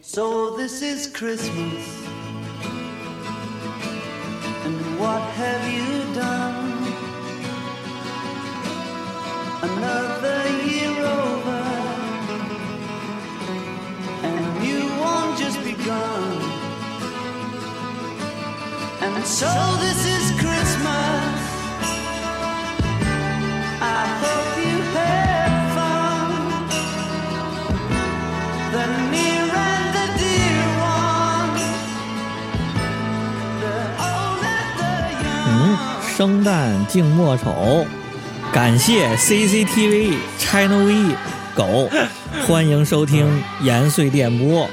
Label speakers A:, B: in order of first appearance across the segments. A: So this is Christmas. And what have you done? Another year over. And you won't just begun. And so this is Christmas. I hope you had fun. The near and the dear one. The old and the young.
B: 嗯，生旦净末丑，感谢 CCTV Channel V 狗，欢迎收听延绥电波，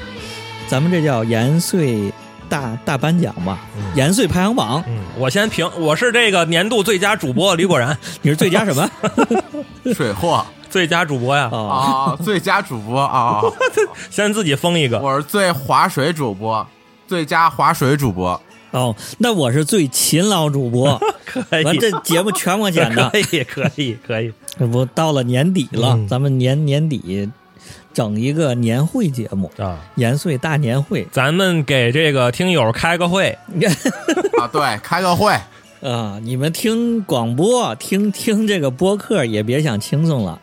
B: 咱们这叫延绥大大颁奖吧，
C: 嗯
B: 延绥排行榜，
C: 我先评，我是这个年度最佳主播李果 然，
B: 你是最佳什么
D: 水货
C: 最佳主播呀，
B: 啊？
D: 啊，最佳主播 啊，
C: 先自己封一个。
D: 我是最划水主播，最佳划水主播，
B: 哦，那我是最勤劳主播，
C: 可以，
B: 完这节目全我剪的
C: 可，以，可以，可以。
B: 这不到了年底了，
C: 嗯
B: 咱们年年底整一个年会节目，
C: 啊，
B: 延绥大年会
C: 咱们给这个听友开个会，
D: 啊，对，开个会，
B: 啊！你们听广播，听听这个播客也别想轻松了。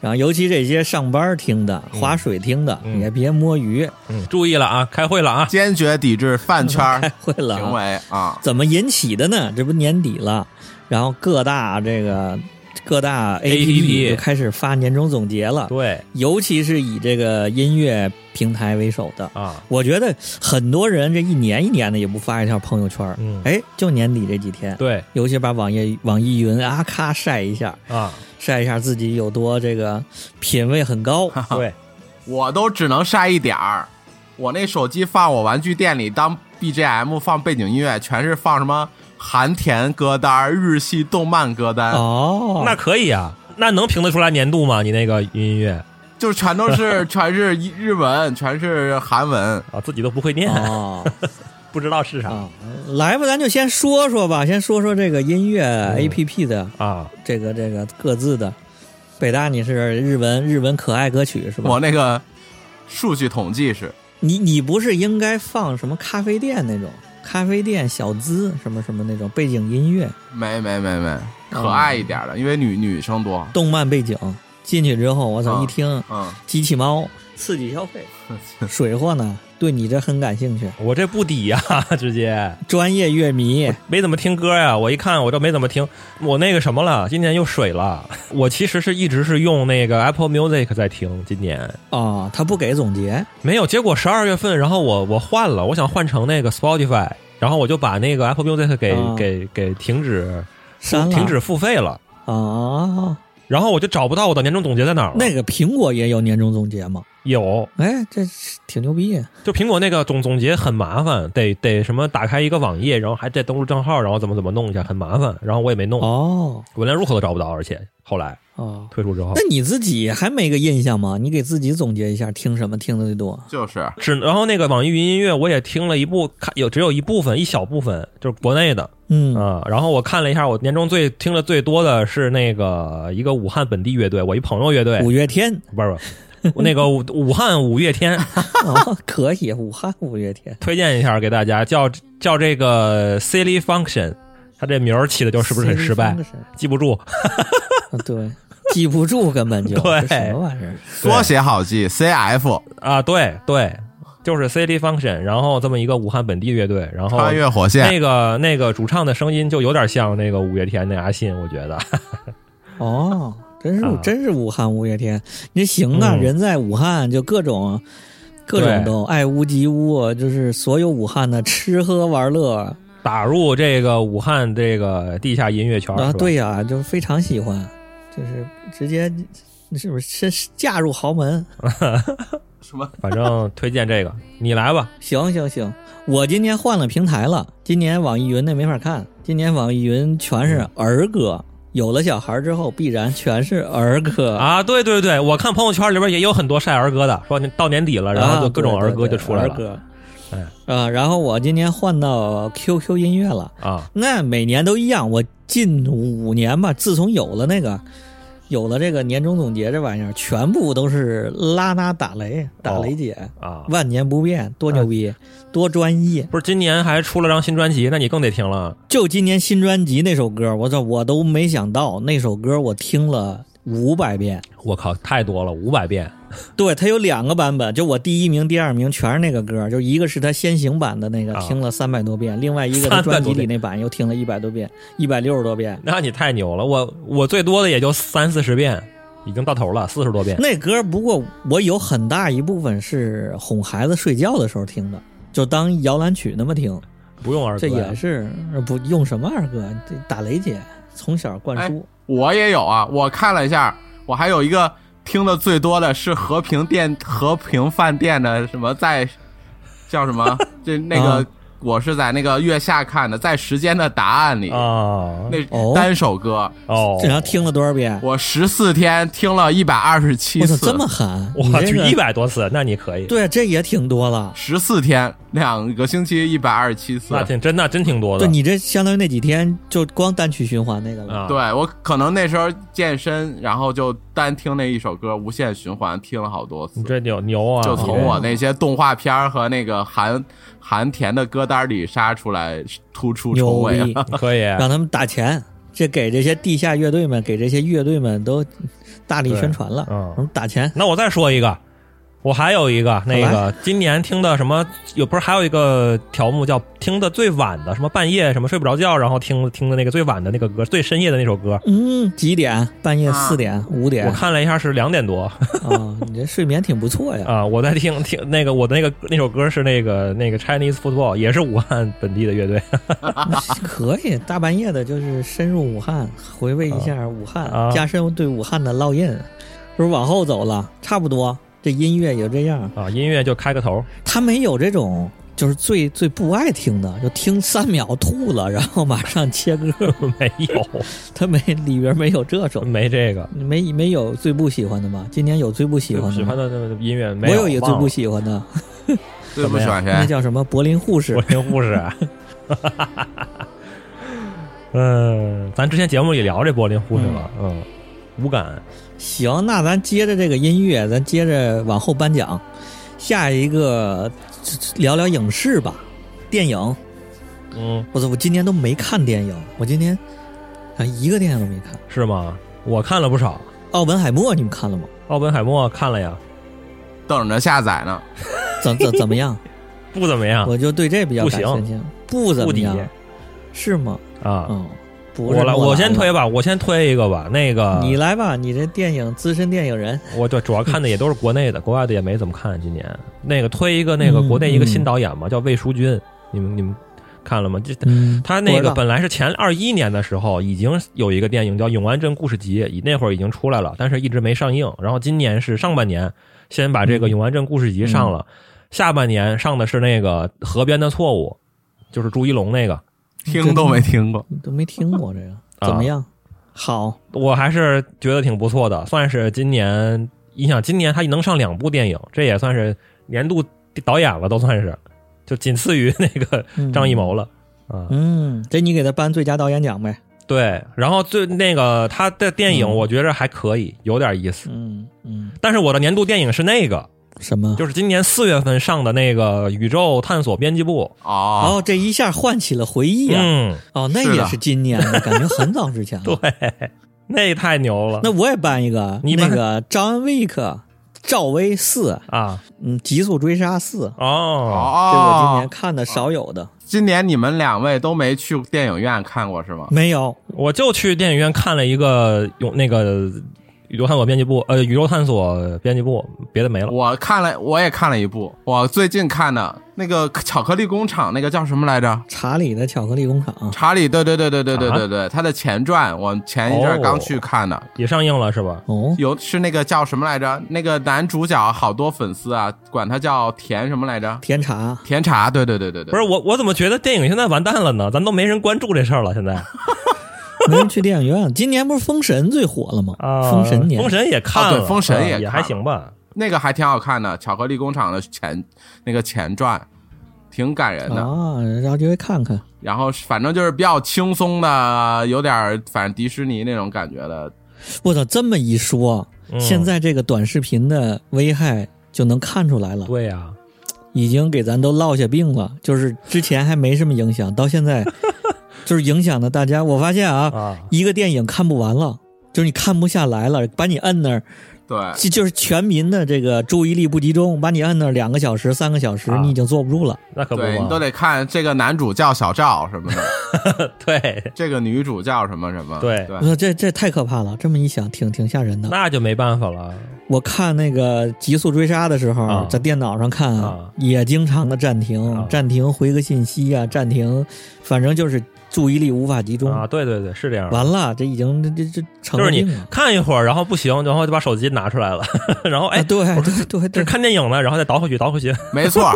B: 然后，尤其这些上班听的、划水听的，
C: 嗯
B: 也别摸鱼，
C: 注意了啊，开会了啊。
D: 坚决抵制饭圈
B: 开
D: 儿
B: 会了啊。
D: 行为啊，
B: 怎么引起的呢？这不年底了，然后各大这个各大
C: APP
B: 就开始发年终总结了，
C: 对
B: 尤其是以这个音乐平台为首的。
C: 啊，
B: 我觉得很多人这一年一年的也不发一条朋友圈，
C: 嗯
B: 哎，就年底这几天，
C: 对
B: 尤其把网页网易云啊咔晒一下，
C: 啊，
B: 晒一下自己有多这个品味很 高，
C: 对，
D: 我都只能晒一点儿。我那手机放我玩具店里当 BGM 放背景音乐，全是放什么韩甜歌单、日系动漫歌单，
B: 哦，
C: 那可以啊，那能评得出来年度吗？你那个音乐
D: 就全 都是全是日文，全是韩文。
C: 啊，自己都不会念，
B: 哦。
C: 不知道是啥
B: 啊，来吧，咱就先说说吧，先说说这个音乐 A P P 的、
C: 啊。
B: 这个这个各自的。北大你是日文日文可爱歌曲是吧？
D: 我那个数据统计是
B: 你你不是应该放什么咖啡店那种咖啡店小资什么什么那种背景音乐，
D: 没没没没
B: 嗯
D: 可爱一点的，因为女女生多。
B: 动漫背景进去之后，我操，
D: 啊
B: 一听、
D: 嗯，
B: 机器猫哦刺激消费，水货呢对你这很感兴趣，
C: 我这不抵呀、 直接
B: 专业乐迷
C: 没怎么听歌呀。我一看，我这没怎么听，我那个什么了，今年又水了。我其实是一直是用那个 Apple Music 在听，今年
B: 哦，他不给总结
C: 没有。结果十二月份，然后我我换了，我想换成那个 Spotify，然后我就把那个 Apple Music 给、
B: 啊
C: 给给停止
B: 删了
C: 停止付费了。
B: 哦，
C: 然后我就找不到我的年终总结在哪儿了。
B: 那个苹果也有年终总结吗？
C: 有，
B: 哎，这是挺牛逼
C: 就苹果那个总总结很麻烦，得得什么打开一个网页，然后还得登录账号，然后怎么怎么弄一下，很麻烦。然后我也没弄，
B: 哦
C: 我连入口都找不到，而且后来
B: 哦。
C: 退出之后
B: 那，你自己还没个印象吗？你给自己总结一下，听什么听的最多？
D: 就是
C: 只然后那个网易云音乐我也听了一部，看有只有一部分一小部分，就是国内的
B: 嗯
C: 啊、然后我看了一下，我年终最听的最多的是那个一个武汉本地乐队，我一朋友乐队，
B: 五月 天
C: 不是不是那个武武汉五月天，
B: 哦，可以，武汉五月天
C: 推荐一下给大家，叫叫这个 Silly Function，他这名儿起的就是不是很失败
B: Silly？Function
C: 记不住，
B: 啊对，记不住根本就
C: 对
B: 这什么玩意儿？
D: 缩写好记，CF
B: 哦
C: 啊，对对，就是 City Function，然后这么一个武汉本地乐队，然后
D: 穿越火线。
C: 那个那个主唱的声音就有点像那个五月天那阿信，我觉得
B: 哦，真是、
C: 啊
B: 真是武汉五月天，你行啊，
C: 嗯
B: 人在武汉就各种各种都爱屋及乌，就是所有武汉的吃喝玩乐
C: 打入这个武汉这个地下音乐圈
B: 啊，
C: 是吧
B: 对呀、就非常喜欢，就是直接是不是是嫁入豪门？
D: 什么？
C: 反正推荐 这个，你来吧，
B: 行行行，我今年换了平台了，今年网易云那没法看，今年网易云全是儿歌。有了小孩之后，必然全是儿歌！
C: 啊，对对对，我看朋友圈里边也有很多晒儿歌的，说到年底了，然后就各种儿歌就出来
B: 啊、
C: 了
B: 对对对
C: 哎
B: 儿歌啊，然后我今年换到 QQ 音乐了，
C: 啊
B: 那每年都一样。我近五年吧，自从有了那个有了这个年终总结这玩意儿，全部都是拉拉打雷打雷姐，
C: 啊。
B: 万年不变，多
C: 嗯
B: 牛逼，多专一。
C: 不是今年还出了张新专辑，那你更得听了。
B: 就今年新专辑那首歌，我操，我都没想到那首歌我听了五百遍。
C: 我靠，太多了，五百遍。
B: 对，它有两个版本，就我第一名、第二名全是那个歌，就一个是它先行版的那个，
C: 啊
B: 听了三百多遍，另外一个它
C: 300多
B: 专
C: 遍
B: 辑里那版又听了一百多遍，一百六十多遍。
C: 那你太牛了，我我最多的也就三四十遍，已经到头了，四十多遍。
B: 那歌不过我有很大一部分是哄孩子睡觉的时候听的，就当摇篮曲那么听。
C: 不用儿歌
B: 这
C: 呀，
B: 也是不用什么二哥，这打雷姐从小
D: 哎
B: 灌输。
D: 我也有啊，我看了一下，我还有一个听的最多的是和平店、和平饭店的什么在叫 什么？这那个、
B: 啊
D: 我是在那个月下看的，在时间的答案里、
C: 啊，
D: 那
B: 嗯哦
D: 单首歌，
C: 哦，
B: 这然后听了多少遍？
D: 我十四天听了一百二十七
B: 我操，
D: 次，
B: 这么狠！你
C: 我
B: 这
C: 去
B: 个
C: 一百多次，那你可以，
B: 啊对，这也挺多了。
D: 十四天，两个星期一百二十七次
C: 那。挺真那真挺多的。
B: 对你这相当于那几天就光单曲循环那个了。
C: 啊，
D: 对我可能那时候健身，然后就单听那一首歌，无限循环听了好多
B: 嗯
D: 次
C: 你。这牛牛啊！
D: 就从我
C: 你
D: 那些动画片儿和那个韩韩甜的歌单里杀出来，突出重
B: 牛
D: 围
B: 逼。
D: 啊。
C: 这可以，
B: 让他们打钱，这给这些地下乐队们，给这些乐队们都大力
C: 对
B: 宣传了，
C: 嗯
B: 我们打钱。
C: 那我再说一个，我还有一个那个今年听的什么有不是还有一个条目叫听的最晚的什么半夜什么睡不着觉，然后听听的那个最晚的那个歌，最深夜的那首歌，
B: 嗯，几点？半夜四点、五点
C: 我
B: 啊、
C: 看了一下是两点多
B: 你这睡眠挺不错呀。
C: 啊，我在听听那个我的那个那首歌是那个那个 Chinese Football，也是武汉本地的乐队啊
B: 那可以，大半夜的，就是深入武汉，回味一下武汉，
C: 啊
B: 加深对武汉的烙印。就是往后走了，差不多，这音乐也这样。
C: 啊，音乐就开个头，
B: 他没有这种就是最最不爱听的，就听三秒吐了，然后马上切歌。
C: 没有
B: 他没里边没有这种，
C: 没这个
B: 没没有最不喜欢的吗？今年有最不喜欢
C: 喜
B: 的吗
C: 欢？的那个音乐没
B: 我
C: 有
B: 有一个最
C: 忘
B: 不
C: 了
B: 喜欢的，
D: 最不喜欢
B: 那
D: 谁？
B: 叫什么？柏林护士
C: 柏。林护士。 嗯，咱之前节目里聊这柏林护士了，嗯，无感
B: 行，那咱接着这个音乐，咱接着往后颁奖，下一个这这聊聊影视吧，电影。
C: 嗯，
B: 我操，我今年都没看电影，我今年啊一个电影都没看。
C: 是吗？我看了不少，
B: 奥本海默你们看了吗？
C: 奥本海默看了呀，
D: 等着下 载呢。
B: 怎怎怎么 样？
C: 不怎么样
B: 我就对这比较
C: 啊不
B: 感
C: 行
B: 兴趣。不怎
C: 不
B: 么
C: 抵
B: 样，是吗？
C: 啊。
B: 嗯，不是
C: 我来，
B: 诺
C: 我
B: 兰
C: 先
B: 了
C: 推吧，我先推一个吧。那个，
B: 你来吧，你这电影资深电影人，
C: 我对主要看的也都是国内的，国外的也没怎么看。啊今年那个推一个那个
B: 嗯
C: 国内一个
B: 嗯
C: 新导演嘛，叫魏淑君，你们你们看了吗？这
B: 嗯，
C: 他那
B: 我知
C: 个
B: 道
C: 本来是前二一年的时候已经有一个电影叫《永安镇故事集》，以那会儿已经出来了，但是一直没上映。然后今年是上半年先把这
B: 嗯
C: 个《永安镇故事集》上了，下半年上的是那个《河边的错误》，就是朱一龙那个。
D: 听都没听过，
B: 你都没听过 这个，
C: 啊
B: 怎么样？好，
C: 我还是觉得挺不错的，算是今年你想今年他能上两部电影，这也算是年度导演了，都算是就仅次于那个
B: 嗯
C: 张艺谋了啊。
B: 嗯，这你给他颁最佳导演奖呗。
C: 对，然后最那个他的电影
B: 嗯
C: 我觉着还可以，有点意思。
B: 嗯嗯，
C: 但是我的年度电影是那个，
B: 什么？
C: 就是今年四月份上的那个《宇宙探索编辑部
D: 哦，
B: 哦，这一下唤起了回忆》。啊！
C: 啊嗯，
B: 哦，那
D: 是
B: 也
D: 的
B: 是今年的，感觉很早之前了。
C: 对，那太牛了。
B: 那我也颁一个，
C: 你
B: 那
C: 颁
B: 个张安威克、赵薇四，
C: 啊，
B: 嗯，《极速追杀四》，
C: 哦，
B: 这我今
D: 哦
B: 年，看的少有的，
C: 啊
D: 今年你们两位都没去电影院看过是吗？
B: 没有。
C: 我就去电影院看了一个有那个《宇宙探索编辑部》，呃，《宇宙探索编辑部》，别的没了。
D: 我看了，我也看了一部，我最近看的那个巧克力工厂，那个叫什么来着？
B: 查理的巧克力工厂，
D: 查理，对对对对对对
C: 啊
D: 对对，他的前传，我前一阵儿刚
C: 哦
D: 去看的，
C: 也上映了是吧？
B: 哦，
D: 有是那个叫什么来着？那个男主角好多粉丝啊，管他叫甜什么来着？
B: 甜茶，
D: 甜茶，对对对对对，
C: 不是我，我怎么觉得电影现在完蛋了呢？咱都没人关注这事儿了，现在
B: 没人去电影 院。今年不是《封神》最火了吗？
C: 啊，
B: 封神年，
C: 封神也看
D: 啊
C: 了，
D: 对封神
C: 啊
D: 也
C: 也
D: 看
C: 还
D: 了
C: 行吧。
D: 那个还挺好看的，《巧克力工厂》的前那个前传，挺感人的。
B: 啊，然后就会看看。
D: 然后反正就是比较轻松的，有点儿反正迪士尼那种感觉的
B: 我操，这么一说，
C: 嗯
B: 现在这个短视频的危害就能看出来了，
C: 对呀、
B: 已经给咱都落下病了。就是之前还没什么影响，到现 在就是影响的大家。我发现啊，
C: 啊，
B: 一个电影看不完了，就是你看不下来了，把你摁那儿，
D: 对，
B: 就就是全民的这个注意力不集中，把你摁那儿两个小时、三个小时，
C: 啊
B: 你已经坐不住了。
C: 那可不
D: 对你都
C: 嘛，
D: 得看这个男主叫小赵什么的，
C: 对，
D: 这个女主叫什么什么，
C: 对
B: 我说这这太可怕了，这么一想，挺挺吓人的。
C: 那就没办法了。
B: 我看那个《极速追杀》的时候，
C: 啊
B: 在电脑上看
C: 啊
B: 也经常的暂停，
C: 啊
B: 暂停回个信息啊，暂停，反正就是注意力无法集中。
C: 啊，对对对，是这样的。
B: 完了，这已经这这这成
C: 就
B: 了啊
C: 是你
B: 病了。
C: 看一会儿，然后不行，然后就把手机拿出来了，然后哎
B: 啊，，对对对
C: 这
B: 对
C: 是，看电影呢，然后再倒回去，倒回去。
D: 没错。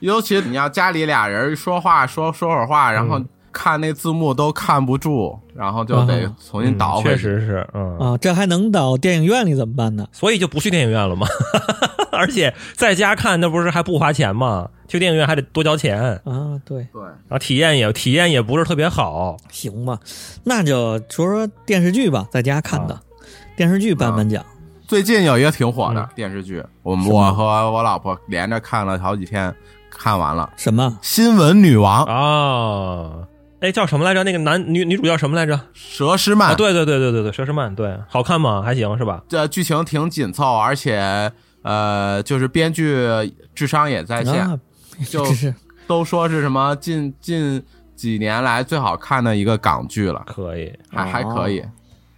D: 尤其你要家里俩人说话说说会儿话，然后
C: 嗯
D: 看那字幕都看不住，然后就得
B: 啊
D: 重新倒
C: 嗯
D: 回
C: 确
D: 去。
C: 实是，嗯，
B: 啊，这还能到电影院里怎么办呢？
C: 所以就不去电影院了嘛。而且在家看，那不是还不花钱吗？去电影院还得多交钱，然
B: 啊，对，
D: 对，
C: 后体验也体验也不是特别好。
B: 行吧，那就说说电视剧吧，在家看的、
C: 啊
B: 电视剧颁颁奖
D: 最近有一个挺火的
C: 嗯
D: 电视剧，我们
B: 什么
D: 我和我老婆连着看了好几天，看完了《
B: 什么
D: 新闻女王》
C: 啊，哎，叫什么来着？那个男女女主叫什么来着？
D: 佘诗曼。
C: 啊，对对对对对对，佘诗曼，对，好看吗？还行是吧？
D: 这剧情挺紧凑，而且呃，就是编剧智商也在线，
B: 啊？
D: 就
B: 这是
D: 都说是什么近近几年来最好看的一个港剧了，
C: 可以，
D: 还、还可以，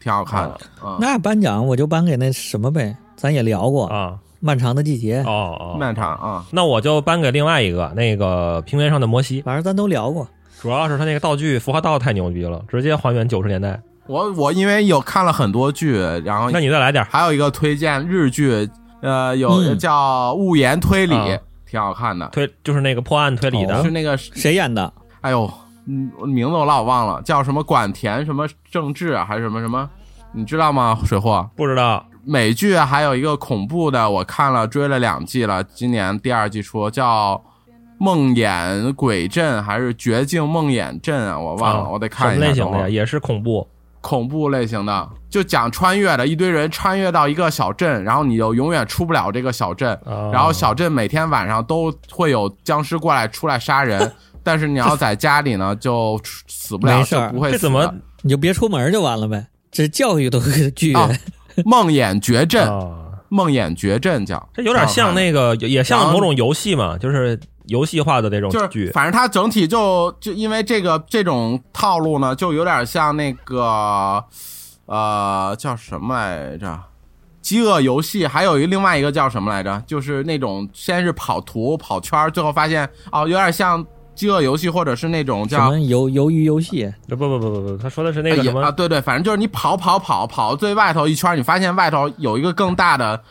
D: 挺好看的。嗯，
B: 那颁奖我就颁给那什么呗，咱也聊过《
C: 啊，
B: 漫长的季节》
C: 哦哦，
D: 漫长啊，
C: 那我就颁给另外一个那个平原上的摩西，
B: 反正咱都聊过。
C: 主要是他那个道具服化道太牛逼了，直接还原九十年代。
D: 我我因为有看了很多剧，然后
C: 那你再来点儿
D: 还有一个推荐日剧，呃，有
B: 嗯
D: 叫《误言推理》
C: 啊
D: 挺好看的，
C: 推，就是那个破案推理的
B: 哦
D: 是那个
B: 谁演的？
D: 哎呦，嗯，名字我老忘了，叫什么管田什么政治啊还是什么什么，你知道吗？水货
C: 不知道
D: 美剧还有一个恐怖的，我看了追了两季了，今年第二季出，叫《梦魇鬼阵》还是《绝境梦魇阵》啊？我忘了，
C: 啊
D: 我得看
C: 什
D: 一
C: 么
D: 下。
C: 类型
D: 等
C: 的
D: 会
C: 呀，
D: 儿
C: 也是恐怖
D: 恐怖类型的，就讲穿越的，一堆人穿越到一个小镇，然后你就永远出不了这个小镇，
C: 啊
D: 然后小镇每天晚上都会有僵尸过来出来 杀人，但是你要在家里呢，就死不了，
B: 没事
D: 就
B: 儿
D: 不会
C: 这
D: 死的。
C: 怎么
B: 你就别出门就完了呗。这教育都是剧
D: 啊
B: 人，
D: 梦魇绝阵？
C: 啊
D: 梦魇绝阵叫
C: 这有点像那个，也像某种游戏嘛，就是游戏化的那种
D: 就是
C: 哦剧
D: 反正它整体就就因为这个这种套路呢，就有点像那个呃叫什么来着？饥饿游戏还有一另外一个叫什么来着？就是那种先是跑图跑圈儿，最后发现哦，有点像饥饿游戏，或者是那种
B: 什
D: 叫
B: 么鱿鱿鱼游戏
C: 呃不不不不不，他说的是那个
D: 哎
C: 什
D: 也啊，
C: 么
D: 对对，反正就是你跑跑跑跑最外头一圈，你发现外头有一个更大的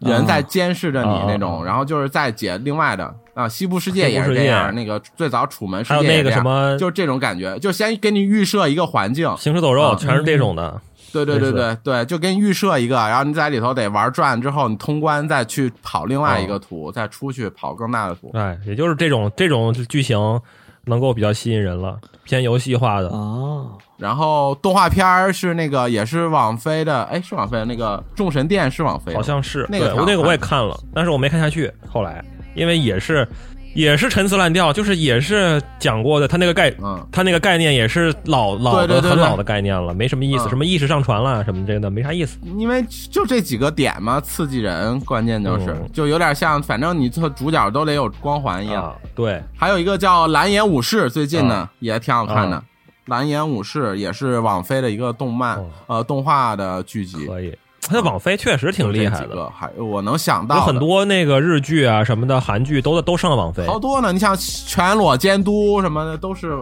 D: 人在监视着你
C: 啊
D: 那种，然后就是再解另外的啊，西部世界
C: 西部
D: 也是
C: 世
D: 这
C: 界
D: 样，那个最早楚门世
C: 还有
D: 界
C: 那
D: 也
C: 个
D: 这
C: 什
D: 样，
C: 么
D: 就是这种感觉，就先给你预设一个环境，
C: 行尸走肉，
D: 啊
C: 全是这种的。
D: 对对对
C: 类
D: 对对，就给你预设一个，然后你在里头得玩转之后，你通关再去跑另外一个图，
C: 嗯
D: 再出去跑更大的图。
C: 哎，也就是这种这种剧情能够比较吸引人了，偏游戏化的。
B: 啊？
D: 然后动画片儿是那个也是网飞的，哎，是网飞的那个《众神殿》是网飞的吗，
C: 好像是，
D: 那
C: 对
D: 个嗯挺好
C: 我那个
D: 看
C: 我也看了，但是我没看下去。后来因为也是也是陈词滥调，就是也是讲过的，他那个概
D: 嗯，
C: 他那个概念也是老老
D: 对对
C: 的
D: 对
C: 很
D: 对
C: 老的概念了，没什么意思，
D: 嗯
C: 什么意识上传了什么这个的没啥意思。
D: 因为就这几个点嘛，刺激人，关键就是、
C: 嗯
D: 就有点像，反正你做主角都得有光环一样。
C: 啊，对，
D: 还有一个叫《蓝颜武士》，最近呢、也挺好看的，
C: 啊
D: 蓝颜武士》也是网飞的一个动漫、
C: 哦
D: 呃动画的剧集，
C: 可以。他的网飞确实挺厉害
D: 就这几
C: 的，
D: 个还我能想到
C: 有
D: 的
C: 很多那个日剧啊什么的，韩剧都都上了网飞。
D: 好多呢。你像《全裸监督》什么的都是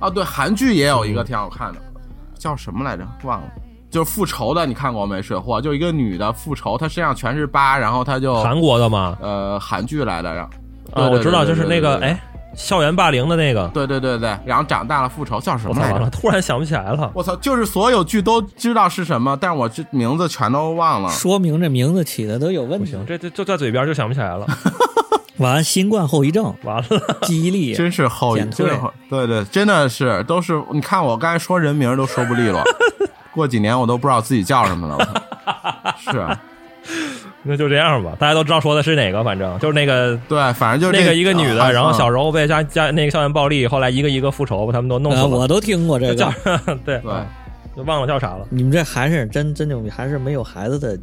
D: 啊，对，韩剧也有一个挺好看的，叫什么来着？忘了。就是复仇的，你看过没？水货，就一个女的复仇，她身上全是疤，然后她就
C: 韩国的嘛，
D: 呃韩剧来的，然后
C: 啊，我知道，就是那个，
D: 对
C: 哎，校园霸凌的那个，
D: 对对对对对对对，然后长大了复仇叫什
C: 我
D: 么
C: 操，
D: 来
C: 完了，
D: 着？
C: 突然想不起来了。
D: 我操，就是所有剧都知道是什么，但是我这名字全都忘了。
B: 说明这名字起的都有问
C: 不
B: 题。
C: 行，这这就在嘴边就想不起来了，
B: 完，新冠后遗症，
C: 完了，
B: 记忆力
D: 真是后遗，
B: 减退
D: 真是后对对，真的是都是你看我刚才说人名都说不利落，过几年我都不知道自己叫什么了。我操 是啊，
C: 那就这样吧，大家都知道说的是哪个，反正就是那个
D: 对，反正就
C: 那
D: 这
C: 个一个女
D: 啊
C: 的，然后小
D: 嗯
C: 时候被家家那个校园暴力，后来一个一个复仇，把他们都弄
B: 呃，
C: 死了。
B: 我都听过这
C: 叫
B: 个。
C: 对，啊
D: 对。
C: 就忘了叫啥了。
B: 你们这还是真真牛逼，还是没有孩子的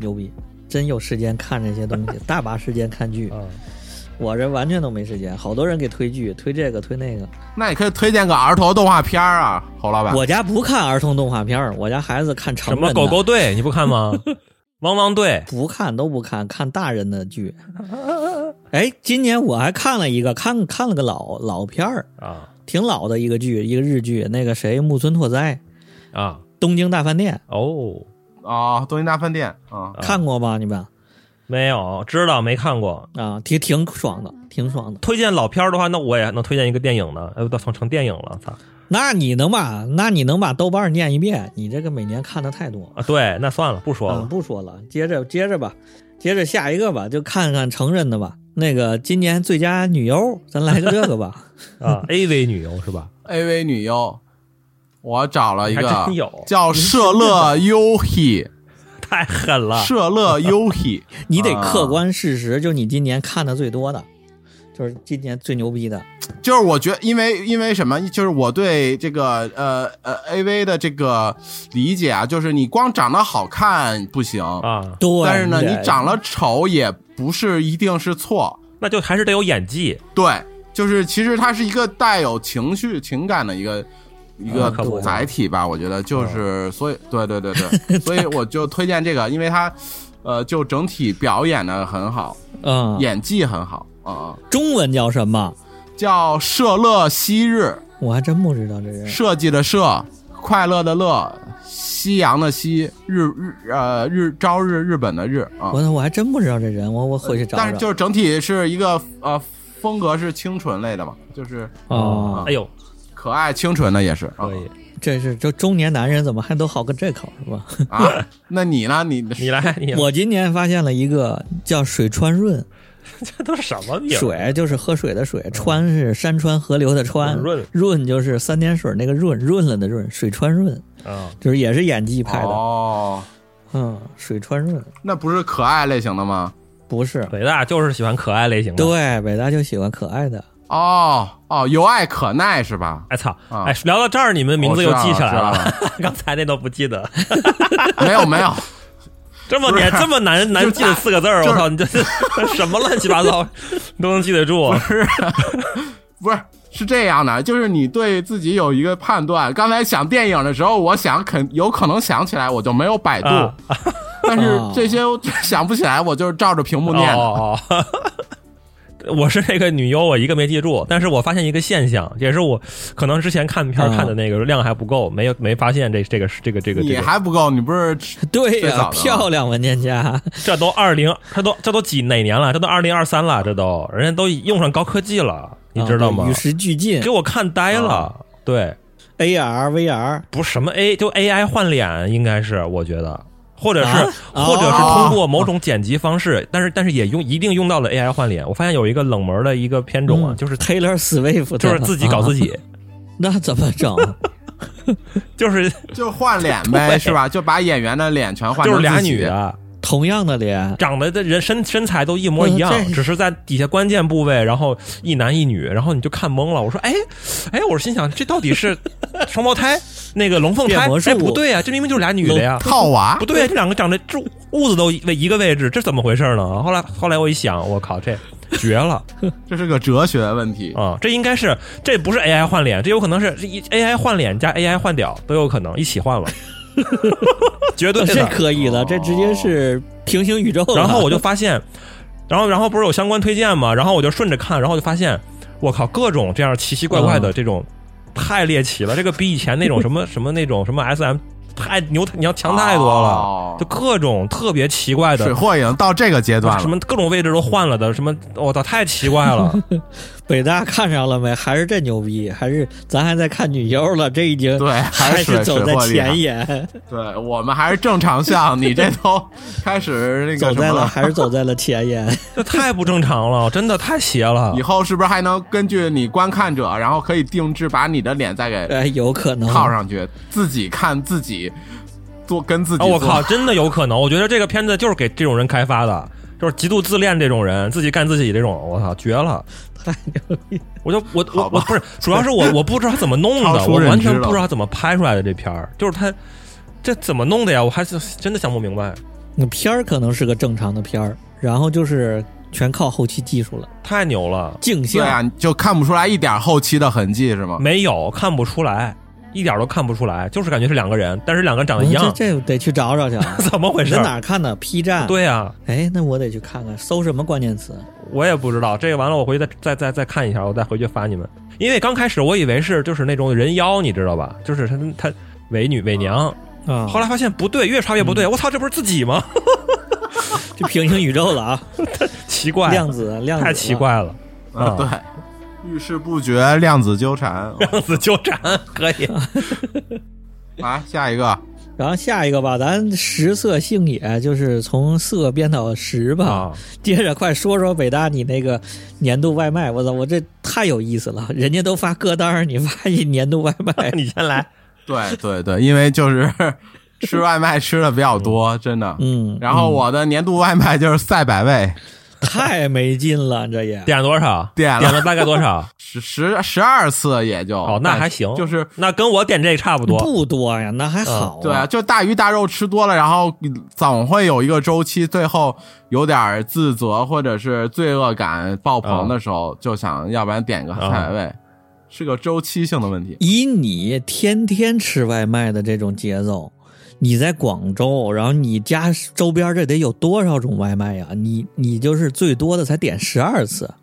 B: 牛逼，真有时间看这些东 西，大把时间看剧。
C: 嗯，
B: 我这完全都没时间，好多人给推剧，推这个推那个。
D: 那你可以推荐个儿童动画片儿啊，侯老板。
B: 我家不看儿童动画片儿，我家孩子看成
C: 什
B: 人的
C: 么狗狗队你不看吗？汪汪队
B: 不看都不看，看大人的剧。哎，今年我还看了一个，看看了个老老片儿，
C: 啊
B: 挺老的一个剧，一个日剧，那个谁木村拓哉
C: 啊
B: 《东京大饭店
C: 哦，
D: 哦，东京大饭店啊、》
B: 看过吗？你们
C: 没有知道没看过。
B: 啊，挺挺爽的，挺爽的。
C: 推荐老片儿的话，那我也能推荐一个电影呢。哎，都成成电影了，操
B: 那你能把那你能把豆瓣儿念一遍？你这个每年看的太多。
C: 啊！对，那算了，不说
B: 啊，
C: 了。
B: 不说了，接着接着吧，接着下一个吧，就看看成人的吧。那个今年最佳女优，咱来个这个吧。
C: 啊，AV 女优是吧？
D: a v 女优，我找啊了一
C: 还
D: 个
C: 真有
D: 叫舍乐优希，
C: 太狠了。
D: 舍乐优希，
B: 你得
D: 啊
B: 客观事实，就你今年看的最多的，就是今年最牛逼的。
D: 就是我觉得，因为因为什么，就是我对这个呃呃 AV 的这个理解啊，就是你光长得好看不行，
C: 啊，
B: 对，
D: 但是呢，
B: 得
D: 你长了丑也不是一定是错，
C: 那就还是得有演技，
D: 对，就是其实它是一个带有情绪情感的一个。一
C: 啊
D: 个
C: 可啊不
D: 载体吧，我觉得就是，所以对对对 对，所以我就推荐这个，因为它，呃，就整体表演的很好，
B: 嗯，
D: 演技很好啊、
B: 中文叫什么？
D: 嗯叫舍乐昔日，
B: 我还真不知道这人。
D: 设计的设，快乐的乐，夕阳的夕，日日呃日朝日日本的日啊。
B: 我我还真不知道这人，我我回去找找。
D: 但是就是整体是一个呃风格是清纯类的嘛，就是
B: 哦
C: 哎呦，
D: 可爱清纯的也是啊
C: 可以，
B: 这是这中年男人怎么还都好个这口是吧？
D: 啊。 那你呢？你
C: 你来，你来
B: 我今年发现了一个叫水川润，
C: 这 都什么名儿？
B: 水就是喝水的水，川是山川河流的川，
C: 润
B: 润就是三点水那个润，润了的润，水川润
C: 啊，
B: 就是也是演技派的，
D: 哦，
B: 嗯，水川润
D: 那不是可爱类型的吗？
B: 不是，
C: 北大就是喜欢可爱类型的。
B: 对，北大就喜欢可爱的，
D: 哦哦，由爱可耐是吧？哦
C: 哎操！
D: 啊
C: 哎，聊到这儿，你们名字又记起来
D: 我知道
C: 了
D: 了。
C: 刚才那都不记得，
D: 啊没有没有，
C: 这么
D: 不是啊
C: 难这么难难记的四个字儿，
D: 就
C: 我
D: 是
C: 操！你这 什么乱七八糟，你都能记得住？啊
D: 不是。是这样的，就是你对自己有一个判断。刚才想电影的时候，我想肯有可能想起来，我就没有百度。
C: 啊
D: 但是
B: 哦
D: 这些我想不起来，我就是照着屏幕念的。
C: 哦哦哦 我是那个女优，我一个没记住，但是我发现一个现象，也是我可能之前看片儿
B: 啊
C: 看的那个量还不够，没有没发现这这个这个这个
D: 你
C: 这个，
D: 还不够，你不是
B: 对
D: 最
B: 呀、
D: 早的啊
B: 漂亮文啊件夹，
C: 这都二零，这都这都几哪年了？这都二零二三了，这都人家都用上高科技了，你知道吗
B: 啊对与？时俱进
C: 给我看呆了
D: 啊，
C: 对，
B: ，AR、VR，
C: 不是什么 A，就 AI 换脸，应该是我觉得，或者是、
B: 啊
C: 或者是通过某种剪辑方式，但是但是也用一定用到了 AI 换脸。我发现有一个冷门的一个片种啊，
B: 嗯
C: 就是
B: Taylor Swift，
C: 就是自己搞 自己，
B: 啊那怎么整？
C: 就是
D: 就换脸呗，是吧？就把演员的脸全换成
C: 就是俩
D: 自己
C: 女，
B: 啊
C: 的，
B: 同样的脸，
C: 长得的人身身材都一模一
B: 嗯
C: 样，
B: 这
C: 只是在底下关键部位，然后一男一女，然后你就看懵了。我说，哎哎，我心想这到底是双 胞胎那个龙凤
B: 变
C: 胎
B: 魔？术
C: 哎，不对啊，这明明就是俩女的呀。
D: 套娃
C: 不对啊，这两个长得这痦子都为一个位置，这怎么回事呢？后来后来我一想，我靠，这绝了
D: 这是个哲学问题。
C: 啊、这应该是这不是 AI 换脸，这有可能是这一 AI 换脸加 AI 换屌都有可能一起换了，绝对
B: 这
C: 的。
B: 可以了，这直接是平行宇宙了。
C: 然后我就发现，然后然后不是有相关推荐嘛，然后我就顺着看，然后我就发现，我靠，各种这样奇奇怪怪的这种，太猎奇了，这个比以前那种什么什么那种什么 SM 太牛，你要强太多了
D: 哦，
C: 就各种特别奇怪的
D: 水。货已经到这个阶段
C: 啊什
D: 了，
C: 么各种位置都换了的，什么我操，太奇怪 了！
B: 北大看上了没？还是这牛逼？还是咱还在看女优了？这已经
D: 对还
B: 还
D: 是
B: 是走在
D: 水货厉害
B: 前沿，
D: 对我们还是正常向，你这都开始那
B: 走
D: 个
B: 在
D: 什
B: 了
D: 么。
B: 还是走在了前沿。
C: 这太不正常了，真的太邪了
D: 以。后是不是还能根据你观看者，然后可以定制把你的脸再给
B: 哎，有可能
D: 套上去，自己看自己己做跟自己
C: 啊，
D: 做。
C: 我靠，真的有可能。我觉得这个片子就是给这种人开发的，就是极度自恋这种人，自己干自己这种，我操，绝了！
B: 太牛逼！
C: 我就我我
D: 好吧
C: 我不是，主要是我我不知道他怎么弄
D: 超
C: 的，
D: 出
C: 我
D: 认
C: 完
D: 知
C: 全
D: 了
C: 不知道他怎么拍出来的这片儿，就是他这怎么弄的呀？我还是真的想不明白，
B: 那片儿可能是个正常的片儿，然后就是全靠后期技术了，
C: 太牛了，
B: 镜
D: 对
B: 像、
D: 啊，你就看不出来一点后期的痕迹是吗？
C: 没有看不出来，一点儿都看不出来，就是感觉是两个人，但是两个人长得
B: 我
C: 啊一
D: 嗯
B: 这
C: 样，！
B: 这得去找找去啊
C: 怎么回
B: 你
C: 事
B: 在？哪儿看的？P
D: 啊
B: 站。，
C: 对呀，
B: 哎，那我得去看看，搜什么关键词？
C: 我也不知道这个，完了我回去再再再再看一下，我再回去发你们。因为刚开始我以为是就是那种人妖，你知道吧？就是他他伪女伪娘，
B: 啊，
C: 后来发现不对，越查越不对，我操，这不是自己吗？
B: 这平行宇宙了 啊！
C: 奇怪，
B: 量子，量子
C: 哎太奇，怪了，
D: 啊， 对，遇事不决，量子纠 缠。
C: 量啊 子纠缠可以。
D: 来啊下一个，
B: 然后下一个吧，咱食色性也，就是从色变到食吧。
C: 啊
B: 接着快说说北大你那个年度外卖，我操，我这太有意思了，人家都发歌单儿，你发一年度外 卖
C: 啊，你先来，
D: 对对对，因为就是 吃外卖吃的比较多，真的。
B: 嗯，
D: 然后我的年度外卖就是赛百味，
B: 太没劲了，这也
C: 点了多少？
D: 点了
C: 了大概多少？
D: 十十十二次也就
C: 哦，那还行，
D: 就是
C: 那跟我点这差不多。
B: 不多呀，那还好、
D: 对啊，，就大鱼大肉吃多了，然后总会有一个周期，最后有点自责或者是罪恶感爆棚的时候，就想要不然点个赛百味，是个周期性的问题。
B: 以你天天吃外卖的这种节奏，你在广州，然后你家周边这得有多少种外卖呀？你你就是最多的才点十二次，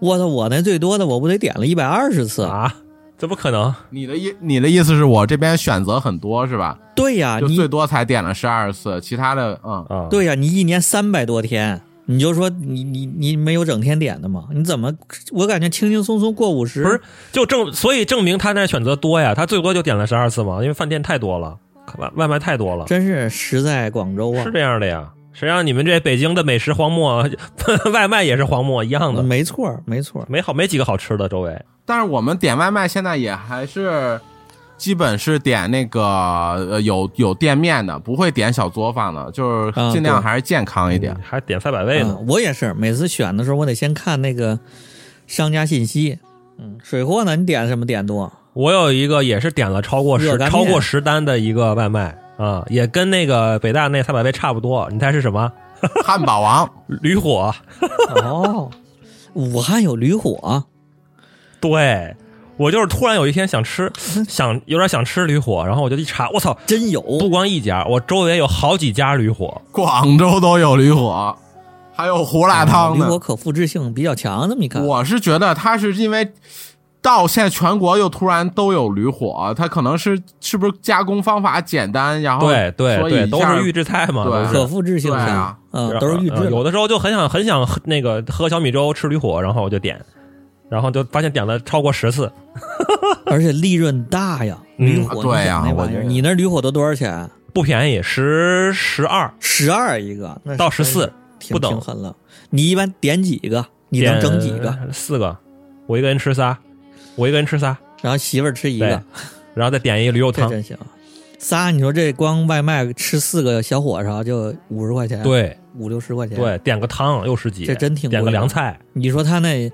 B: 我操，我那最多的我不得点了一百二十次？
C: 啊，怎么可能？
D: 你的意你的意思是我这边选择很多是吧？
B: 对呀，
D: 就
B: 啊你
D: 最多才点了十二次，其他的嗯，
C: 啊，
B: 对呀、你一年三百多天，你就说你你你没有整天点的吗？你怎么？我感觉轻轻松松过五十，
C: 不是，就证，所以证明他那选择多呀，他最多就点了十二次嘛，因为饭店太多了，外外卖太多了，
B: 真是实在广州啊
C: 是，这样的呀。谁让你们这北京的美食荒漠， 外卖也是荒漠一样
D: 嗯
C: 的，
B: 没错儿没错儿，
C: 没好没几个好吃的周围。
D: 但是我们点外卖现在也还是。基本是点那个呃有有店面的，不会点小作坊的，就是
B: 啊
D: 尽量
B: 对
D: 还是健康一点。
C: 还点赛百味呢，
B: 嗯我也是，每次选的时候我得先看那个商家信息。嗯，水货呢？你点什么点多？
C: 我有一个也是点了超过
B: 热
C: 十
B: 干面
C: 超过十单的一个外卖啊，也跟那个北大那三百味差不多。你猜是什么？
D: 汉堡王，
C: 驴火。
B: 哦， 武汉有驴火，
C: 对，我就是突然有一天想吃，
D: 嗯
C: 想有点想吃驴火，然后我就一查，我操，
B: 真有
C: 不光一家，我周围有好几家驴火。
D: 广州都有驴火，还有胡辣汤
B: 哎驴
D: 呢
B: 火。可复制性比较强。这么一看，
D: 我是觉得他是因为到现在全国又突然都有驴火，他可能是是不是加工方法简单，然后
C: 对对
D: 哦所以
C: 对，
D: 一
C: 都
D: 下
C: 是预制菜嘛，
D: 对
C: 都是
B: 可复制性
D: 对
B: 强，
D: 啊
B: 嗯，都是预制
C: 呃
B: 的。
C: 有的时候就很想很想喝那个喝小米粥吃驴火，然后我就点，然后就发现点了超过十次，
B: 而且利润大呀，
C: 嗯
B: 驴火、
D: 啊对呀
B: 呀，那
D: 我
B: 玩意
D: 觉
B: 儿，
D: 得
B: 你那驴火都多少钱？啊
C: 不便宜，十十二
B: 十二一个，那
C: 到
B: 真是
C: 14
B: 挺
C: 不等
B: 挺狠了。你一般点几个？你能整几个？？
C: 四个，我一个人吃仨，我一个人吃仨，
B: 然后媳妇儿吃一
C: 对
B: 个，，
C: 然后再点一个驴肉
B: 这
C: 汤。
B: 真行。仨，你说这光外卖吃四个小火烧就五十块钱，，
C: 对
B: 五六十块钱。，
C: 对，点个汤又十几，
B: 这真挺
C: 点
B: 贵
C: 个
B: 的
C: 凉菜，
B: 你说他那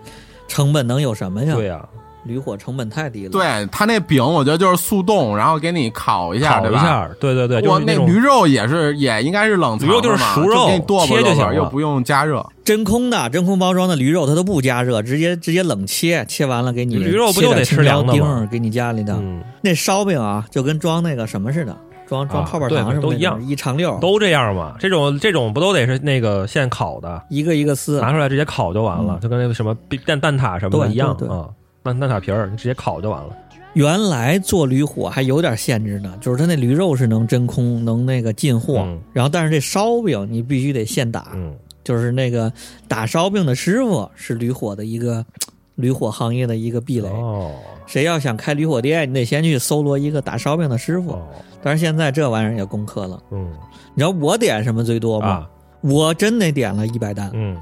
B: 成本能有什么呀？
C: 对呀，
B: 驴火成本太低了。，
D: 对他那饼，我觉得就是速冻，然后给你烤一下，
C: 烤
D: 对
C: 一
D: 吧？
C: 下，对对对，就
D: 我
C: 是那
D: 那
C: 种
D: 驴肉也是，也应该是冷藏
C: 驴肉就是
D: 的嘛
C: 熟肉
D: 给你剁吧
C: 切就
D: 剁吧
C: 行了
D: 又不用加热。
B: 真空的、真空包装的驴肉，它都不加热，直接直接冷切，切完了给你
C: 驴肉不就得吃
B: 切点
C: 凉的
B: 青椒
C: 吗
B: 丁儿给你家里的，
C: 嗯，
B: 那烧饼啊，就跟装那个什么似的，装装
C: 啊
B: 泡泡糖
C: 对
B: 什么的
C: 都一样
B: 一长溜儿，
C: 都这样嘛。这种这种不都得是那个现烤的，
B: 一个一个撕。
C: 拿出来直接烤就完了，就跟那个什么蛋蛋挞什么的
B: 嗯对
C: 一样
B: 对对
C: 啊，蛋蛋挞皮儿你直接烤就完了。
B: 原来做驴火还有点限制呢，就是它那驴肉是能真空，能那个进货，
C: 嗯
B: 然后但是这烧饼你必须得现打，
C: 嗯，
B: 就是那个打烧饼的师傅是驴火的一个驴火行业的一个壁垒。
C: 哦
B: 谁要想开驴火店，你得先去搜罗一个打烧饼的师傅。
C: 哦，
B: 但是现在这玩意儿也攻克了。
C: 嗯
B: 你知道我点什么最多吗？
C: 啊
B: 我真得点了一百单，
C: 嗯，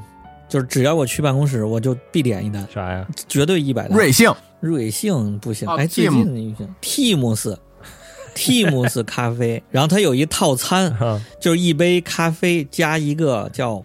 B: 就是只要我去办公室，我就必点一单，
C: 啥 呀？哎
B: 绝对一百单。
C: 哦
D: 瑞幸
B: 瑞幸不行，
D: 啊
B: 哎，最
D: Team
B: 近的一个 Teams， Teams 咖啡，然后它有一套餐，
C: 啊
B: 就是一杯咖啡加一个叫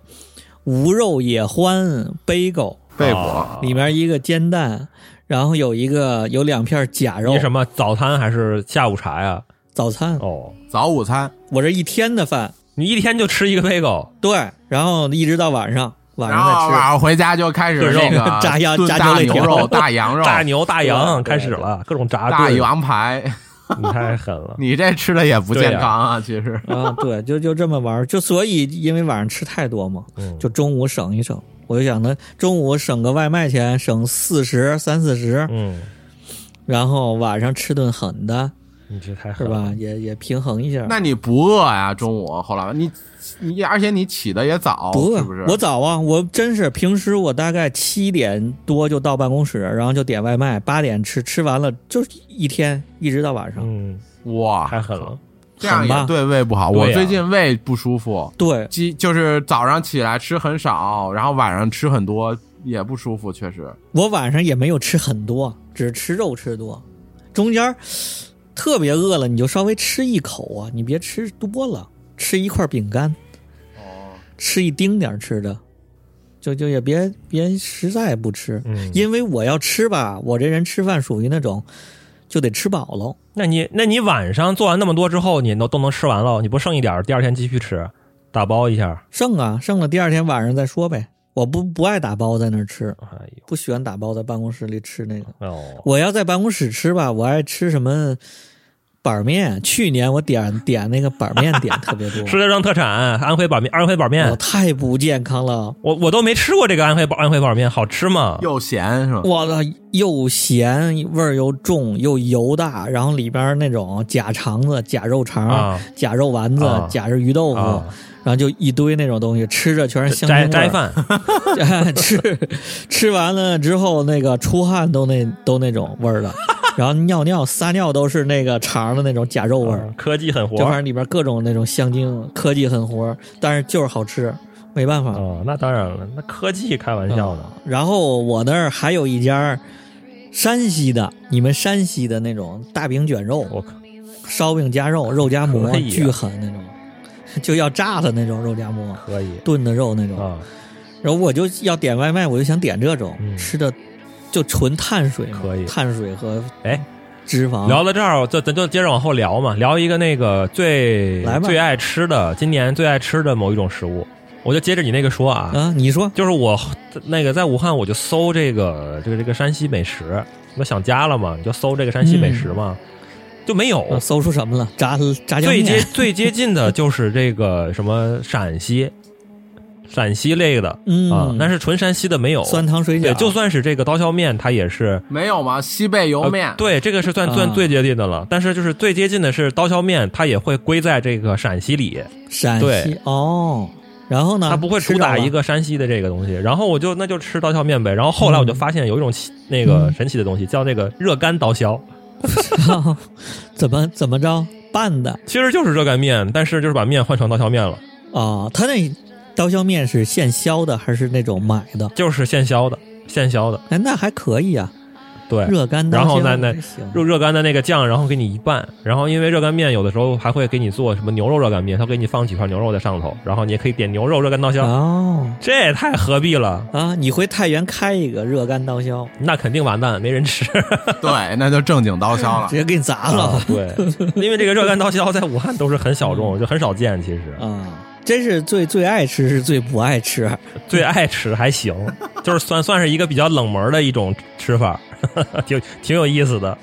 B: 无肉野欢 bagel，
D: 贝果
C: 啊
B: 里面一个煎蛋，然后有一个有两片假肉
C: 你什么早餐还是下午茶呀？
B: 早餐，
C: 哦，
D: 早午餐，
B: 我这一天的饭，
C: 你一天就吃一个 bagel，
B: 对，然后一直到晚上，晚
C: 啊
D: 然
B: 上再
D: 后
B: 吃。
D: 晚上回家就开始
C: 炖肉
D: 那个
B: 炸鸭
D: 炖
B: 炸
D: 大
B: 牛肋
D: 牛
B: 条
D: 肉、大羊 肉、
C: 大牛大羊开始
B: 对
C: 了，各种炸
D: 大
C: 炖，
D: 羊排。。
C: 你太狠了
D: 你这吃的也不健康啊，其实。
B: 啊，对，就就这么玩儿，就所以因为晚上吃太多嘛，
C: 嗯
B: 就中午省一省。我就想着中午省个外卖钱，省四十三四十，
C: 嗯，
B: 然后晚上吃顿狠的，
C: 你这太
B: 是
C: 狠了
B: 吧？。也也平衡一下。
D: 那你不饿呀？中午后来你你，而且你起的也早，
B: 不饿，
D: 是不是？
B: 我早啊，我真是平时我大概七点多就到办公室，然后就点外卖，八点吃，吃完了就是一天一直到晚上。
C: 嗯，
B: 啊
D: 哇，
C: 太狠了。
D: 这样
B: 狠
D: 也
B: 吧
D: 对胃不好。
C: 对呀
D: 我
B: 啊
D: 最近胃不舒服，
B: 对，
D: 鸡就是早上起来吃很少，然后晚上吃很多，也不舒服，确实。
B: 我晚上也没有吃很多，只吃肉吃多，中间儿特别饿了，你就稍微吃一口啊，你别吃多了，吃一块饼干，
D: 哦，
B: 吃一丁点儿吃的，就就也别别实在不吃，
C: 嗯，
B: 因为我要吃吧，我这人吃饭属于那种就得吃饱喽，
C: 那你那你晚上做完那么多之后，你都都能吃完了，你不剩一点儿，第二天继续吃，打包一下。
B: 剩啊剩了，第二天晚上再说呗。我不不爱打包在那儿吃，
C: 哎呦，
B: 不喜欢打包在办公室里吃那个。
C: 哎呦，
B: 我要在办公室吃吧，我爱吃什么板面。去年我点点那个板面点特别 多，
C: 石家庄特产安徽板面，安徽板
B: 我
C: 面，
B: 太不健康了。
C: 我我都没吃过这个安徽板安徽板面，好吃吗？
D: 又咸是吧？
B: 我的又咸，味儿又重，又油大，然后里边那种假肠子、假肉肠、
C: 啊
B: 假肉丸子、
C: 啊
B: 假肉鱼豆腐，
C: 啊，
B: 然后就一堆那种东西，吃着全是香
C: 斋
B: 精味
C: 斋
B: 儿。
C: 饭，
B: 吃吃完了之后，那个出汗都那都那种味儿了，然后尿尿撒尿都是那个肠的那种假肉味儿。
C: 嗯 科技狠活
B: 就反正里边各种那种香精，科技狠活，但是就是好吃，没办法。
C: 哦，那当然了，那科技开玩笑呢。
B: 然后我那儿还有一家山西的，你们山西的那种大饼卷肉、
C: 我靠，
B: 烧饼夹肉、肉夹馍
C: 可，以啊
B: 巨狠那种，就要炸的那种肉夹馍，
C: 可以
B: 炖的肉那种。
C: 啊，
B: 然后我就要点外卖，我就想点这种、
C: 嗯
B: 吃的，就纯碳水嘛，
C: 可以
B: 碳水和
C: 哎，
B: 脂肪。
C: 聊到这儿，就咱就接着往后聊嘛，聊一个那个最
B: 来吧
C: 最爱吃的，今年最爱吃的某一种食物，我就接着你那个说啊，
B: 啊，你说
C: 就是我那个在武汉，我就搜这个这个这个山西美食，我想家了嘛，你就搜这个山西美食
B: 嗯
C: 嘛，就没有。
B: 啊搜出什么了？炸炸酱
C: 哦最接
B: 面，
C: 最接近的就是这个什么陕西，陕西类的、
B: 嗯
C: 啊，但是纯山西的没有。
B: 酸汤水啊
C: 对，
B: 饺，
C: 就算是这个刀削面，它也是
D: 没有吗？西贝莜
C: 呃
D: 面、
C: 对，这个是算算
B: 啊
C: 最接近的了。但是就是最接近的是刀削面，它也会归在这个陕西里，
B: 陕西
C: 对
B: 哦，然后呢？
C: 它不会
B: 啊吃
C: 主
B: 到
C: 打
B: 了
C: 一个山西的这个东西。然后我就那就吃刀削面呗。然后后来我就发现有一种奇那个
B: 嗯
C: 神奇的东西，叫那个热干刀削，
B: 怎么怎么着拌的
C: 其实就是热干面，但是就是把面换成刀削面了，
B: 啊？他那刀削面是现削的还是那种买的？
C: 就是现削的，现削的，
B: 哎，那还可以啊，
C: 对。
B: 热干刀削
C: 然后呢那
B: 还行
C: 热热干的那个酱，然后给你一拌，然后因为热干面有的时候还会给你做什么牛肉热干面，它给你放几块牛肉在上头，然后你也可以点牛肉热干刀削，
B: 哦
C: 这也太何必了。
B: 啊！你回太原开一个热干刀削，
C: 那肯定完蛋，没人吃。
D: 对，那就正经刀削 了
B: 直。接给你砸了
C: 啊对，因为这个热干刀削在武汉都是很小众，就很少见。其实
B: 啊！真是最最爱吃是最不爱吃，
C: 最爱吃还 行，就是算算是一个比较冷门的一种吃法， 挺挺有意思的。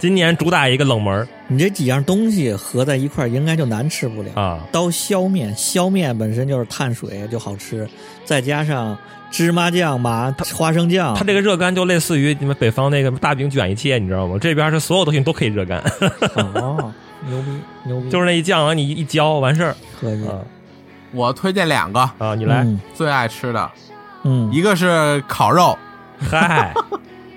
C: 今年主打一个冷门
B: 你这几样东西合在一块儿应该就难吃不了。
C: 啊，
B: 刀削面，削面本身就是碳水就好吃，再加上芝麻酱、麻花生酱，
C: 它这个热干就类似于你们北方那个大饼卷一切，你知道吗？这边是所有东西都可以热干，
B: 哦，牛逼牛
D: 嗯
B: 逼，
C: 就是那一酱啊，你一浇完事儿
B: 可以
D: 呃
C: 啊
D: 我推荐两个
C: 啊，你来，
B: 嗯
D: 最爱吃的，
B: 嗯
D: 一个是烤肉，
C: 嗨，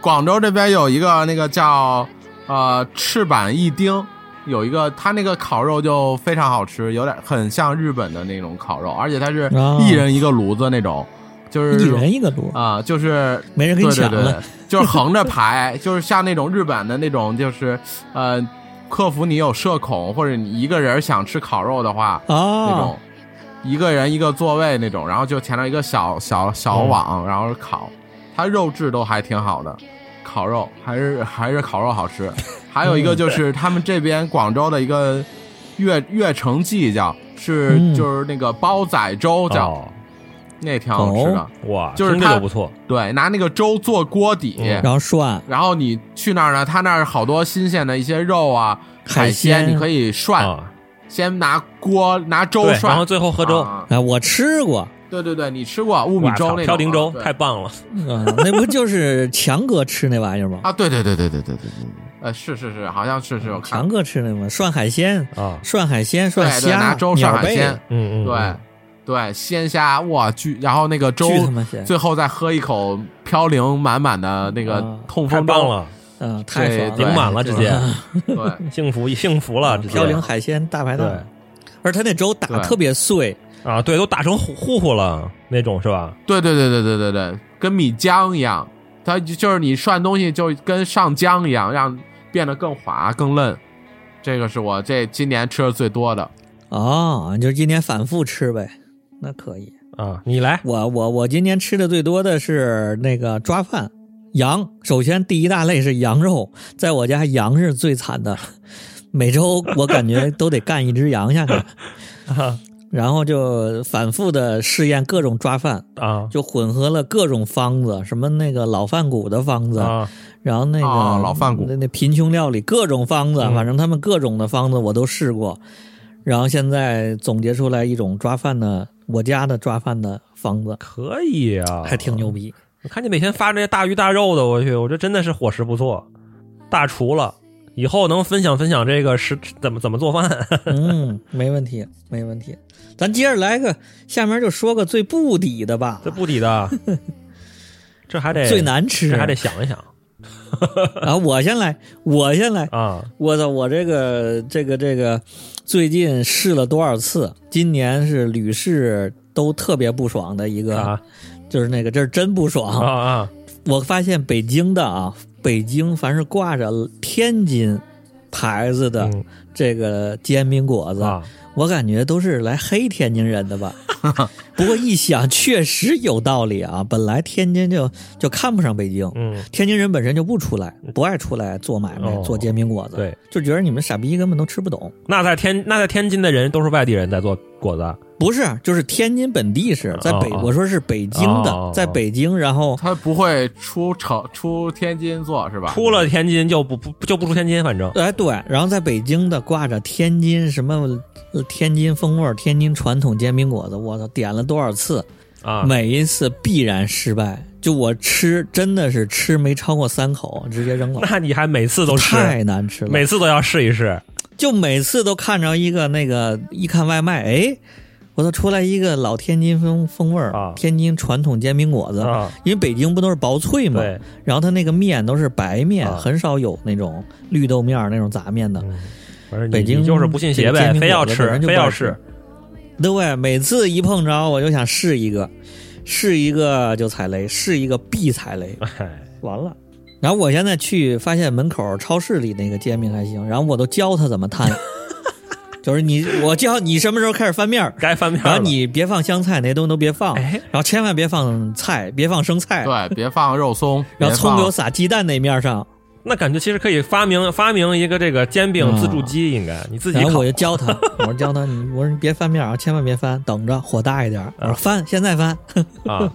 D: 广州这边有一个那个叫呃赤坂一丁，有一个它那个烤肉就非常好吃，有点很像日本的那种烤肉，而且它是
B: 哦
D: 一人一个炉子那种，就是
B: 一人一个炉，
D: 啊、就是
B: 没人给
D: 对
B: 你
D: 对
B: 抢
D: 对
B: 了，，
D: 就是横着排，就是像那种日本的那种，就是呃克服你有社恐或者你一个人想吃烤肉的话，那
B: 啊
D: 种，一个人一个座位那种，然后就前面一个小小小网，然后烤，它肉质都还挺好的，烤肉还是还是烤肉好吃。还有一个就是他们这边广州的一个月月城记叫是、
B: 嗯
D: 就是那个煲仔粥叫、
C: 哦，
D: 那挺好吃的，
B: 哦
C: 哇，
D: 就是
C: 听这
D: 它
C: 个不错，
D: 对，拿那个粥做锅底。
C: 嗯
B: 然后涮
D: 然后你去那儿呢，他那儿好多新鲜的一些肉啊、
B: 海
D: 海鲜，
B: 鲜
D: 你可以涮，
C: 啊，
D: 先拿锅拿粥
C: 对，
D: 涮，
C: 然后最后喝粥，
D: 啊
B: 啊，我吃过，
D: 对对对，你吃过雾米
C: 哇
D: 粥
C: 操
D: 那
C: 嘌
D: 种
C: 呤粥
D: 啊对
C: 太棒了，
B: 嗯，那不就是强哥吃那玩意儿吗？
D: 啊？对对对对对对对
C: 嗯
D: 对，呃，是是是，好像是是有看
B: 强哥吃那吗？涮海鲜，
C: 啊，
B: 涮海鲜，
D: 对
B: 涮
D: 对，拿
B: 虾，
D: 粥
B: 鸟
D: 涮海
B: 贝
D: 鲜，，
C: 嗯嗯，
D: 对对，鲜虾哇巨，然后那个粥
B: 巨他妈鲜
D: 最后再喝一口嘌呤满满的那个
B: 啊
D: 痛
C: 嗯太
D: 风
C: 棒
D: 粥，
C: 了，
B: 嗯，太
D: 对
B: 爽了，
D: 对嗯
C: 顶满了直接
D: 对
C: 幸福幸福了，直接
B: 飘零海鲜大排档
C: 对，
B: 而他那粥打
D: 对
B: 特别碎，
C: 啊，对，都打成糊糊糊了那种是吧？
D: 对对对对对对对，跟米浆一样，它就就是你涮东西就跟上浆一样，让变得更滑更嫩。这个是我这今年吃的最多的，
B: 哦，你就今天反复吃呗，那可以。
C: 啊，你来，
B: 我我我今天吃的最多的是那个抓饭，羊。首先第一大类是羊肉，在我家羊是最惨的，每周我感觉都得干一只羊下去，然后就反复的试验各种抓饭，
C: 啊
B: 就混合了各种方子，什么那个老饭骨的方子，
C: 啊，
B: 然后那个、
D: 哦老饭骨
B: 那那贫穷料理各种方子，
C: 嗯
B: 反正他们各种的方子我都试过，然后现在总结出来一种抓饭的，我家的抓饭的方子
C: 可以啊，
B: 还挺牛逼。
C: 我看你每天发这些大鱼大肉的，我去，我这真的是伙食不错，大厨了，以后能分享分享这个食怎么怎么做饭。
B: 嗯，没问题，没问题。咱接着来个，下面就说个最不抵的吧
C: 这，不抵 的，啊这还得
B: 最，难吃
C: 这还得想一想
B: 啊！我先来，我先来。
C: 啊。
B: 我操，我这个这个这个，最近试了多少次？今年是屡试都特别不爽的一个，
C: 啊
B: 就是那个这是真不
C: 啊
B: 爽。
C: 啊！
B: 我发现北京的啊，北京凡是挂着天津牌子的
C: 嗯
B: 这个煎饼果子，
C: 啊，
B: 我感觉都是来黑天津人的 吧。不过一想，确实有道理啊。本来天津就就看不上北京，
C: 嗯，
B: 天津人本身就不出来，不爱出来做买卖、
C: 哦
B: 做煎饼果子，
C: 对，
B: 就觉得你们傻逼根本都吃不懂。
C: 那在天那在天津的人都是外地人在做果子啊
B: 不是，就是天津本地是在北，
C: 哦哦
B: 我说是北京的，
C: 哦哦哦
B: 在北京，然后
D: 它不会出城出天津做
B: 啊
D: 是吧？
C: 出了天津就不不就不出天津，反正
B: 哎对，然后在北京的挂着天津什么呃天津风味儿、天津传统煎饼果子，我操，点了多少次，
C: 啊
B: 每一次必然失败。就我吃真的是吃没超过三口，直接扔了，
C: 那你还每次都吃，
B: 太难吃了。
C: 每次都要试一试，
B: 就每次都看着一个那个一看外卖，哎，我都出来一个老天津风风味儿、
C: 啊
B: 天津传统煎饼果子，
C: 啊
B: 因为北京不都是啊薄脆嘛，
C: 对，
B: 然后它那个面都是白面，
C: 啊
B: 很少有那种绿豆面儿那种杂面的。
C: 嗯反正你
B: 北京
C: 你就是不信邪
B: 这
C: 呗
B: 煎，饼
C: 非要
B: 果子本
C: 吃
B: 身，就
C: 非
B: 不
C: 要
B: 好
C: 试
B: 吃，对，每次一碰着我就想试一个，试一个就踩雷，试一个必踩雷，
C: 哎，
B: 完了。然后我现在去发现门口超市里那个煎饼还行，然后我都教他怎么 摊，就是你我教你什么时候开始翻面儿，
C: 该翻面
B: 然
C: 了
B: 后你别放香菜，那些东西都别放，
C: 哎
B: 然后千万别放菜，别放生菜，
D: 对，别放 肉松，
B: 然后葱
D: 别
B: 油
D: 放
B: 撒鸡蛋那面儿上，
C: 那感觉其实可以发明发明一个这个煎饼自助机，应该你自己
B: 啊然后
C: 烤
B: 我就教他，我说教他，你我说你别翻面啊，千万别翻，等着火大一点儿。我
C: 嗯
B: 说翻，现在翻，
C: 啊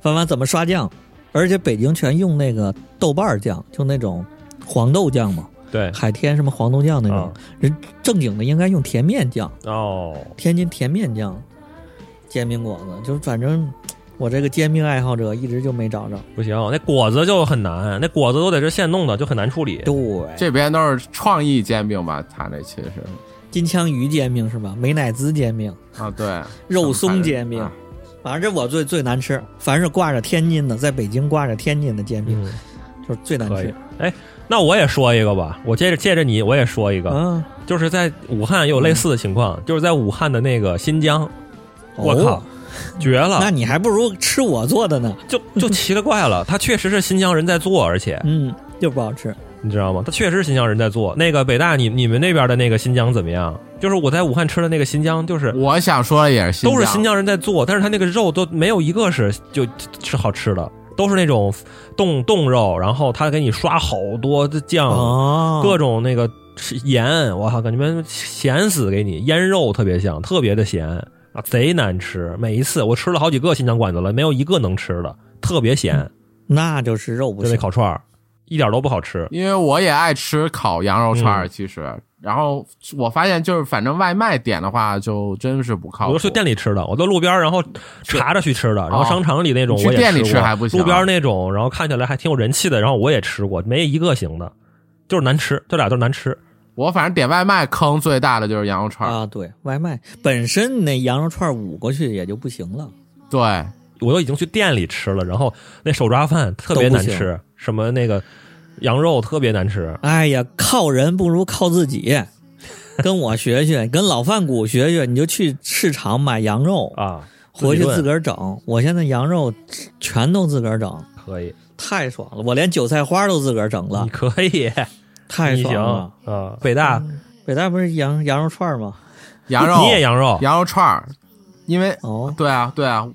B: 翻完怎么刷酱？而且北京全用那个豆瓣儿酱，就那种黄豆酱嘛，
C: 对
B: 海天什么黄豆酱那种
C: 啊。
B: 人正经的应该用甜面酱，
C: 哦，
B: 天津甜面酱煎饼果子，就是反正我这个煎饼爱好者一直就没找着。
C: 不行，那果子就很难，那果子都得是现弄的，就很难处理。
B: 对，
D: 这边都是创意煎饼吧？它那 其实
B: 金枪鱼煎饼是吧？美乃滋煎饼。
D: 啊，对，
B: 肉松煎饼
D: 啊
B: 反正这我最最难吃，凡是挂着天津的，在北京挂着天津的煎饼，
C: 嗯，
B: 就是最难
C: 可以
B: 吃。。
C: 哎，那我也说一个吧，我接着借着你，我也说一个，
B: 嗯，
C: 就是在武汉也有类似的情况，就是在武汉的那个新疆，我靠
B: 哦，，
C: 绝
B: 那
C: 了！
B: 你还不如吃我做的呢。 嗯
C: 就就奇了怪了，他确实是新疆人在做，而且
B: 嗯，就不好吃。
C: 你知道吗？他确实新疆人在做那个北大你，你们那边的那个新疆怎么样？就是我在武汉吃的那个新疆，就是
D: 我想说的也是
C: 都是新疆人在做，但是他那个肉都没有一个是就是好吃的，都是那种冻冻肉，然后他给你刷好多的酱，
B: 哦，
C: 各种那个盐，我靠，感觉咸死给你，腌肉特别香，特别的咸啊，贼难吃。每一次我吃了好几个新疆馆子了，没有一个能吃的，特别咸，
B: 那就是肉嗯不
C: 就那
B: 行。
C: 烤串儿，一点都不好吃。
D: 因为我也爱吃烤羊肉串
C: 嗯
D: 儿，其实，然后我发现就是反正外卖点的话，就真是不靠
C: 我
D: 谱
C: 都。去店里吃的，我都路边儿然后查着去吃的，然后商场里那种
D: 哦你去
C: 我也
D: 店里
C: 过
D: 吃还不行啊
C: 路边儿那种，然后看起来还挺有人气的，然后我也吃过，没一个行的，就是难吃，这俩都是难吃。
D: 我反正点外卖坑最大的就是羊肉串儿，
B: 啊，对外卖本身那羊肉串捂过去也就不行了，
D: 对，
C: 我都已经去店里吃了，然后那手抓饭特别难
B: 都不
C: 吃，什么那个羊肉特别难吃，
B: 哎呀，靠人不如靠自己。跟我学学，跟老饭骨学学，你就去市场买羊肉，
C: 啊，
B: 回去自
C: 个
B: 个儿整。我现在羊肉全都自个儿整，
C: 可以，
B: 太爽了！我连韭菜花都自个儿整了
C: 你，可以，
B: 太
C: 你
B: 爽
C: 行
B: 了。
C: 啊！北大
B: 北大不是羊羊肉串吗？
D: 羊肉
C: 你也羊肉，
D: 羊肉串儿，因为
B: 哦，
D: 对啊对啊，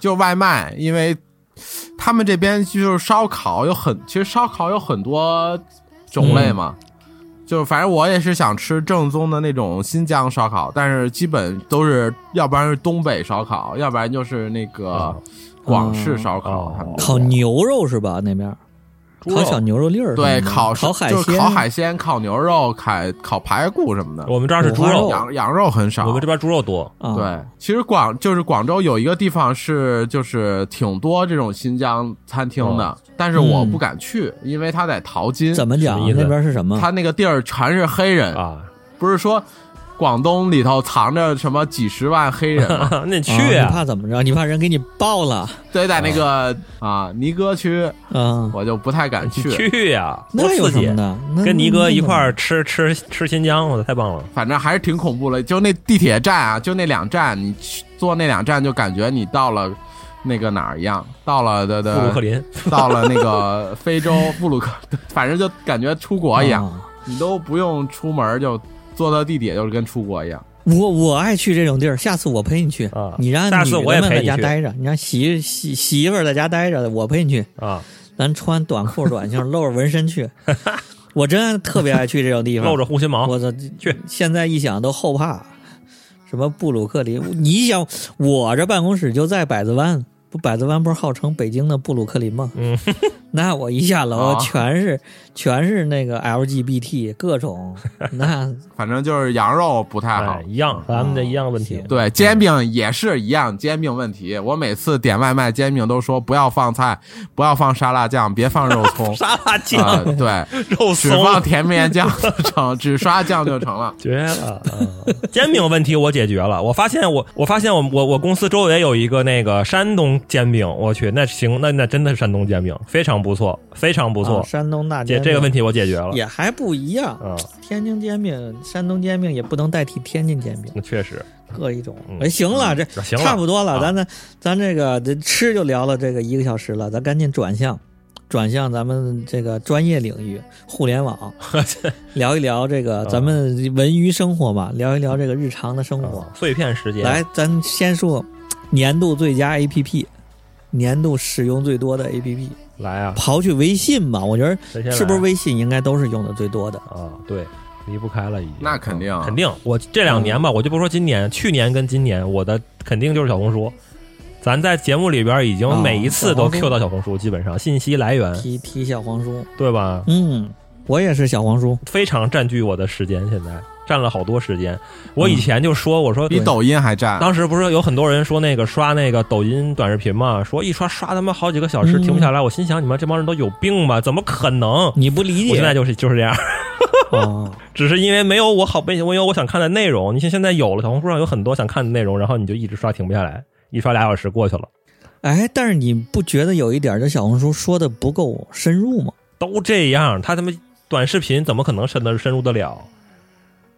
D: 就外卖，因为他们这边就是烧烤有很，其实烧烤有很多种类嘛。
B: 嗯
D: 就是反正我也是想吃正宗的那种新疆烧烤，但是基本都是要不然是东北烧烤，要不然就是那个
C: 哦
D: 广式烧烤
C: 哦。
D: 他们
B: 烤牛肉是吧？那边儿
C: 猪
B: 烤小
C: 肉。
B: 牛肉粒儿什么
D: 对
B: 的，
D: 烤
B: 烤海
D: 就是
B: 鲜，哦
D: 烤海鲜、烤牛肉、烤烤排骨什么的。
C: 我们这儿是猪
B: 五花
C: 肉
B: 肉，
D: 羊羊肉很少，
C: 我们这边猪肉多，
B: 啊，
D: 对，其实广就是广州有一个地方是就是挺多这种新疆餐厅的，但是我不敢去，因为它在淘金，
B: 怎么嗯讲
C: 什么意？思
B: 那边是什么？
D: 它那个地儿全是黑人，
C: 啊，
D: 不是说广东里头藏着什么几十万黑 人吗？
C: 那你去
B: 啊你
C: 啊，
B: 怕怎么着？你怕人给你爆了？
D: 对，在那个啊尼哥区，
B: 嗯，
D: 我就不太敢
C: 你
D: 去。
C: 去呀，多
B: 那有
C: 刺
B: 什
C: 激
B: 么！的？那
C: 跟尼哥一块，
B: 那
C: 儿吃吃吃新疆，我的太棒了。
D: 反正还是挺恐怖的，就那地铁站啊，就那两站，你去坐那两站就感觉你到了那个哪儿一样，到了的的
C: 布鲁克林，
D: 到了那个非洲布鲁克， 反正就感觉出国一样，
B: 啊
D: 你都不用出门就坐到地铁，就是跟出国一样。
B: 我我爱去这种地儿，下次我陪你去
C: 啊。
B: 你让
C: 下次
B: 女的
C: 我也
B: 们
C: 陪
B: 在
C: 你
B: 家
C: 去
B: 待着，你让媳媳媳妇儿在家待着，我陪你去。
C: 啊，
B: 咱穿短裤短袖，露着纹身 去。我真特别爱去这种地方，
C: 露着护心毛
B: 啊
C: 哎
B: 我操！
C: 去
B: 现在一想都后怕。什么布鲁克林？你想，我这办公室就在百子湾，不，百子湾不是号称北京的布鲁克林吗？
C: 嗯，
B: 那我一下楼
D: 啊
B: 全是、全是那个 LGBT 各种， 那
D: 反正就是羊肉不太好
C: 哎，，一样，咱们的一样问题
B: 行。
D: 对煎饼也是一样，煎饼问题。我每次点外卖煎饼都说不要放菜，不要放沙拉酱，别放肉 葱
C: 沙拉
D: 啊、
C: 酱、
D: 对，
C: 肉
D: 只
C: 松，
D: 放甜面酱就成，只刷酱就成了。
C: 绝了！嗯 煎饼问题我解决了，我发现我我发现我我我公司周围有一个那个山东煎饼，我去，那行，那那真的是山东煎饼，非常不错，非常不错。
B: 啊山东大
C: 解
B: 煎
C: 这个问
B: 题
C: 题我解决了，
B: 也还不一样。
C: 嗯，
B: 天津煎饼、山东煎饼也不能代替天津煎饼，
C: 那 确实
B: 各一种
C: 嗯。
B: 哎，行了，这
C: 行了，
B: 差不多了，
C: 啊
B: 咱咱咱这个这吃就聊了这个一个小时了，咱赶紧转向，转向咱们这个专业领域，互联 网，聊一聊这
C: 啊
B: 个咱们文娱生活吧，聊一聊这个日常的生活
C: 啊。碎片时间
B: 来，咱先说年度最佳 APP，年度使用最多的 APP，
C: 来啊，
B: 刨去微信吧，我觉得
C: 谁先来
B: 是不是微信应该都是用的最多的？
C: 啊？对，离不开了已经。
D: 那肯定啊
C: 嗯肯定。我这两年
B: 嗯
C: 吧，我就不说今年，去年跟今年，我的肯定就是小红书。咱在节目里边已经
B: 啊
C: 每一次
B: 小
C: 都
B: 红书
C: Q 到小红书，基本上信息来源
B: 提提小黄书，
C: 对吧？
B: 嗯，我也是小黄书，
C: 非常占据我的时间，现在占了好多时间。我
B: 嗯
C: 以前就说，我说
D: 比抖音还占，
C: 当时不是有很多人说那个刷那个抖音短视频嘛，说一刷刷他妈好几个小时
B: 嗯
C: 停不下来。我心想，你们这帮人都有病吧？怎么可能？
B: 你不理
C: 我现在
B: 解
C: 就是就是这样，
B: 啊。
C: 只是因为没有我好没我有我想看的内容。你像现在有了小红书上有很多想看的内容，然后你就一直刷停不下来，一刷俩小时过去了，
B: 哎，但是你不觉得有一点儿这小红书说的不够深入吗？
C: 都这样。他他妈短视频怎么可能深的深入得了？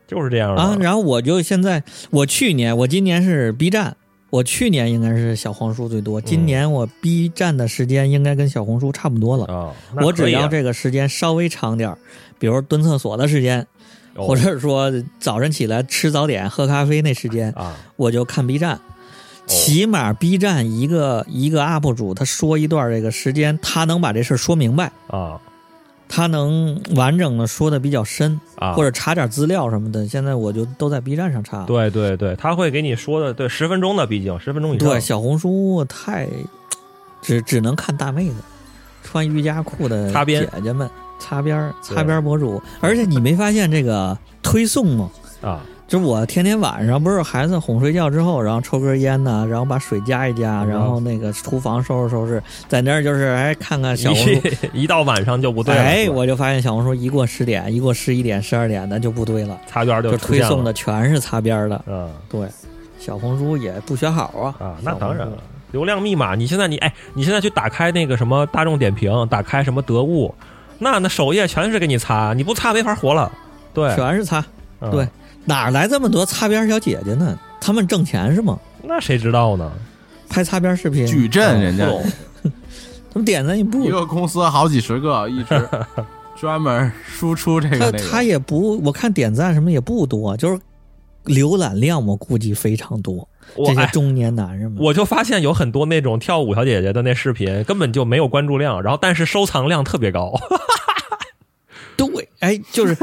C: 就是这样的
B: 啊啊，然后我就现在，我去年，我今年是 B 站，我去年应该是小黄书最
C: 嗯
B: 多，今年我 B 站的时间应该跟小红书差不多了。
C: 啊，那
B: 我
C: 可
B: 只
C: 以啊
B: 要这个时间稍微长点儿，比如蹲厕所的时间，
C: 哦
B: 或者说早晨起来吃早点、喝咖啡那时 间，
C: 啊，
B: 我就看 B
C: 哦
B: 站。起码 B 站一个一个 UP 主，他说一段这个时间，他能把这事儿说明白，
C: 啊
B: 他能完整的说的比较深，
C: 啊，
B: 或者查点资料什么的。现在我就都在 B 站上查。
C: 对对对，他会给你说的，对，十分钟的，毕竟十分钟以上。
B: 对，小红书太只只能看大妹子，穿瑜伽裤的
C: 擦边
B: 姐姐们，擦边儿
C: 对
B: 擦边儿博主。而且你没发现这个推送吗？
C: 啊，
B: 就是我天天晚上不是孩子哄睡觉之后，然后抽根烟呐，然后把水加一加，
C: 嗯
B: 然后那个厨房收拾收拾，在那儿就是哎看看小红书。
C: 一一到晚上就不对了，
B: 哎，我就发现小红书一过十点，一过十一点、十二点，那就不对了，
C: 擦边就
B: 就
C: 出
B: 推
C: 现
B: 送
C: 了
B: 的全是擦边儿的。
C: 嗯
B: 对，小红书也不学好啊。
C: 啊，那
B: 小红
C: 当然
B: 书
C: 了。流量密码，你现在你哎，你现在去打开那个什么大众点评，打开什么得物，那那首页全是给你擦，你不擦没法活了。对，
B: 全是擦，
C: 嗯
B: 对，哪儿来这么多擦边小姐姐呢？他们挣钱是吗？
C: 那谁知道呢？
B: 拍擦边视频，嗯
D: 矩阵人家
C: 不懂
B: 他们点赞也
D: 一
C: 嗯
B: 不，
D: 个公司好几十个，一 直专门输出这
B: 他
D: 个那
B: 他
D: 个。
B: 也不，我看点赞什么也不多，就是浏览量我估计非常多。
C: 我
B: 这些
C: 哎，
B: 中年男人们，
C: 我就发现有很多那种跳舞小姐姐的那视频根本就没有关注量，然后但是收藏量特别高，
B: 对，哎，就是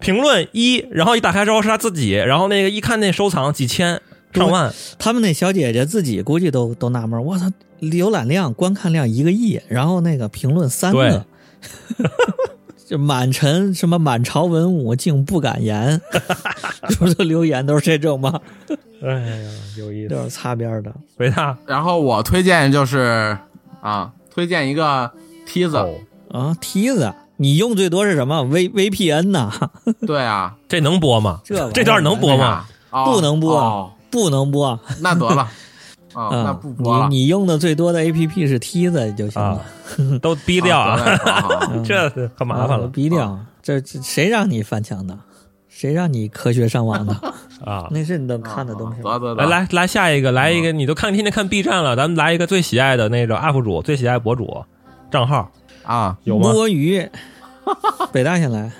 C: 评论一，然后一打开之后是她自己，然后那个一看那收藏几千上万，
B: 他们那小姐姐自己估计都都纳闷儿，我操，浏览量、观看量一个亿，然后那个评论三
C: 对
B: 个。 就满城什么满朝文武竟不敢 言，就是留言都是这种吗？
C: 哎呀，有意
B: 都
C: 思。
B: 是擦边儿的。
C: 北大
D: 然后我推荐就是啊，推荐一个梯子，
C: 哦，
B: 啊，梯子，你用最多是什么？V V P N 呐？
D: 对啊，
C: 这能播吗？
B: 这玩意儿
C: 这段能播
D: 那
C: 吗？
D: 啥哦
B: 不能播嗯
D: 哦
B: 不能播啊！
D: 那 得了，啊，那不播了，
B: 你你用的最多的 A P P 是梯子就行了
C: 啊，都逼
D: 低
C: 掉啊！
B: 嗯
C: 这可麻烦
B: 啊
C: 了
B: 逼掉。这这谁让你翻墙的？谁让你科学上网 的？
C: 啊！
B: 那是你能看的东西吗。
D: 啊得得得，
C: 来来来，下一个，来一个，
B: 嗯
C: 你都看天天看 B 站了，咱们来一个最喜爱的那个 UP 主，最喜爱博主账号
D: 啊！
C: 有吗？
B: 摸 鱼，北大先来。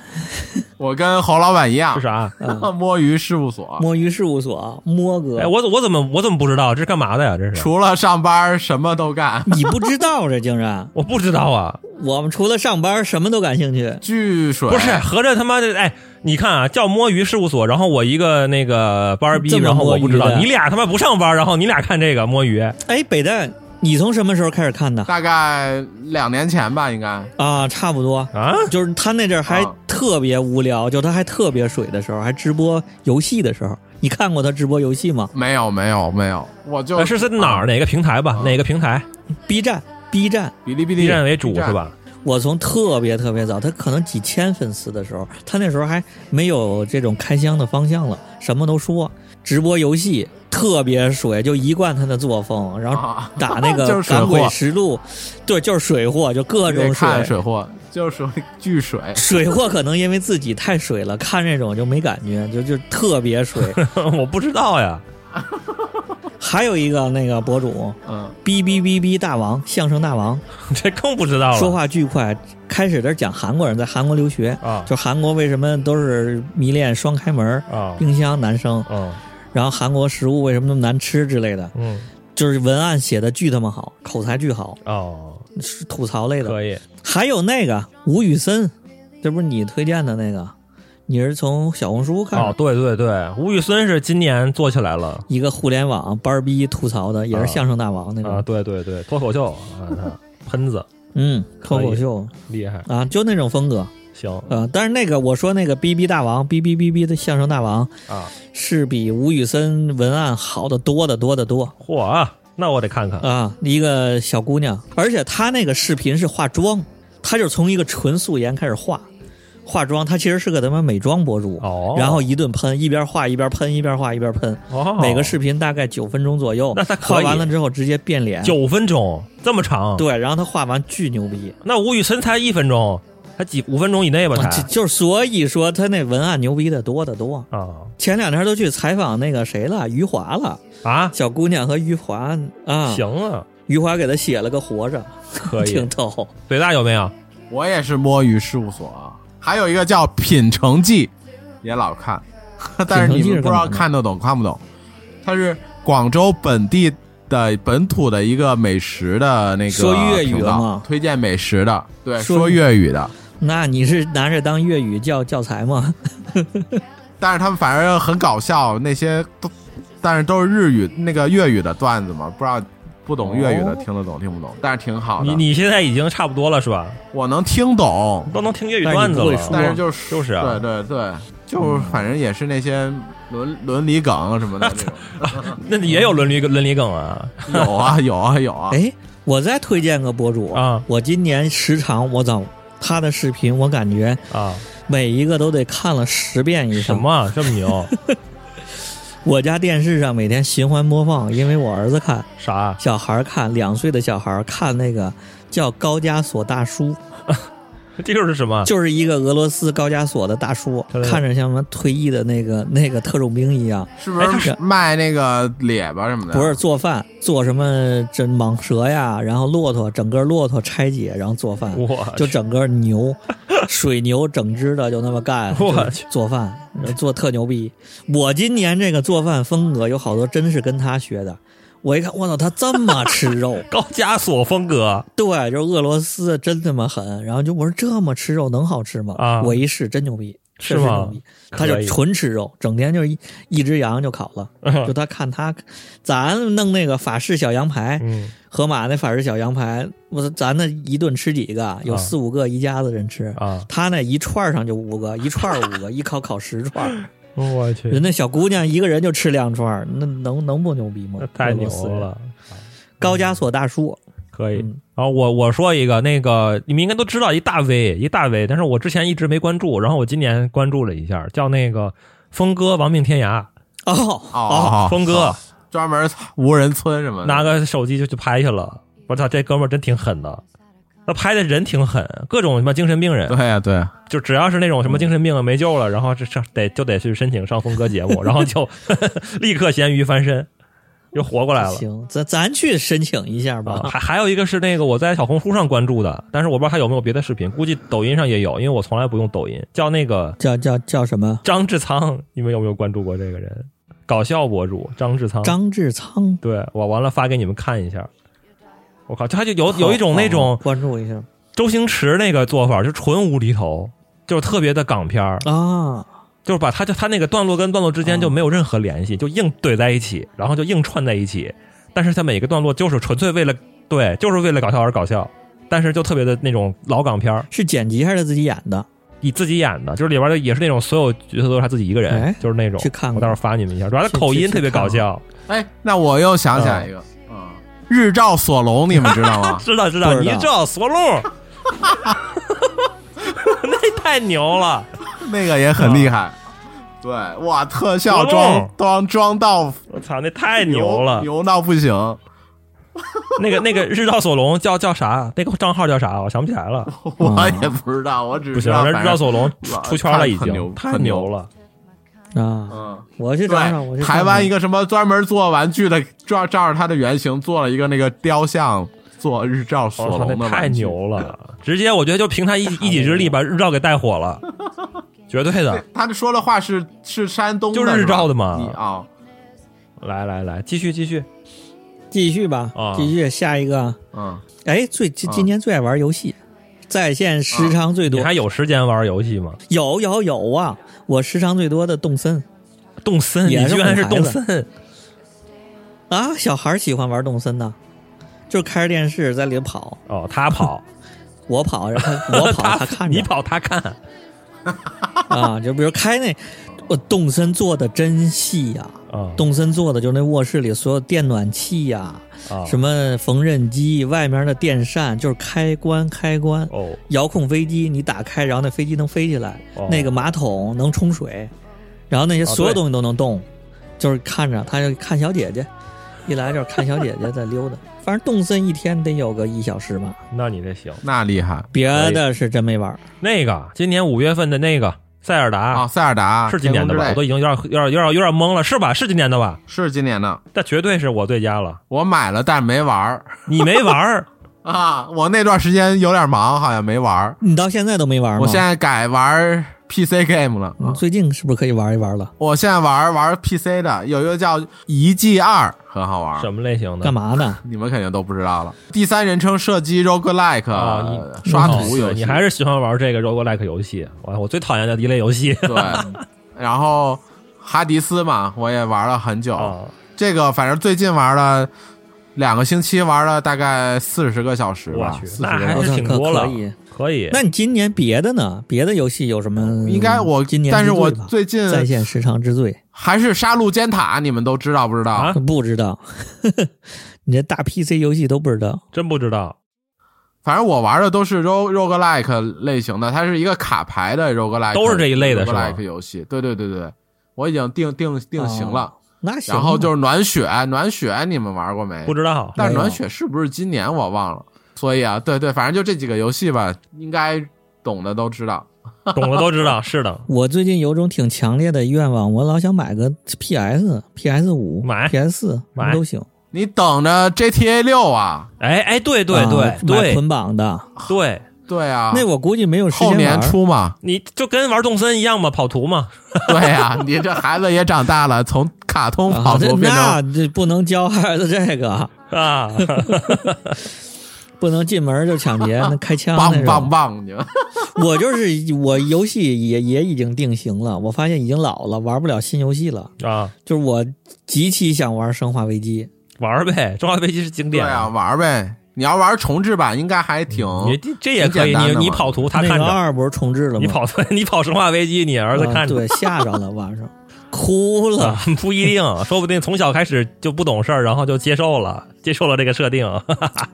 D: 我跟侯老板一样
C: 是，啥？
B: 啊
D: 摸鱼事务所，
B: 摸鱼事务所，摸哥
C: 哎，，我怎我怎么我怎么不知道这是干嘛的呀？这是
D: 除了上班什么都干。
B: 你不知道这竟然？
C: 我不知道啊，
B: 我们除了上班什么都感兴趣。
D: 据水
C: 不是合着他妈的哎，你看啊，叫摸鱼事务所，然后我一个那个班儿逼，
B: 这么
C: 然后我不知
B: 摸鱼
C: 道，
B: 的
C: 你俩他妈不上班，然后你俩看这个摸鱼，啊
B: 哎，北大，你从什么时候开始看的？
D: 大概两年前吧，应该
B: 啊，差不多
C: 啊
B: 就是他那阵儿还
D: 啊
B: 特别无聊，就他还特别水的时候，还直播游戏的时候，你看过他直播游戏吗
D: 没有没有没有，我就
C: 呃是是哪
B: 啊
C: 儿哪个平台吧？哪个平台
B: ？B 站，B 站，
D: 哔哩哔哩
C: ？B 站为主是？吧？
B: 我从特别特别早，他可能几千粉丝的时候，他那时候还没有这种开箱的方向了，什么都说，直播游戏特别水，就一贯他的作风，然后
D: 啊，
B: 打那
D: 就
B: 个
D: 是水
B: 赶鬼
D: 货
B: 实录，对，就是水货，就各
D: 你得
B: 种
D: 看
B: 水。
D: 水货，就是巨水
B: 水货可能因为自己太水了，看这种就没感觉，就就特别水。
C: 我不知道呀，
B: 还有一个那个博主，
D: 嗯
B: 哔哔哔哔大王，相声大王，
C: 这更不知道了。
B: 说话巨快。开始的讲韩国人在韩国留学，
C: 啊
B: 就韩国为什么都是迷恋双开门、
C: 啊
B: 冰箱男生，
C: 嗯
B: 然后韩国食物为什么那么难吃之类的，
C: 嗯
B: 就是文案写的巨他妈好，口才巨好，
C: 哦，
B: 是吐槽类的。
C: 可以
B: 还有那个吴宇森，这不是你推荐的那个，你是从小红书看的
C: 哦，对对对，吴宇森是今年做起来了
B: 一个互联网班儿逼吐槽的，也是
C: 啊
B: 相声大王那种，
C: 啊，对对对，脱口秀 啊，他喷子
B: 嗯，
C: 啊
B: 脱口秀
C: 厉害，
B: 啊，就那种风格。
C: 行
B: 呃，但是那个我说那个哔哔大王，哔哔哔哔的相声大王
C: 啊，
B: 是比吴宇森文案好的多的多的多
C: 嚯啊，那我得看看
B: 啊！一个小姑娘，而且她那个视频是化妆，她就是从一个纯素颜开始化，化妆，她其实是个他妈美妆博主，
C: 哦，
B: 然后一顿喷，一边化一边喷，一边化一边喷，
C: 哦，
B: 每个视频大概九分钟左右，
C: 那她可
B: 化
C: 以
B: 完了之后直接变脸，
C: 九分钟这么长，
B: 对，然后他画完巨牛逼，
C: 那吴宇森才一分钟，才几五分钟以内吧
B: 啊
C: 才
B: 就就是所以说他那文案牛逼的多得多。
C: 啊，
B: 前两天都去采访那个谁了，余华了，
C: 啊，
B: 小姑娘和余华啊，
C: 行啊，
B: 余华给他写了个《活着》，
C: 可以
B: 挺。逗。
C: 北大有没有？
D: 我也是摸鱼事务所啊，还有一个叫《品城记》，也老看，但是你们不知道看得懂看不懂。它是广州本地的本土的一个美食的那个
B: 说粤语
D: 频道
B: 的吗
D: 推荐美食的，对，
B: 说
D: 说粤语的。
B: 那你是拿着当粤语教教材吗？
D: 但是他们反正很搞笑，那些都，但是都是日语那个粤语的段子嘛，不知道不懂粤语的、
B: 哦
D: 听得懂听不懂，但是挺好的。
C: 你你现在已经差不多了是吧？
D: 我能听懂，
C: 都能听粤语段
B: 但是你
C: 子
B: 不会
C: 了
B: 说。
D: 但是就是嗯
C: 就是啊
D: 对对对，就是反正也是那些 伦伦理梗什么的
C: 那也有伦理伦理梗啊
D: 这种，有啊有啊有啊，
B: 哎，我再推荐个博主
C: 啊
B: 我今年时长我操，他的视频我感觉
C: 啊！
B: 每一个都得看了十遍以
C: 什
B: 上。
C: 么啊这么牛？
B: 我家电视上每天循环播放，因为我儿子看，
C: 啥啊？
B: 小孩儿看，两岁的小孩儿看那个叫高加索大叔，
C: 啊这就是什么？啊
B: 就是一个俄罗斯高加索的大叔
C: 对，对
B: 看着像什么退役的那个那个特种兵一样，
D: 是
C: 哎
D: 不是卖那个列巴什么的？
B: 不是，做饭，做什么这蟒蛇呀，然后骆驼，整个骆驼拆解，然后做饭，
C: 我去
B: 就整个牛，水牛整只的就那么干，
C: 我
B: 就
C: 去
B: 做饭做特牛逼。我今年这个做饭风格有好多真是跟他学的。我一看，我操，他这么吃 肉，
C: 高加索风格
B: 对，就是俄罗斯真他妈狠。然后就我说这么吃肉能好吃吗？
C: 啊
B: 我一试真牛逼，
C: 是
B: 确实
C: 吗
B: 牛逼他就
C: 可以嗯
B: 纯吃肉，整天就是一一只羊就烤了。就他看他，咱弄那个法式小羊排，
C: 嗯，
B: 河马那法式小羊排，我说咱那一顿吃几个？有
C: 啊
B: 四五个一家子人吃
C: 啊
B: 他那一串儿上就五个，一串儿五 个，一烤烤十串儿。
C: 我去
B: 人，那小姑娘一个人就吃两串儿，那能能不牛逼吗
C: 那？太
B: 俄
C: 牛
B: 罗斯人！
C: 了，
B: 高加索大叔，
C: 可以。
B: 嗯
C: 然后我我说一个，那个你们应该都知道一大 V 一大 V，但是我之前一直没关注，然后我今年关注了一下，叫那个峰哥亡命天涯，
B: 哦
D: 哦
C: 峰哥
D: 专门无人村什么的，
C: 拿个手机就去拍去了，我操，这哥们儿真挺狠的，他拍的人挺狠，各种什么精神病人，
D: 对呀对呀，
C: 就只要是那种什么精神病没救了，然后这上得就得去申请上峰哥节 目，然后就 立刻咸鱼翻身，又活过来了。
B: 哦行，咱咱去申请一下
C: 啊，
B: 吧。
C: 还还有一个是那个我在小红书上关注的，但是我不知道他有没有别的视频，估计抖音上也有，因为我从来不用抖音。叫那个
B: 叫叫叫什么？
C: 张志仓，你们有没有关注过这个人？搞笑博主张志仓，
B: 张志仓，
C: 对我完了发给你们看一下。我靠，就他就有有一种那种
B: 哦关注一下
C: 周星驰那个做法，就纯无厘头，就是特别的港片儿，
B: 啊！
C: 就是把他就他那个段落跟段落之间就没有任何联系，就硬怼在一起，然后就硬串在一起。但是他每个段落就是纯粹为了对，就是为了搞笑而搞笑，但是就特别的那种老港片儿，
B: 是剪辑还是他自己演的？
C: 以自己演的，就是里边的也是那种所有角色都是他自己一个人，
B: 哎
C: 就是那种。
B: 去看看
C: 我到时候发你们一下，主要他
B: 去
C: 口音
B: 去
C: 特别搞笑。
D: 哎，那我又想起来一个，嗯，日照索隆，你们知 道吗
C: 啊？知道知道，
B: 啊不知
C: 你
B: 道
C: 这 索隆，那太牛了。
D: 那个也很厉害，
C: 嗯
D: 对，哇，特效
C: 索
D: 装
C: 隆
D: 装装到
C: 我操，那哦太牛了！嗯
D: 牛到不行，
C: 那个那个日照索隆叫叫啥？那个账号叫啥？我想不起来了。
D: 我也不知道，我只
C: 不
D: 知
C: 行，
D: 道
C: 人
D: 反
C: 日
D: 正
C: 照索隆出
D: 哇
C: 出圈了，已
D: 很牛
C: 经太
D: 很牛
C: 牛了。
B: 啊，
D: 嗯。
B: 我去找找，我去
D: 对，
B: 看看
D: 台湾一个什么专门做玩具的，照照着他的原型做了一个那个雕像，做日照
C: 我
D: 索
C: 哦操，
D: 隆
C: 那
D: 的
C: 太
D: 玩具
C: 牛了！直接我觉得就凭他一一己之力把日照给带火了，绝对的。
D: 他说的话是是山东的，
C: 就是日照的嘛
D: 是吧你啊、
C: 来来来，继续继续
B: 继续吧
C: 啊，
B: 继续下一个。
D: 嗯，
B: 哎，最今
D: 啊
B: 今年最爱玩游戏，在线时长最
C: 哦你
B: 多
C: 还，有时间玩游戏吗？
B: 有有有啊！我时长最多的动森
C: 动森，
B: 也
C: 你
B: 是
C: 居然是
B: 哄
C: 动
B: 孩子
C: 森，
B: 啊，小孩儿喜欢玩动森呢，就是开着电视在里头跑，
C: 哦，他跑，
B: 我跑， 然后 我跑，他看着
C: 你跑他看，
B: 啊，就比如开那，我动森做的真细呀、
C: 啊
B: 动森做的就是那卧室里所有电暖器呀、
C: 啊
B: 什么缝纫机，外面的电扇就是开关开关，
C: 哦
B: 遥控飞机你打开，然后那飞机能飞起来，
C: 哦
B: 那个马桶能冲水，然后那些所有
C: 哦对
B: 东西都能动，就是看着他就看小姐姐，一来就是看小姐姐在溜 达，反正动森一天得有个一小时
D: 哎
B: 吧，
C: 那你这行。
D: 那厉害，
B: 别的是真没玩儿
C: 那个今年五月份的那个塞尔达
D: 啊，塞尔达
C: 是今年的吧？我
D: 天
C: 都
D: 空之
C: 已经
D: 泪
C: 有点有点有点有点懵了，是吧？是今年的吧？
D: 是今年的，
C: 这绝对是我最佳了。
D: 我买了但是没玩儿
C: 你没玩 儿，
D: 啊，我那段时间有点忙，好像没玩儿。
B: 你到现在都没玩吗？
D: 我现在改玩儿 PC game 了，
B: 嗯最近是不是可以玩一玩了？
D: 我现在玩儿玩儿 PC 的，有一个叫《遗迹二》，很好玩儿。
C: 什么类
D: 嗯
C: 型的？
B: 干嘛呢？
D: 你们肯定都不知道了。第三人称射击 roguelike、
C: 啊你
D: 呃刷图游戏，
C: 你还是喜欢玩这个 roguelike 游戏？我我最讨厌的一类游 戏
D: 对。然后哈迪斯嘛，我也玩了很久。
C: 啊！
D: 这个反正最近玩了两个星期，玩了大概四十个小时
C: 我
D: 吧
C: 去，，
D: 四
C: 那
D: 十个
C: 还
D: 小时。
C: 是挺多了
B: 可以，
C: 可以。
B: 那你今年别的呢？别的游戏有什么？
D: 嗯
C: 嗯
D: 应该我
B: 今年
D: 但是
B: 之最
D: 我
B: 吧
D: 最近
B: 在线时长之最
D: 还是杀戮尖塔，你们都知道不知道？
C: 啊
B: 不知道， 你这大 PC 游戏都不知道。
C: 真不知道
D: 反正我玩的都是 rog roguelike 类型的，它是一个卡牌的 roguelike，
C: 都是这一类的是吧
D: roguelike 游戏。对对对对，我已经定定定型
C: 哦
D: 了。
B: 那行吧，啊
D: 然后就是暖雪，暖雪你们玩过没？
C: 不知道
D: 但
B: 没
D: 是
B: 有
D: 暖雪是不是今年我忘了。所以啊，对对，反正就这几个游戏吧，应该懂的都知道。
C: 懂的都知 道，是
D: 啊
C: 的，
B: 我最近有种挺强烈的愿望，我老想买个 PS、PS 五、
C: 买
B: PS 四什
C: 买
B: 么都行。
D: 你等着 GTA 六啊？
C: 哎哎，对对
B: 啊
C: 对
B: 买
C: 对
B: 捆绑的
C: 对，？
D: 对啊，
B: 那我估计没有时间
D: 后
B: 玩
D: 年
B: 儿。
D: 出嘛
C: 你就跟玩动森一样嘛，跑图嘛，
D: 对啊， 你这孩子也长大了，从卡通
B: 啊
D: 跑，
B: 这
D: 图变
B: 那
D: 成
B: 这不能教孩子这个，
C: 啊，
B: 不能进门就抢劫，那开枪那
D: 棒
B: 种
D: 棒棒，你们
B: 我就是我游戏也也已经定型了，我发现已经老了，玩不了新游戏了。
C: 啊，
B: 就是我极其想玩《生化危机
C: 玩儿呗，《中华飞机》是经
D: 对
C: 典
D: 啊，玩儿呗。你要玩重置版，应该还挺
B: 嗯
C: 你这这也可以，
D: 挺简单
C: 你
D: 的
C: 你
D: 嘛
C: 跑图，》，他
B: 那
C: 看
B: 个
C: 着，
B: 二不是重置了吗？
C: 你跑 你跑《生化危机》，你儿子
B: 啊
C: 看着，
B: 对，吓着了晚上，哭了
C: 啊。，不一定，说不定从小开始就不懂事儿，然后就接受了，接受了这个设定。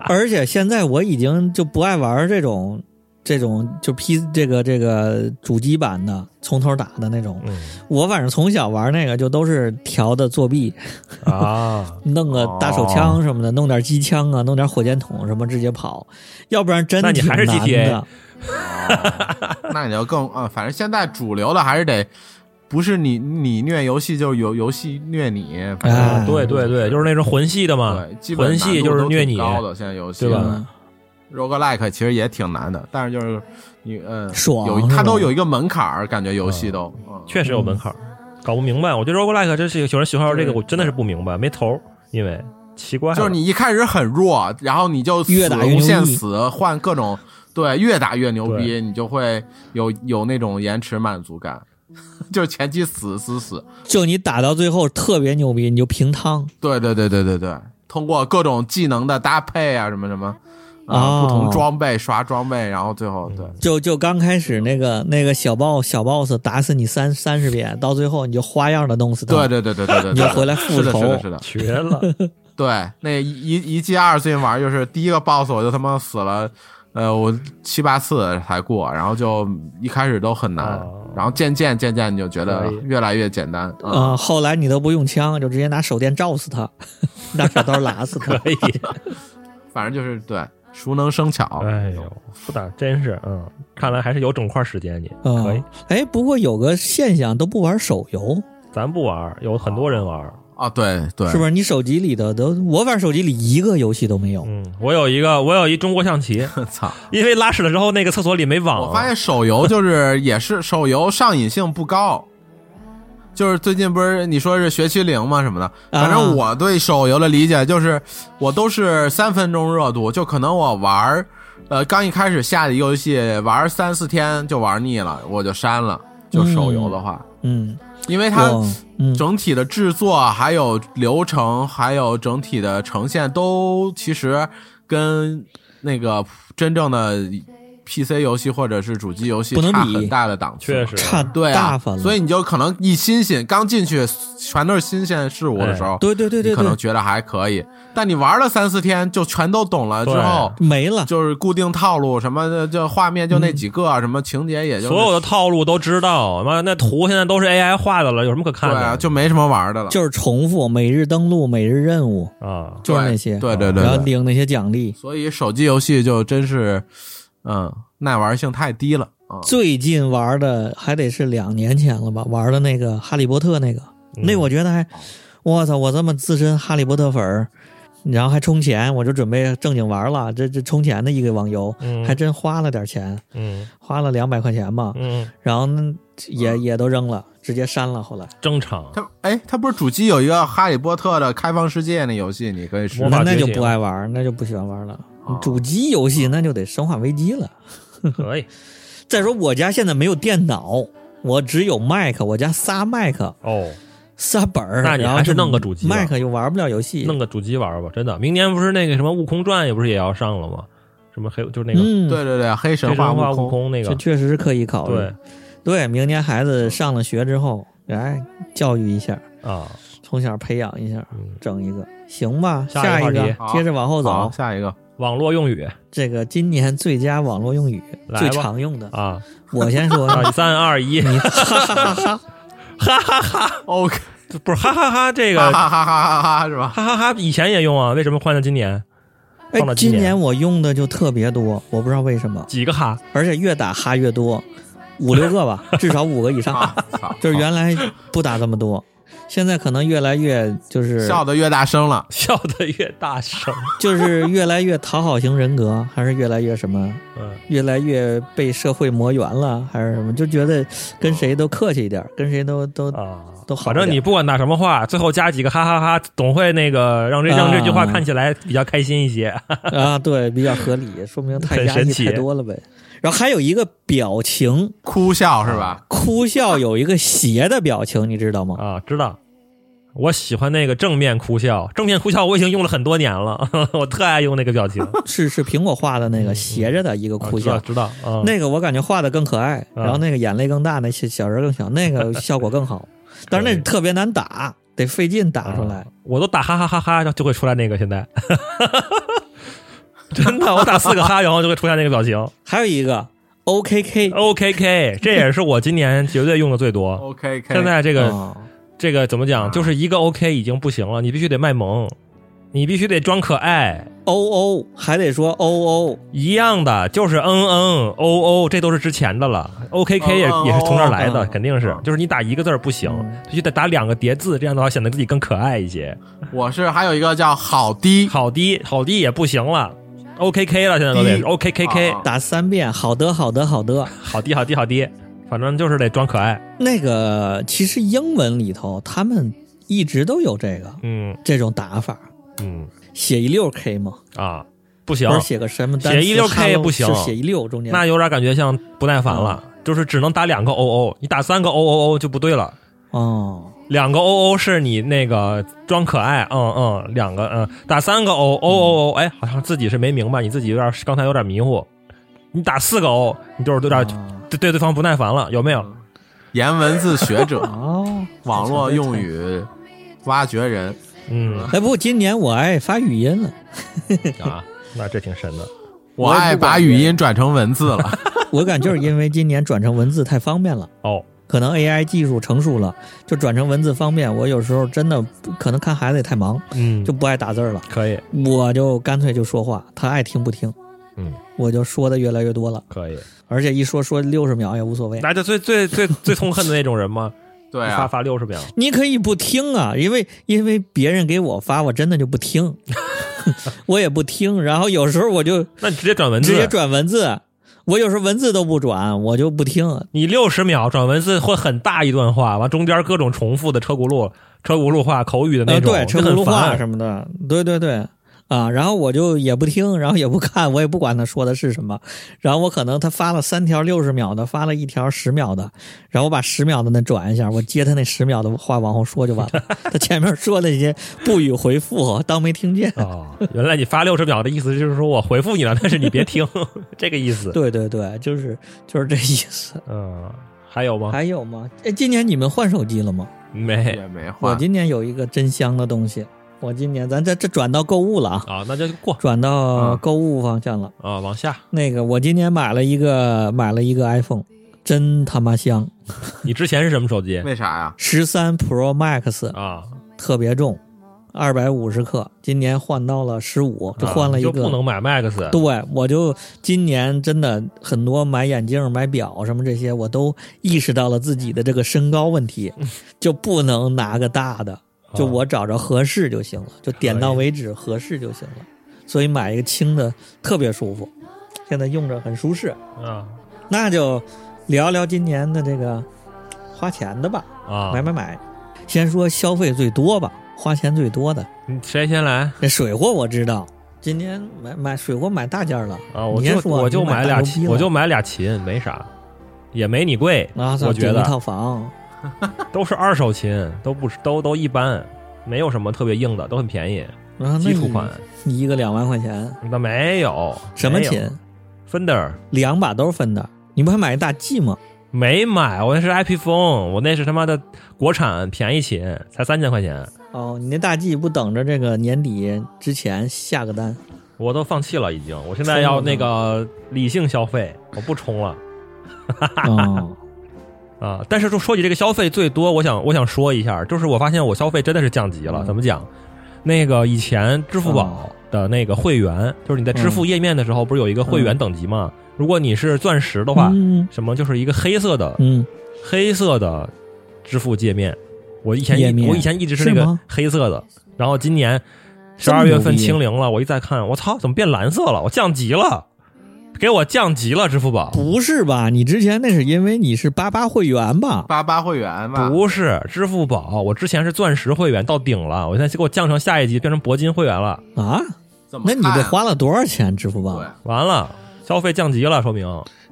B: 而且现在我已经就不爱玩这种这种就 P 这个这个主机版的从头打的那种。
C: 嗯
B: 我反正从小玩那个就都是调的作弊，
C: 啊，
B: 弄个大手枪
C: 哦
B: 什么的，弄点机枪啊，弄点火箭筒什么直接跑，要不然真
C: 那你
B: 挺
C: 还
B: 难
C: 是
B: 的。
C: GTA
D: 哦那你要更啊，反正现在主流的还是得，不是你你虐游戏，就是游游戏虐你。反正
B: 哎
C: 啊对对对，就是那种魂系的嘛
D: 对，基，
C: 啊
D: 本
C: 魂
D: 难度
C: 系就是
D: 都
C: 虐
D: 挺
C: 你，
D: 高的，现在游戏
C: 对吧
B: 嗯
D: roguelike 其实也挺难的，但是就是你嗯，
B: 爽啊
D: 有
B: 是吧
D: 它都有一个门槛儿，感觉游戏都嗯
C: 确实有门槛儿，搞不明白。我觉得 roguelike 这是有人喜欢玩这个，
D: 对
C: 我真的是不明白，没头儿，因为奇怪了，
D: 就是你一开始很弱，然后你就死
B: 越打越牛
D: 无限
B: 逼
D: 死，换各种对，越打越牛逼，
C: 对
D: 你就会有有那种延迟满足感， 就是前期死死死，
B: 就你打到最后特别牛逼，你就平汤
D: 对对对对对对，通过各种技能的搭配啊，什么什么啊，
B: 哦
D: 不同装备刷装备，然后最后对，
C: 嗯
B: 就就刚开始那个那个小 boss 小 boss 打死你三三十遍，到最后你就花样的弄死他。
D: 对对对对对对，
B: 你就回来
D: 是
B: 复
D: 的，
B: 仇
D: 是的，是的，
C: 绝 了。
D: 对，那一一一 G 二最近玩就是第一个 boss 我就他妈死了，呃，我七八次才过，然后就一开始都很难，
C: 哦
D: 然后渐渐渐渐你就觉得
C: 可以
D: 越来越简单，嗯
B: 啊、后来你都不用枪，就直接拿手电照死 他，拿小刀剌死他。
C: 可以，
D: 反正就是对，熟能生巧。
C: 哎呦，不打真是，嗯，看来还是有整块时间你
B: 啊
C: 可以，
B: 哎，不过有个现象都不玩手游，
C: 咱不玩儿，有很多人玩儿。
D: 啊，对对，
B: 是不是？你手机里的都，我玩手机里一个游戏都没有。
C: 嗯，我有一个，我有一中国象棋，
D: 是？操！
C: 因为拉屎的时候那个厕所里没网，
D: 我发现手游就是也是手游上瘾性不高，就是最近不是你说是学区零嘛什么的，反正我对手游的理解就是我都是三分钟热度，就可能我玩儿，呃，刚一开始下的一个游戏玩儿三四天就玩腻了，我就删了。就手游的话，
B: 嗯，
D: 因为它
B: 我嗯
D: 整体的制作、还有流程、还有整体的呈现，都其实跟那个真正的 PC 游戏或者是主机游戏
B: 不能
D: 差
B: 比
D: 很大的档次。
C: 确实
B: 差
D: 对
B: 大
D: 啊
B: 发，了。
D: 所以你就可能一新鲜，刚进去全都是新鲜事物的时候，
B: 对对对对
D: 你可能
B: 对，
D: 觉得还可以，但你玩了三四天就全都懂了之后，
B: 没了。
D: 就是固定套路什么的，就画面就那几个，什么情节也就
C: 所有的套路都知道，妈那图现在都是 AI 画的了，有什么可看
D: 对
C: 的？
D: 啊，就没什么玩的了，
B: 就是重复每日登录、每日任务，
C: 啊，
B: 就是那些，
D: 对对对
B: 然
D: 对
B: 后领那些奖励。
D: 所以手机游戏就真是，嗯，耐玩性太低了。啊
B: 最近玩的还得是两年前了吧？玩的那个《哈利波特》那个，
C: 嗯
B: 那我觉得
C: 哦
B: 还，我操！我这么资深哈利波特粉儿，然后还充钱，我就准备正经玩了。这这充钱的一个网游，
C: 嗯
B: 还真花了点钱，
C: 嗯
B: 花了两百块钱吧，
C: 嗯，
B: 然后呢也也都扔了，直接删了。后来
C: 正 常。
D: 它哎，它不是主机有一个《哈利波特》的开放世界那游戏，你可以试
C: 魔
D: 试。
C: 法
B: 那那
C: 觉
B: 就
C: 醒
B: 不爱玩，那就不喜欢玩了
D: 哦。
B: 主机游戏那就得《生化危机》了。
C: 可以
B: 再说我家现在没有电脑，我只有麦克，我家仨麦克。
C: 哦，
B: 仨本儿，
C: 那你
B: 然后
C: 还是
B: 就
C: 弄个主机吧
B: 麦克又玩不了游戏，
C: 弄个主机玩吧，真的。明年不是那个什么《悟空传》也不是也要上了吗？什么黑就是那个
B: 嗯，
D: 对对对，黑神
C: 黑
D: 话
C: 神话
D: 悟
C: 悟
D: 空，
C: 空那
B: 这
C: 个，
B: 确实是可以考虑。
C: 对
B: 对明年孩子上了学之后，哎，教育一下，
C: 啊，
B: 从小培养一下，
C: 嗯，
B: 整一个行吧？
C: 下
B: 下
C: 一个话
B: 个
C: 题
D: 好
B: 接着往后
D: 好，
B: 走，
D: 下一 个
C: 网络用语
B: 这个今年最佳网络用语
C: 来吧
B: 最常用的，
C: 啊，
B: 我先 说，
C: 啊，三二一，
B: 你哈哈哈哈，
D: ，OK，
C: 不是哈哈哈，这个哈
D: 哈哈哈哈哈哈是吧？
C: 哈哈，以前也用啊，为什么换到今年？
B: 哎
C: 放到，今
B: 今
C: 年
B: 年我用的就特别多，我不知道为什么，
C: 几个哈？
B: 而且越打哈越多，五六个吧，至少五个以上。
D: 啊，操
B: 就是原来不打这么多，现在可能越来越就是
D: 笑得越大声了，
C: 笑得越 大声，
B: 就是越来越讨好型人格，还是越来越什么，
C: 嗯，
B: 越来越被社会磨圆了，还是什么？就觉得跟谁都客气一点，跟谁都 都
C: 啊，
B: 都好
C: 反
B: 点
C: 正你不管打什么话，最后加几个哈哈哈总会那个让这
B: 啊
C: 让这句话看起来比较开心一些。
B: 啊，对，比较合理，说明太
C: 很
B: 压
C: 神
B: 抑
C: 奇
B: 太多了呗。 然后还有一个表情，
D: 哭笑是吧？
B: 哭笑有一个邪的表情，你知道吗？
C: 啊，知道。我喜欢那个正面哭笑，正面哭笑我已经用了很多年了， 我特爱用那个表情。
B: 是是苹果画的那个斜着的一个
C: 啊
B: 哭笑，
C: 知道知道啊，
B: 那个我感觉画的更可爱，
C: 嗯
B: 然后那个眼泪更大，那小小人儿更小，那个效果更好。但是那特别难打，得费劲打出来
C: 啊。我都打哈哈哈哈，就会出来那个。现在 真的，我打四个哈，然后就会出现那个表情。
B: 还有一个 OKK，
C: O K K，这也是我今年绝对用的最多。
D: OK，可
C: 啊
D: 以
C: 现在这个
B: 哦
C: 这个怎么讲，就是一个 O、k 已经不行了，你必须得卖萌，你必须得装可爱，
B: ，OO 哦还得说哦 OO，
C: 一样的，就是嗯嗯 O O，这都是之前的了。O K K 也
D: 哦哦
C: 也是从这儿来的，
B: 哦
C: 肯定是
D: 嗯，
C: 就是你打一个字儿不行
B: 嗯，
C: 必须得打两个叠字，这样的话显得自己更可爱一些。
D: 我是还有一个叫好低，
C: 好低好低也不行了，O K K 了，现在都得
D: 低
C: O K K K，
D: 啊
B: 打三遍，好的，好的，好的。
C: 好低好低好低，反正就是得装可爱。
B: 那个其实英文里头他们一直都有这个
C: 嗯
B: 这种打法，
C: 嗯
B: 写一溜 K 嘛，
C: 啊，不行
B: 不，是写个什么单词，
C: 写一溜 K 也不行
B: 就写嗯一溜中间。
C: 那有点感觉像不耐烦了，就是只能打两个 O O，你打三个 O O O 就不对了。
B: 哦，
C: 两个 O O 是你那个装可爱，嗯嗯，两个嗯，打三个 O O O O，哎，好像自己是没明白，你自己有点刚才有点迷糊。你打四个 O，你就是有点
B: 啊
C: 对对对方不耐烦了，有没有？
D: 言文字 学者，
B: 哦，
D: 网络用语挖掘人
C: 嗯
B: 哎，不过今年我爱发语音了，
C: 啊，那这挺神的。
D: 我爱把语音转成文字 了。
B: 我感觉就是因为今年转成文字太方便了。
C: 哦，
B: 可能 AI 技术成熟了，就转成文字方便。我有时候真的不可能看孩子也太忙，
C: 嗯，
B: 就不爱打字儿了，
C: 可以，
B: 我就干脆就说话，他爱听不听，
C: 嗯，
B: 我就说的越来越多了，
C: 可以。
B: 而且一说说六十秒也无所谓。
C: 那就最最最最痛恨的那种人吗？
D: 对
C: 发
D: 啊，
C: 发六十秒，
B: 你可以不听啊，因为因为别人给我发，我真的就不听， 我也不听。然后有时候我就
C: 那你直接转文
B: 直接
C: 字。
B: 转文字，我有时候文字都不转，我就不听。
C: 你六十秒转文字会很大一段话，完中间各种重复的车轱辘、车轱辘话、口语的那
B: 呃，
C: 种，
B: 对，车
C: 就
B: 轱辘
C: 很
B: 话
C: 烦。
B: 什么的，对对对，啊，然后我就也不听，然后也不看，我也不管他说的是什么，然后我可能他发了三条六十秒的，发了一条十秒的，然后我把十秒的那转一下，我接他那十秒的话往后说就完了，他前面说那些不予回复，当没听见。
C: 哦，原来你发六十秒的意思就是说我回复你了，但 是你别听，这个意思。
B: 对对对，就是就是这意思。
C: 嗯，还有吗？
B: 还有吗？哎，今年你们换手机了吗？
C: 没
D: 也没
B: 我
D: 换，
B: 今年有一个真香的东西，我今年咱这这转到购物了啊，
C: 啊，那就过
B: 转到
D: 嗯
B: 购物方向了。
C: 啊，往下。
B: 那个，我今年买了一个买了一个 iPhone，真他妈香！
C: 你之前是什么手机
D: 为啥呀？
B: 十三 Pro Max
C: 啊？
B: 特别重，二百五十克，今年换到了十五，就换了一
C: 啊就不
B: 个。
C: 能买 Max，
B: 对，我就今年真的很多买眼镜、买表什么这些，我都意识到了自己的这个身高问 题，就不能拿个大的，
C: 啊
B: 就我找着合适就行了，就点
C: 哎
B: 到为止，合适就行了。所以买一个轻的特别舒服，现在用着很舒适。
C: 啊
B: 那就聊聊今年的这个花钱的吧，
C: 啊，
B: 买买买。先说消费最多吧，花钱最多的
C: 你谁先来
B: 这水货我知道，今年买买水货买大件儿了
C: 啊？我
B: 你先
C: 就
B: 说啊，
C: 我就
B: 你买
C: 买
B: 大
C: 俩
B: 牛逼
C: 琴，
B: 了
C: 我就买俩琴，没啥，也没你贵，
B: 啊，
C: 我觉
B: 顶一
C: 得
B: 套房
C: 都是二手琴，都不是都都一般，没有什么特别硬的，都很便宜，
B: 然啊后那
C: 基础款。
B: 你一个两万块钱，
C: 那没有
B: 什么琴？
C: ？Fender
B: 两把都是分的，你不还买一大 G 吗？
C: 没买，我那是 IP phone，我那是他妈的国产便宜琴，才三千块钱，
B: 哦，你那大 G 不等着这个年底之前下个 单，
C: 我都放弃了，已经。我现在
B: 冲
C: 要
B: 动
C: 那个理性消费，我不充了。
B: 哦，
C: 啊，但是就说起这个消费最多，我想我想说一下，就是我发现我消费真的是降级了。
B: 嗯
C: 怎么讲？那个以前支付宝
B: 哦
C: 的那个会员，就是你在支付页面的时候，不是有一个会员等级吗？如果你是钻石的话，
B: 嗯
C: 什么就是一个黑色的、
B: 嗯，
C: 黑色的支付界面。我以
B: 页
C: 前
B: 面
C: 我以前一直是
B: 是
C: 那个
B: 吗
C: 黑色的，然后今年十
B: 这么
C: 二月
B: 牛
C: 份
B: 逼
C: 清零了，我一再看，我操，怎么变蓝色了？我降级了，给我降级了，支付宝。
B: 不是吧？你之前那是因为你是八八会员吧？
D: 八八会员吧？
C: 不是支付宝，我之前是钻石会员到顶了，我现在给我降成下一级变成铂金会员了，
B: 啊，
D: 怎么
B: 那你
D: 看
B: 这
D: 啊
B: 花了多少钱？支付宝
D: 对？
C: 完了消费降级了，说明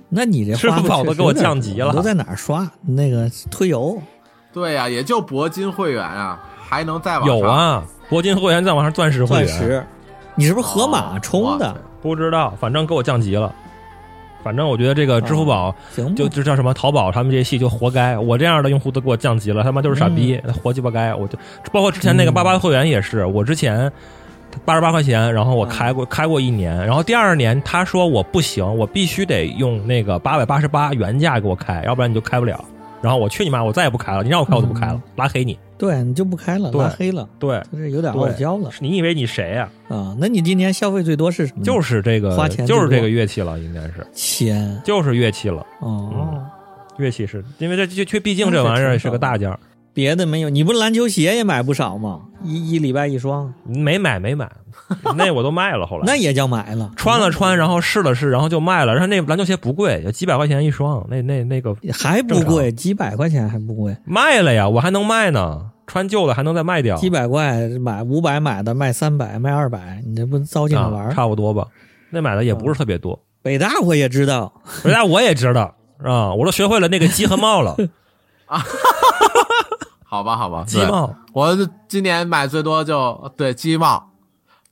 B: 那你这花
C: 支付宝都给我降级了
B: 你都在哪儿刷？那个推油
D: 对呀、也就铂金会员啊，还能再往上
C: 有，啊，铂金会员再往上钻石会
B: 钻
C: 员，
B: 石，你是不是盒马充
D: 哇塞
B: 的？
C: 不知道，反正给我降级了。反正我觉得这个支付宝
B: 行
C: 就
B: 吧，
C: 就叫什么淘宝，他们这些系就活该，我这样的用户都给我降级了，他妈就是傻逼，活鸡巴该。我就包括之前那个
B: 嗯
C: 八八会员也是，我之前八十八块钱，然后
B: 嗯
C: 我开过、开过一年，然后第二年他说我不行，我必须得用那个八百八十八原价给我开，要不然你就开不了。然后我去你妈，我再也不开了，你让我开我都不开了，
B: 嗯
C: 拉黑你。
B: 对你就不开了，
C: 对
B: 拉黑了，
C: 对，
B: 就是有点
C: 对
B: 傲娇了
C: 你以为你谁呀、
B: 啊。那你今年消费最多是什么呢？
C: 就是这个，
B: 嗯花钱最
C: 就是这
B: 多
C: 个乐器了，应该是
B: 钱
C: 就是乐器了，嗯
B: 哦，
C: 乐器是因为这这这毕竟
B: 那
C: 这
B: 是
C: 玩意儿
B: 挺
C: 是个
B: 少
C: 大件儿，
B: 别的没有。你不是篮球鞋也买不少吗？一一礼拜一双，
C: 没买没 买，那我都卖了。后来
B: 那也叫买了。
C: 穿了穿，然后试了试，然后就卖了。然后那篮球鞋不贵，有几百块钱一双，那那那个
B: 还不贵，几百块钱还不贵，
C: 卖了呀，我还能卖呢，穿旧的还能再卖掉，
B: 几百块买五百买的卖三百卖二百，你这不糟践着玩
C: 啊，
B: 儿？
C: 差不多吧。那买的也不是特别多，
B: 北大我也知道，
C: 人家我也知道啊，我都学会了那个鸡和 帽了，
D: 好吧，好吧，
C: 鸡
D: 对
C: 帽
D: 我今年买最多就对鸡帽、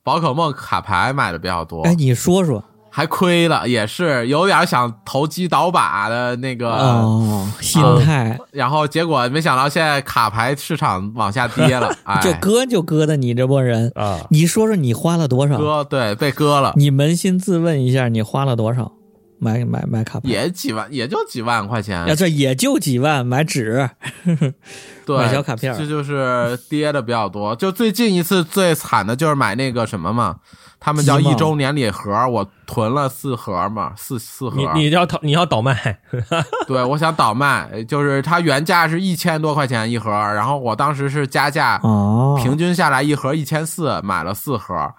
D: 宝可梦卡牌买的比较多，
B: 哎，你说说
D: 还亏了，也是有点想投机倒把的那个，
B: 哦，心态
D: 然后结果没想到现在卡牌市场往下跌 了，哎，
B: 就割就割的你这波人，
C: 啊，
B: 你说说你花了多少？
D: 割对被割了，
B: 你扪心自问一下，你花了多少？买买买卡牌，啊
D: 也几万，也就几万块钱
B: 要，这也就几万买纸，
D: 对，
B: 买小卡片儿
D: 这就是跌的比较多。就最近一次最惨的就是买那个什么嘛，他们叫
B: 鸡帽
D: 一周年礼盒，我囤了四盒嘛，四四盒。
C: 你你要倒你要倒卖，
D: 对，我想倒卖，就是它原价是一千多块钱一盒，然后我当时是加价，
B: 哦，
D: 平均下来一盒一千四，买了四盒，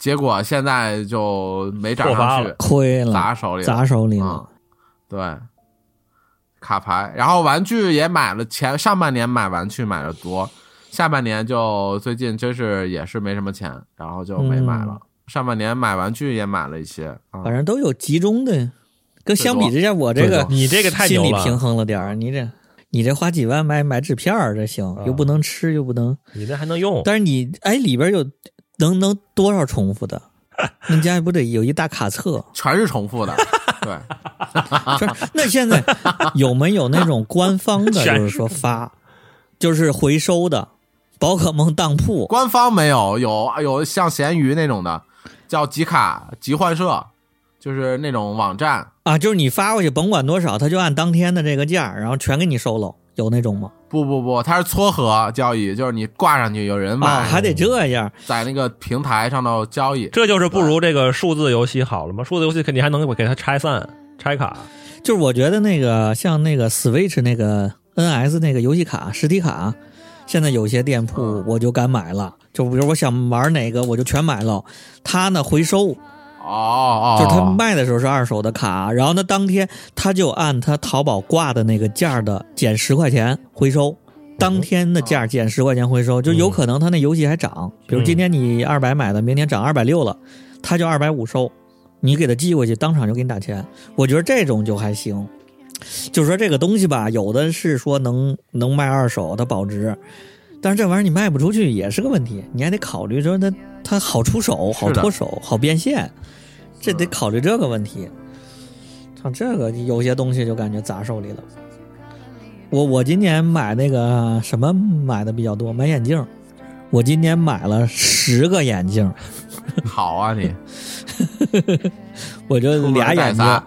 D: 结果现在就没涨
C: 破发
D: 上
C: 了
D: 去，
B: 亏了，
D: 砸手里了
B: 砸手里
D: 嗯
B: 了，，
D: 对，卡牌，然后玩具也买了，前上半年买玩具买的多，下半年就最近真是也是没什么钱，然后就没买了。上半年买玩具也买了一些，啊、
B: 嗯反正都有集中的。跟相比之下，我这
D: 最
B: 个
D: 多
C: 你这个太
B: 心
C: 牛
B: 理
C: 了，
B: 平衡了点儿。你这你这花几万买买纸片儿，这行
C: 啊
B: 又不能吃又不能，
C: 你这还能用，
B: 但是你哎里边有能能多少重复 的？那家不得有一大卡册？
D: 全是重复的，对，
B: 就是那现在有没有那种官方的，
C: 全
B: 就是说发，就是回收的宝可梦当铺？
D: 官方没有，有有像闲鱼那种的，叫集卡集换社，就是那种网站。
B: 啊，就是你发过去，甭管多少，他就按当天的这个价儿，然后全给你收喽，有那种吗？
D: 不不不，它是撮合交易，就是你挂上去有人买，
B: 啊，还得这样。
D: 在那个平台上头交易。
C: 这就是不如这个数字游戏好了嘛？数字游戏肯定还能给它拆散、拆卡。
B: 就是我觉得那个像那个 Switch 那个 NS 那个游戏卡实体卡，现在有些店铺我就敢买了，就比如我想玩哪个我就全买了。他呢回收，
D: 哦哦，
B: 就是他卖的时候是二手的卡，然后呢当天他就按他淘宝挂的那个价的减十块钱回收。当天的价减十块钱回收，就有可能他那游戏还涨，比如今天你二百买的，明天涨二百六了，他就二百五收，你给他寄过去，当场就给你打钱。我觉得这种就还行，就是说这个东西吧，有的是说能能卖二手，它保值，但是这玩意儿你卖不出去也是个问题，你还得考虑说它它好出手、好
D: 是的
B: 脱手、好变现，这得考虑这个问题。像这个有些东西就感觉砸手里了。我我今年买那个什么买的比较多，买眼镜儿。我今年买了十个眼镜儿，
D: 好啊你，
B: 我就
D: 出门
B: 俩
D: 带
B: 眼睛
D: 仨，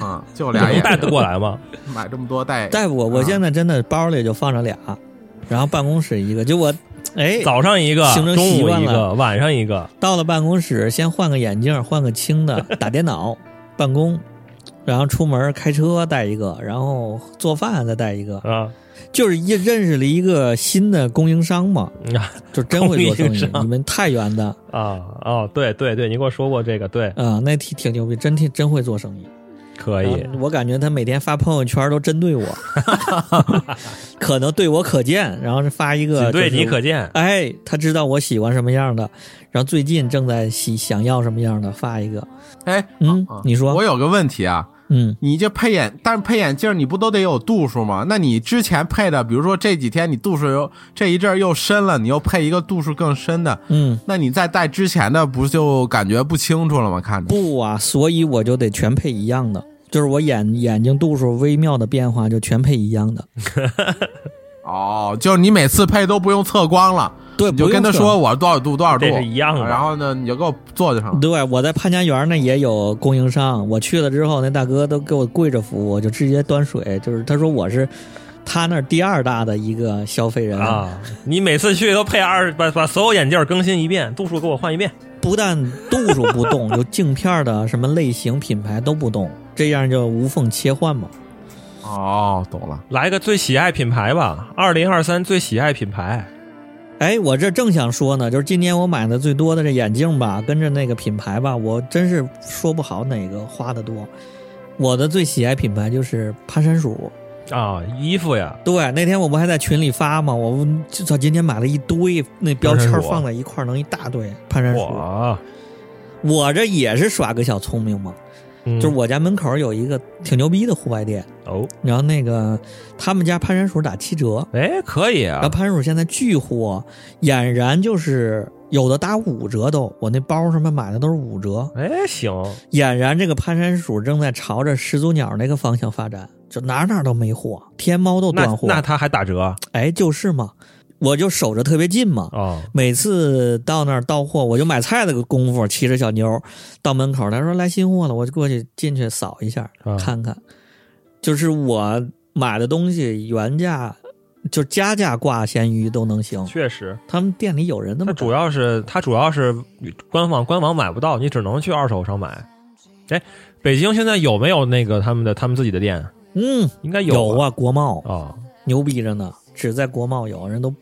D: 嗯，就俩
C: 能
D: 眼
C: 带
D: 睛，
C: 得过来吗？
D: 买这么多带，
B: 大夫，我我
D: 啊
B: 现在真的包里就放着俩，然后办公室一个，就我，哎，
C: 早上一个，
B: 形成
C: 中
B: 习
C: 午
B: 惯
C: 一
B: 了
C: 个，晚上一个。
B: 到了办公室先换个眼镜，换个轻 的，打电脑办公，然后出门开车带一个，然后做饭再带一个，
C: 啊，
B: 就是一认识了一个新的供应商嘛，就真会做生
C: 供应
B: 意。
C: 商
B: 你们太原的
C: 啊哦，对对对，你跟我说过这个，对，
B: 啊、那挺挺牛逼，真挺真会做生意。
C: 可以
B: 然，后我感觉他每天发朋友圈都针 对我，可能对我可见，然后是发一个
C: 仅对
B: 就是
C: 你可见，
B: 哎，他知道我喜欢什么样的，然后最近正在喜想要什么样的，发一个。
D: 哎，
B: 嗯，
D: 啊
B: 你说
D: 我，有个问题啊，
B: 嗯，
D: 你这配眼，但是配眼镜你不都得有度数吗？那你之前配的，比如说这几天你度数又这一阵儿又深了，你又配一个度数更深的，
B: 嗯，
D: 那你再戴之前的，不就感觉不清楚了吗？看着，
B: 不啊，所以我就得全配一样的，就是我眼眼睛度数微妙的变化就全配一样的。
D: 哦，就是你每次配都不用测光了，
B: 对，
D: 你就
B: 不用
D: 跟他
B: 测
D: 说。我多少度多少度，
C: 这是一样的
D: 然后呢，你就给我做就成了。
B: 对，我在潘家园那也有供应商，我去了之后，那大哥都给我跪着服务，我就直接端水。就是他说我是他那儿第二大的一个消费人，
C: 啊， 你每次去都配二，把把所有眼镜更新一遍，度数给我换一遍。
B: 不但度数不动， 就镜片的什么类型、品牌都不动，这样就无缝切换嘛。
D: 哦，懂了。
C: 来个最喜爱品牌吧，二零二三最喜爱品牌，
B: 哎，我这正想说呢，就是今年我买的最多的这眼镜吧，跟着那个品牌吧，我真是说不好哪个花的多。我的最喜爱品牌就是爬山鼠。
C: 啊，衣服呀，
B: 对，那天我不还在群里发吗？我就操，今天买了一堆，那标签
C: 攀山鼠啊
B: 放在一块儿能一大堆攀山鼠。
C: 哇，
B: 我这也是耍个小聪明嘛，
C: 就
B: 就是我家门口有一个挺牛逼的户外店，
C: 哦，
B: 然后那个他们家攀山鼠打七折，
C: 哎，可以
B: 然后
C: 啊，
B: 攀鼠现在巨火，俨然就是有的打五折都，我那包什么买的都是五折，
C: 哎，行，
B: 俨然这个攀山鼠正在朝着始祖鸟那个方向发展，就哪哪都没货，天猫都
C: 那
B: 断货，
C: 那他还打折啊？
B: 哎就是嘛，我就守着特别近嘛。
C: 哦
B: 每次到那儿到货，我就买菜的功夫，骑着小牛儿到门口，他说来新货了，我就过去进去扫一下，
C: 啊
B: 看看。就是我买的东西原价，就加价挂闲鱼都能行。
C: 确实，
B: 他们店里有人那
C: 它
B: 么
C: 主
B: 干
C: 要是它主要是官网官网买不到，你只能去二手上买。哎，北京现在有没有那个他们的他们自己的店？
B: 嗯，
C: 应该
B: 有
C: 啊。
B: 啊，国贸
C: 哦，
B: 牛逼着呢，只在国贸有人都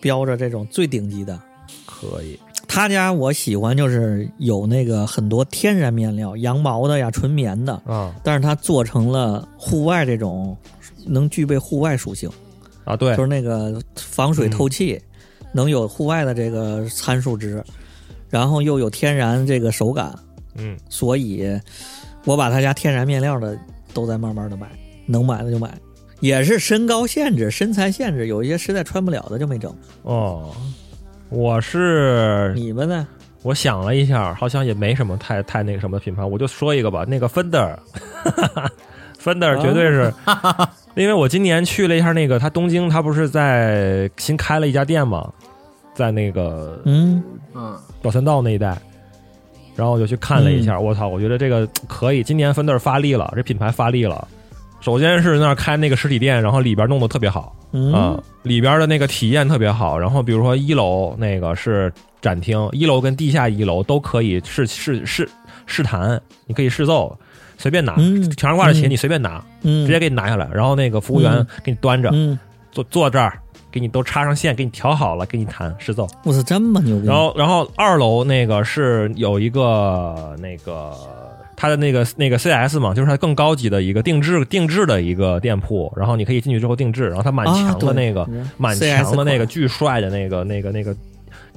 B: 标着这种最顶级的。
C: 可以，
B: 他家我喜欢就是有那个很多天然面料，羊毛的呀，纯棉的，
C: 啊
B: 但是它做成了户外这种能具备户外属性，
C: 啊，对嗯
B: 就是那个防水透气，能有户外的这个参数值，然后又有天然这个手感，
C: 嗯，
B: 所以我把他家天然面料的都在慢慢的买，能买的就买，也是身高限制、身材限制，有一些实在穿不了的就没整。
C: 哦，我是
B: 你们呢？
C: 我想了一下，好像也没什么太太那个什么品牌，我就说一个吧，那个 Fender，Fender 绝对是，
B: 啊
C: 因为我今年去了一下那个，他东京他不是在新开了一家店嘛，在那个
B: 嗯，
D: 嗯，
C: 表参道那一带，
B: 嗯
C: 然后我就去看了一下，我操，我觉得这个可以，今年 Fender 发力了，这品牌发力了，首先是那儿开那个实体店，然后里边弄得特别好啊、
B: 嗯，
C: 里边的那个体验特别好。然后比如说一楼那个是展厅，一楼跟地下一楼都可以试试试试弹，你可以试奏，随便拿，
B: 嗯
C: 墙上挂着琴
B: 嗯
C: 你随便拿，
B: 嗯，
C: 啊直接给你拿下来。然后那个服务员
B: 嗯
C: 给你端着，
B: 嗯，
C: 坐坐这儿，给你都插上线，给你调好了，给你弹试奏。
B: 我操，这么牛逼！
C: 然后，然后二楼那个是有一个那个它的那个那个 CS 嘛，就是它更高级的一个定制定制的一个店铺，然后你可以进去之后定制，然后它满
B: 啊
C: 墙的
B: 对
C: 那个、
B: 嗯
C: 满
B: CS
C: 墙的那个
B: 款
C: 巨帅的那个那个那个。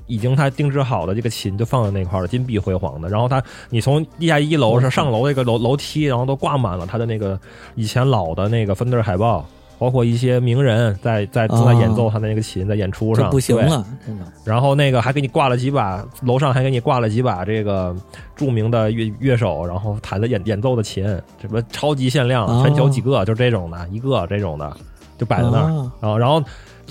C: 已经它定制好的这个琴就放在那块儿了，金碧辉煌的。然后它，你从地下一楼上上楼那个楼楼梯，然后都挂满了它的那个以前老的那个芬德尔海报，包括一些名人在在正在演奏他的那个琴，在演出
B: 这
C: 上。
B: 哦不行
C: 对
B: 了，真的。
C: 然后那个还给你挂了几把，楼上还给你挂了几把这个著名的乐乐手，然后弹的演演奏的琴，什么超级限量，
B: 哦
C: 全球几个，就这种的，一个这种的，就摆在那儿。
B: 啊
C: 然后，然后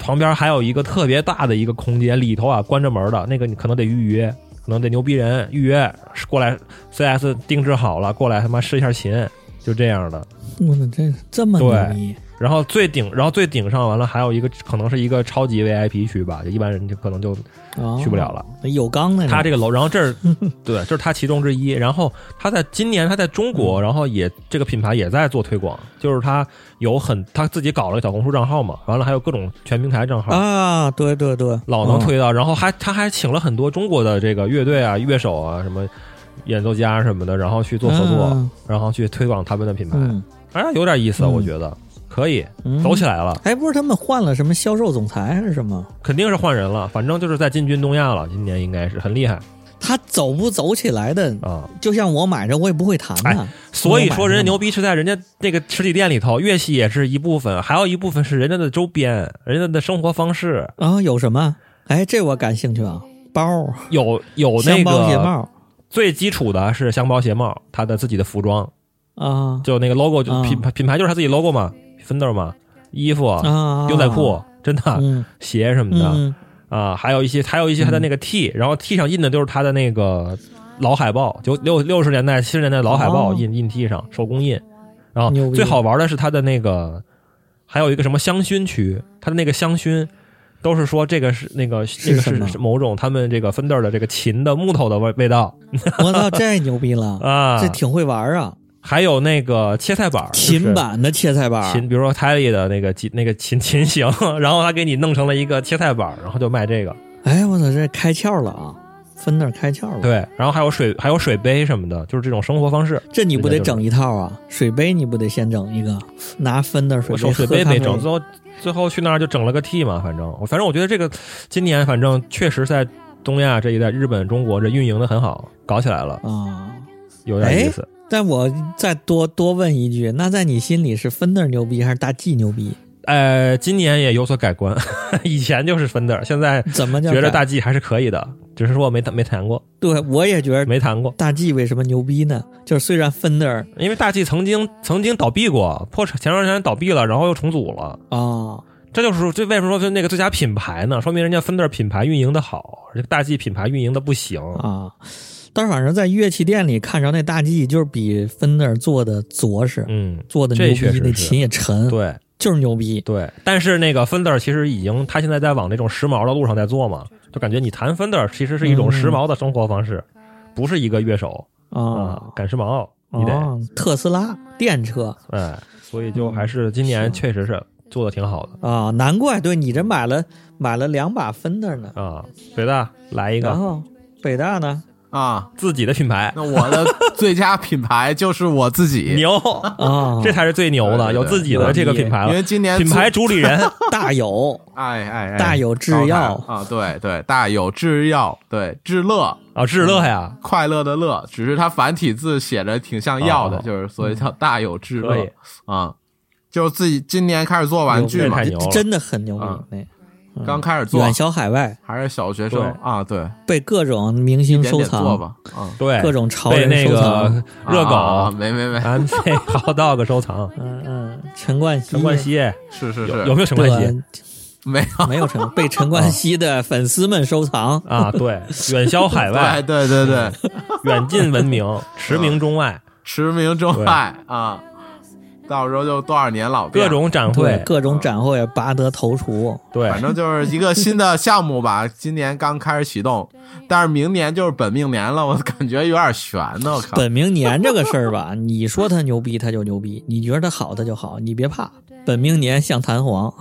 C: 旁边还有一个特别大的一个空间，里头啊关着门的，那个你可能得预约，可能得牛逼人预约过来，CS 定制好了过来他妈试一下琴，就这样的。
B: 我操，这这么牛
C: 对
B: 逼！
C: 然后最顶，然后最顶上完了还有一个可能是一个超级 VIP 区吧，就一般人就可能就
B: 哦
C: 去不了了。
B: 有钢的
C: 它这
B: 个
C: 个楼，然后 这是对，这是它其中之一。然后它在今年，它在中
B: 嗯
C: 国，然后也这个品牌也在做推广，就是它有很它自己搞了个小红书账号嘛，完了还有各种全平台账号，
B: 啊，对对对，啊
C: 老能推到。然后还他还请了很多中国的这个乐队啊、乐手啊、什么演奏家啊什么的，然后去做合作，
B: 嗯
C: 然后去推广他们的品牌，
B: 嗯，
C: 哎，有点意思，
B: 嗯
C: 我觉得可以
B: 嗯
C: 走起来了，
B: 哎，不是他们换了什么销售总裁还是什么？
C: 肯定是换人了，反正就是在进军东亚了，今年应该是很厉害
B: 他走不走起来的，
C: 啊。
B: 就像我买着我也不会弹它。
C: 哎所以说，人家牛逼是在人家那个实体店里头，乐器也是一部分，还有一部分是人家的周边，人家的生活方式，
B: 啊，有什么？哎，这我感兴趣啊，包、
C: 有有那
B: 箱包、鞋
C: 个
B: 帽
C: 最基础的是箱包鞋帽，他的自己的服装，
B: 啊
C: 就那个 logo 就
B: 啊
C: 品牌品牌就是他自己 logo 嘛，Fender 嘛，衣服、
B: 啊，
C: 牛仔裤，真的
B: 嗯
C: 鞋什么的
B: 嗯
C: 啊，还有一些还有一些他的那个 T，然后 T 上印的就是他的那个老海报，九六六十年代七十年代老海报
B: 哦
C: 印印 T 上手工印。然
B: 牛
C: 后
B: 逼
C: 最好玩的是它的那个，还有一个什么香薰区，它的那个香薰都是说这个是那个
B: 是
C: 那个
B: 什
C: 是
B: 么
C: 是某种他们这个芬 e 的这个琴的木头的味味道
B: 我操，这牛逼了，
C: 啊
B: 哦这，挺会玩啊，
C: 还有那个切菜板儿，就是
B: 琴版的切菜板，
C: 琴，比如说 Telly 的那个琴那个琴琴型， 然后他给你弄成了一个切菜板儿，然后就卖这个。
B: 哎，我操，这开窍了啊！分那开窍了，
C: 对，然后还有水还有水杯什么的，就是这种生活方式。
B: 这你不得
C: 人家就
B: 整一套啊？水杯你不得先整一个，拿分的水
C: 我
B: 杯，
C: 手水
B: 喝
C: 杯
B: 咖
C: 没
B: 啡
C: 整，最后最后去那儿就整了个 T 嘛，反正我反正我觉得这个今年反正确实在东亚这一带，日本、中国这运营的很好，搞起来了，
B: 啊。
C: 有点意思。
B: 但我再多多问一句，那在你心里是芬德牛逼还是大 G 牛逼？
C: 呃，今年也有所改观， 以前就是 Fender，现在
B: 怎么叫
C: 觉得
B: 改
C: 大 G 还是可以的，只是说没弹没弹过，
B: 对，我也觉得
C: 没弹过，
B: 大 G 为什么牛逼呢？就是虽然芬德尔
C: 因为大 G 曾经曾经倒闭过，破产前段时间倒闭了，然后又重组了。
B: 啊，
C: 这就是说这为什么说是那个最佳品牌呢？说明人家 Fender 品牌运营的好，这个大 G 品牌运营的不行。
B: 啊，但是反正在乐器店里看着那大 G 就是比芬德尔做的着实，
C: 嗯，
B: 做的牛
C: 这确
B: 逼，
C: 实
B: 那
C: 是
B: 琴也沉，
C: 对，
B: 就是牛逼。
C: 对，但是那个 Fender 其实已经，他现在在往那种时髦的路上在做嘛，就感觉你弹 Fender 其实是一种时髦的生活方式，不是一个乐手啊、
B: 啊，
C: 赶时髦，你得、
B: 啊特斯拉电车
C: 哎，所以就还是今年确实是做的挺好的
B: 啊，难怪对你这买了买了两把芬德呢。
C: 啊。北大来一
B: 然
C: 个
B: 后北大呢？
D: 啊，
C: 自己的品牌，
D: 那我的最佳品牌就是我 自己，
C: 牛，
B: 啊，
C: 这才是最牛的，有自己的这个品牌
D: 因为
C: 了，
D: 今年
C: 品牌主理人
B: 大有
D: 哎哎哎，
B: 大有制药
D: 高谈啊，对对，大有制药，对制乐。
C: 啊，至乐呀，
D: 快乐的乐，只是它繁体字写着挺像药的，
C: 哦
D: 就是所以叫大有治
C: 可
D: 乐
C: 以
D: 啊、就是自己今年开始做玩具
C: 这
D: 嘛
C: 太，
B: 这
C: 牛了
B: 真的很牛逼
D: 啊，
B: 那
D: 刚开始做
B: 远销海外，
D: 还是小学生
C: 嗯对
D: 啊，对，
B: 被各种明
D: 一
B: 星
D: 点
B: 收
D: 点做
B: 藏，
D: 吧，啊，
C: 对，
B: 各种潮
C: 被
B: 人
C: 那
B: 收藏
C: 个。热狗、
D: 啊没没 没，
C: MC Hot Dog 收藏，
B: 嗯嗯，陈冠希，
C: 陈冠希
D: 是是
C: 有
D: 是，
C: 有没有陈冠希？
D: 没有？
B: 没有陈，被陈冠希的粉丝们收藏。
C: 啊，对，远销海
D: 对
C: 外，
D: 对 对对，
C: 远近闻名，驰名中外。
D: 驰名中外啊，到时候就多少年老店
C: 各种展
B: 对
C: 会，啊
B: 各种展会拔得头筹。
C: 对
D: 反正就是一个新的项目吧， 今年刚开始启动，但是明年就是本命年了，我感觉有点悬呢。我靠，
B: 本命年这个事儿吧，你说它牛逼，它就牛逼；你觉得它好，它就好。你别怕，本命年像弹 簧，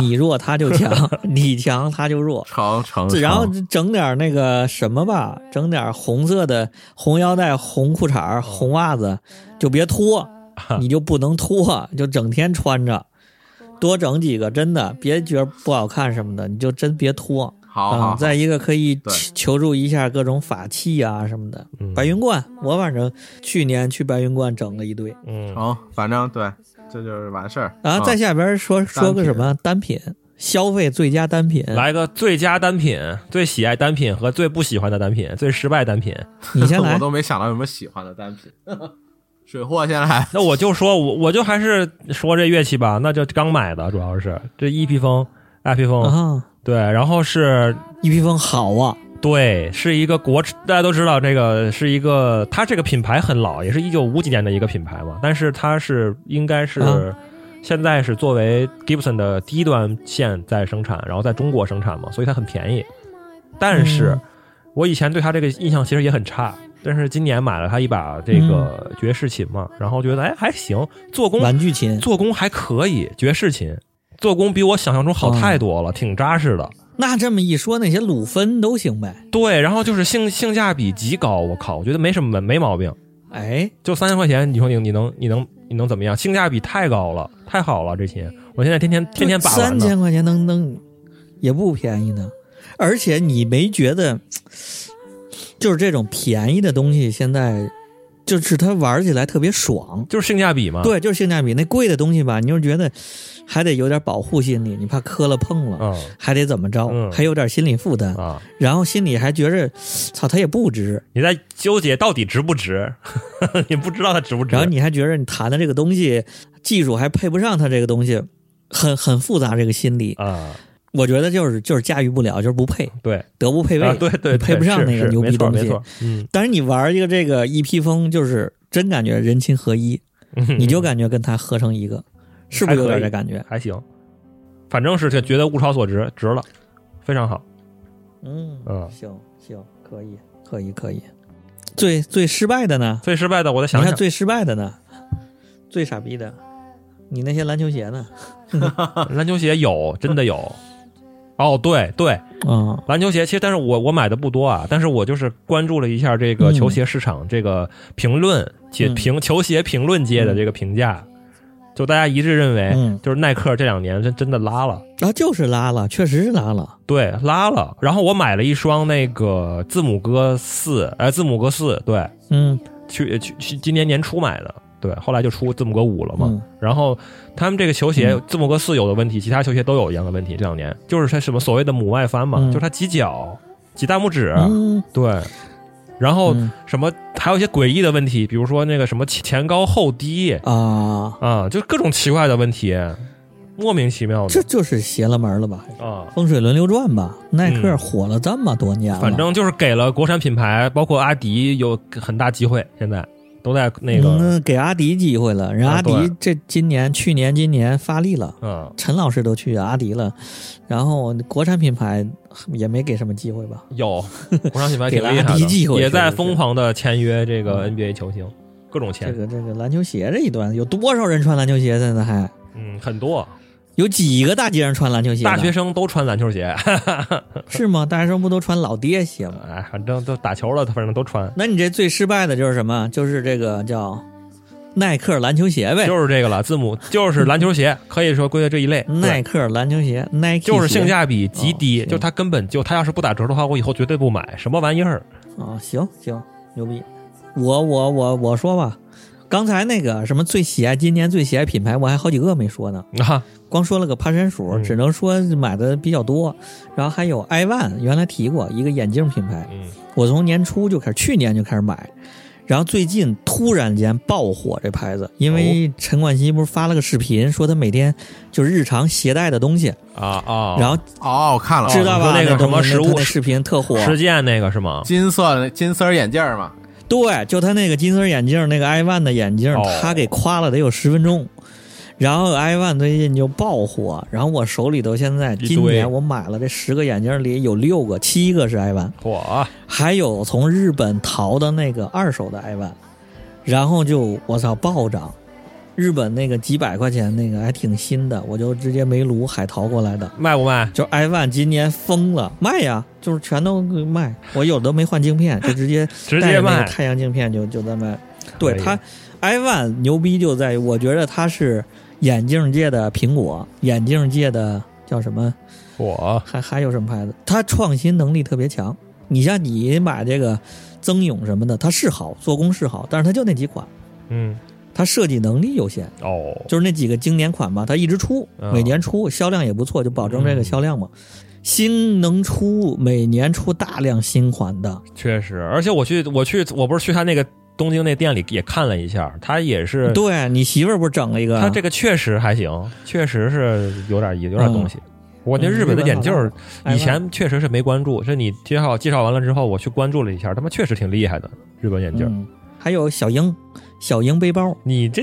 B: 你你弱它就强，你强它就弱。
D: 成成，
B: 这然后
D: 成
B: 整点那个什么吧，整点红色的红腰带、红裤衩儿、红袜子，就别
D: 啊
B: 脱，你就不能脱，就整天穿着。多整几个，真的别觉得不好看什么的，你就真别脱。
D: 好好
B: 啊
D: 好，，
B: 再一个可以
D: 对
B: 求求助一下各种法器啊什么的。
C: 嗯
B: 白云观，我反正去年去白云观整了一堆。
C: 嗯，
D: 成，反正对，这就是完事儿嗯
B: 然后在
D: 再
B: 下边说说个什
D: 啊
B: 么单品，消费最佳单品。
C: 来个最佳单品、最喜爱单品和最不喜欢的单品、最失败单品。
B: 你先
D: 我
B: 来。啊
D: 都没想到有什么喜欢的单品。 水货先来，
C: 那我就说，我我就还是说这乐器吧，那就刚买的，主要是这一披风、二披风，
B: 啊，
C: 对，然后是
B: 一披风好啊，
C: 对，是一个国，大家都知道这个是一个，它这个品牌很老，也是一九五几年的一个品牌嘛，但是它是应该是、
B: 啊
C: 现在是作为 Gibson 的低端线在生产，然后在中国生产嘛，所以它很便宜。但是、
B: 嗯
C: 我以前对它这个印象其实也很差，但是今年买了它一把这个
B: 嗯
C: 爵士琴嘛，然后觉得哎还行，做
D: 嗯
C: 工
B: 玩具琴。
C: 做工还可以，爵士琴做工比我想象中
B: 嗯
C: 好太多了，挺扎实的。
B: 那这么一说，那些鲁芬都行呗？
C: 对，然后就是性性价比极高，我靠，我觉得没什么没毛病，
B: 哎，
C: 就三千块钱，你说你你能你能你能怎么样？性价比太高了，太好了，这琴，我现在天天天天把玩
B: 三
C: 呢。
B: 千块钱能能也不便宜呢。而且你没觉得，就是这种便宜的东西，现在就是它玩起来特别爽。
C: 就是性价比嘛，，
B: 对，就是性价比。那贵的东西吧，你就觉得还得有点保护心理，你怕磕了碰了，
C: 嗯
B: 还得怎么着，
C: 嗯
B: 还有点心理负担，
C: 啊，
B: 然后心里还觉着，操，它也不值。
C: 你在纠结到底值不值， 你不知道它值不值
B: 然后。你还觉着你谈的这个东西技术还配不上它这个东西，很很复杂这个心理。
C: 啊，
B: 我觉得就是就是驾驭不了，就是不配，
C: 对
B: 德不配位，
C: 啊，对对，对
B: 你配不上
C: 是
B: 那个
C: 是
B: 牛逼
C: 没错
B: 东
C: 没
B: 西。
C: 错，嗯，
B: 但是你玩一个这个一披风，就是真感觉人琴合一，你就感觉跟他合成一个，是不是有点这感觉？
C: 嗯还行，反正是觉得物超所值，值了，非常好。
B: 嗯
C: 嗯
B: 行行，可以可以可以。最最失败的呢？
C: 最失败的，我再
B: 你
C: 想
B: 看
C: 想，
B: 最失败的呢？最傻逼的，你那些篮球鞋呢？
C: 啊篮球鞋有，真的有。哦，对对，
B: 嗯
C: 篮球鞋，其实但是我我买的不多啊，但是我就是关注了一下这个
B: 嗯
C: 球鞋市场，这个评论且
B: 嗯
C: 评球鞋评论界的这个评价，就大家一致认为，
B: 嗯
C: 就是耐克这两年真真的拉了，
B: 啊，就是拉了，确实是拉了。
C: 对，拉了。然后我买了一双那个字母哥四，哎，字母哥四，对，
B: 嗯
C: 去去去今年年初买的，对，后来就出字母哥五了嘛。
B: 嗯
C: 然后他们这个球鞋，
B: 嗯
C: 字母哥四有的问题，其他球鞋都有一样的问题。这两年就是它什么所谓的母外翻嘛，
B: 嗯
C: 就是它挤脚、挤大拇指，
B: 嗯，
C: 对。然后
B: 嗯
C: 什么还有一些诡异的问题，比如说那个什么前高后低
B: 啊，
C: 啊，就各种奇怪的问题，莫名其妙
B: 这
C: 的
B: 就是邪了门了吧？
C: 啊。
B: 风水轮流转吧，耐克
C: 嗯
B: 火了这么多年了，
C: 反正就是给了国产品牌，包括阿迪有很大机会，现在都在那个
B: 嗯给阿迪机会了，人
C: 啊
B: 阿迪
C: 对
B: 这今年、去年、今年发力了。
C: 嗯
B: 陈老师都去阿迪了，然后国产品牌也没给什么机会吧？
C: 有，国产品牌
B: 给
C: 挺
B: 了
C: 厉害
B: 阿迪机
C: 的，
B: 会确实
C: 也在
B: 是嗯
C: 疯狂的签约这个 NBA 球星，各种
B: 这
C: 签，
B: 个这个篮球鞋这一端，有多少人穿篮球鞋？现在还
C: 嗯，很多
B: 有几个大街上穿篮球鞋的？
C: 大学生都穿篮球鞋，
B: 是吗？大学生不都穿老爹鞋吗？
C: 哎，反正都打球了，反正都穿，
B: 那你这最失败的就是什么？就是这个叫耐克篮球鞋呗，
C: 就是这个了，字母就是篮球鞋，可以说归类这一类，
B: 耐
C: 对
B: 克篮球鞋，Nike
C: 就是性
B: 鞋
C: 价比极低，
B: 哦
C: 就它根本就它要是不打折的话，我以后绝对不买，什么玩意儿，
B: 啊、行行，牛逼！我我我我说吧，刚才那个什么最喜爱今年最喜爱品牌，我还好几个没说呢，
C: 啊，
B: 光说了个爬山鼠，
C: 嗯
B: 只能说买的比较多。然后还有 i one，原来提过一个眼镜品牌，
C: 嗯
B: 我从年初就开始，去年就开始买，然后最近突然间爆火这牌子，因为
C: 哦
B: 陈冠希不是发了个视频，说他每天就是日常携带的东西，
C: 啊啊，
B: 然后
D: 哦，我看了，
B: 知道吧？
C: 你说那个
B: 东西
C: 什么食
B: 他
C: 物
B: 那视频特火，
C: 实践那个是吗？
D: 金色金丝儿眼镜儿嘛，
B: 对，就他那个金丝眼镜，那个埃万的眼镜，
C: 哦
B: 他给夸了得有十分钟。然后埃万最近就爆火，然后我手里头现在
C: 堆
B: 今年我买了这十个眼镜里有六个、七个是埃万，
C: 嚯，
B: 还有从日本淘的那个二手的埃万，然后就我操暴涨。日本那个几百块钱那个还挺新的，我就直接煤炉海淘过来的。
C: 卖不卖？
B: 就 i 万今年疯了，卖呀，就是全都卖。我有的没换镜片，就直接
C: 直
B: 带
C: 接
B: 着那
C: 卖
B: 个，太阳镜片就就在卖。对
C: 可以
B: 他 i 万牛逼就在于，我觉得他是眼镜界的苹果，眼镜界的叫什么？
C: 嚯，
B: 还还有什么牌子？他创新能力特别强。你像你买这个增勇什么的，它是好，做工是好，但是它就那几款，
C: 嗯，
B: 它设计能力有限。
C: 哦，
B: 就是那几个经典款嘛，它一直出
C: 啊，
B: 每年出，销量也不错，就保证这个销量嘛。新能出，每年出大量新款的，
C: 确实，而且我去，我去，我不是去他那个东京那店里也看了一下，他也是，
B: 对啊你媳妇儿不是整了一个？
C: 他这个确实还行，确实是有点有点东西。我对日本的眼镜儿
B: 嗯
C: 以
B: 日本好看
C: 前确实是没关注，是你介绍介绍完了之后，我去关注了一下，他妈确实挺厉害的日本眼镜儿。，
B: 嗯，还有小鹰，小鹰背包
C: 你这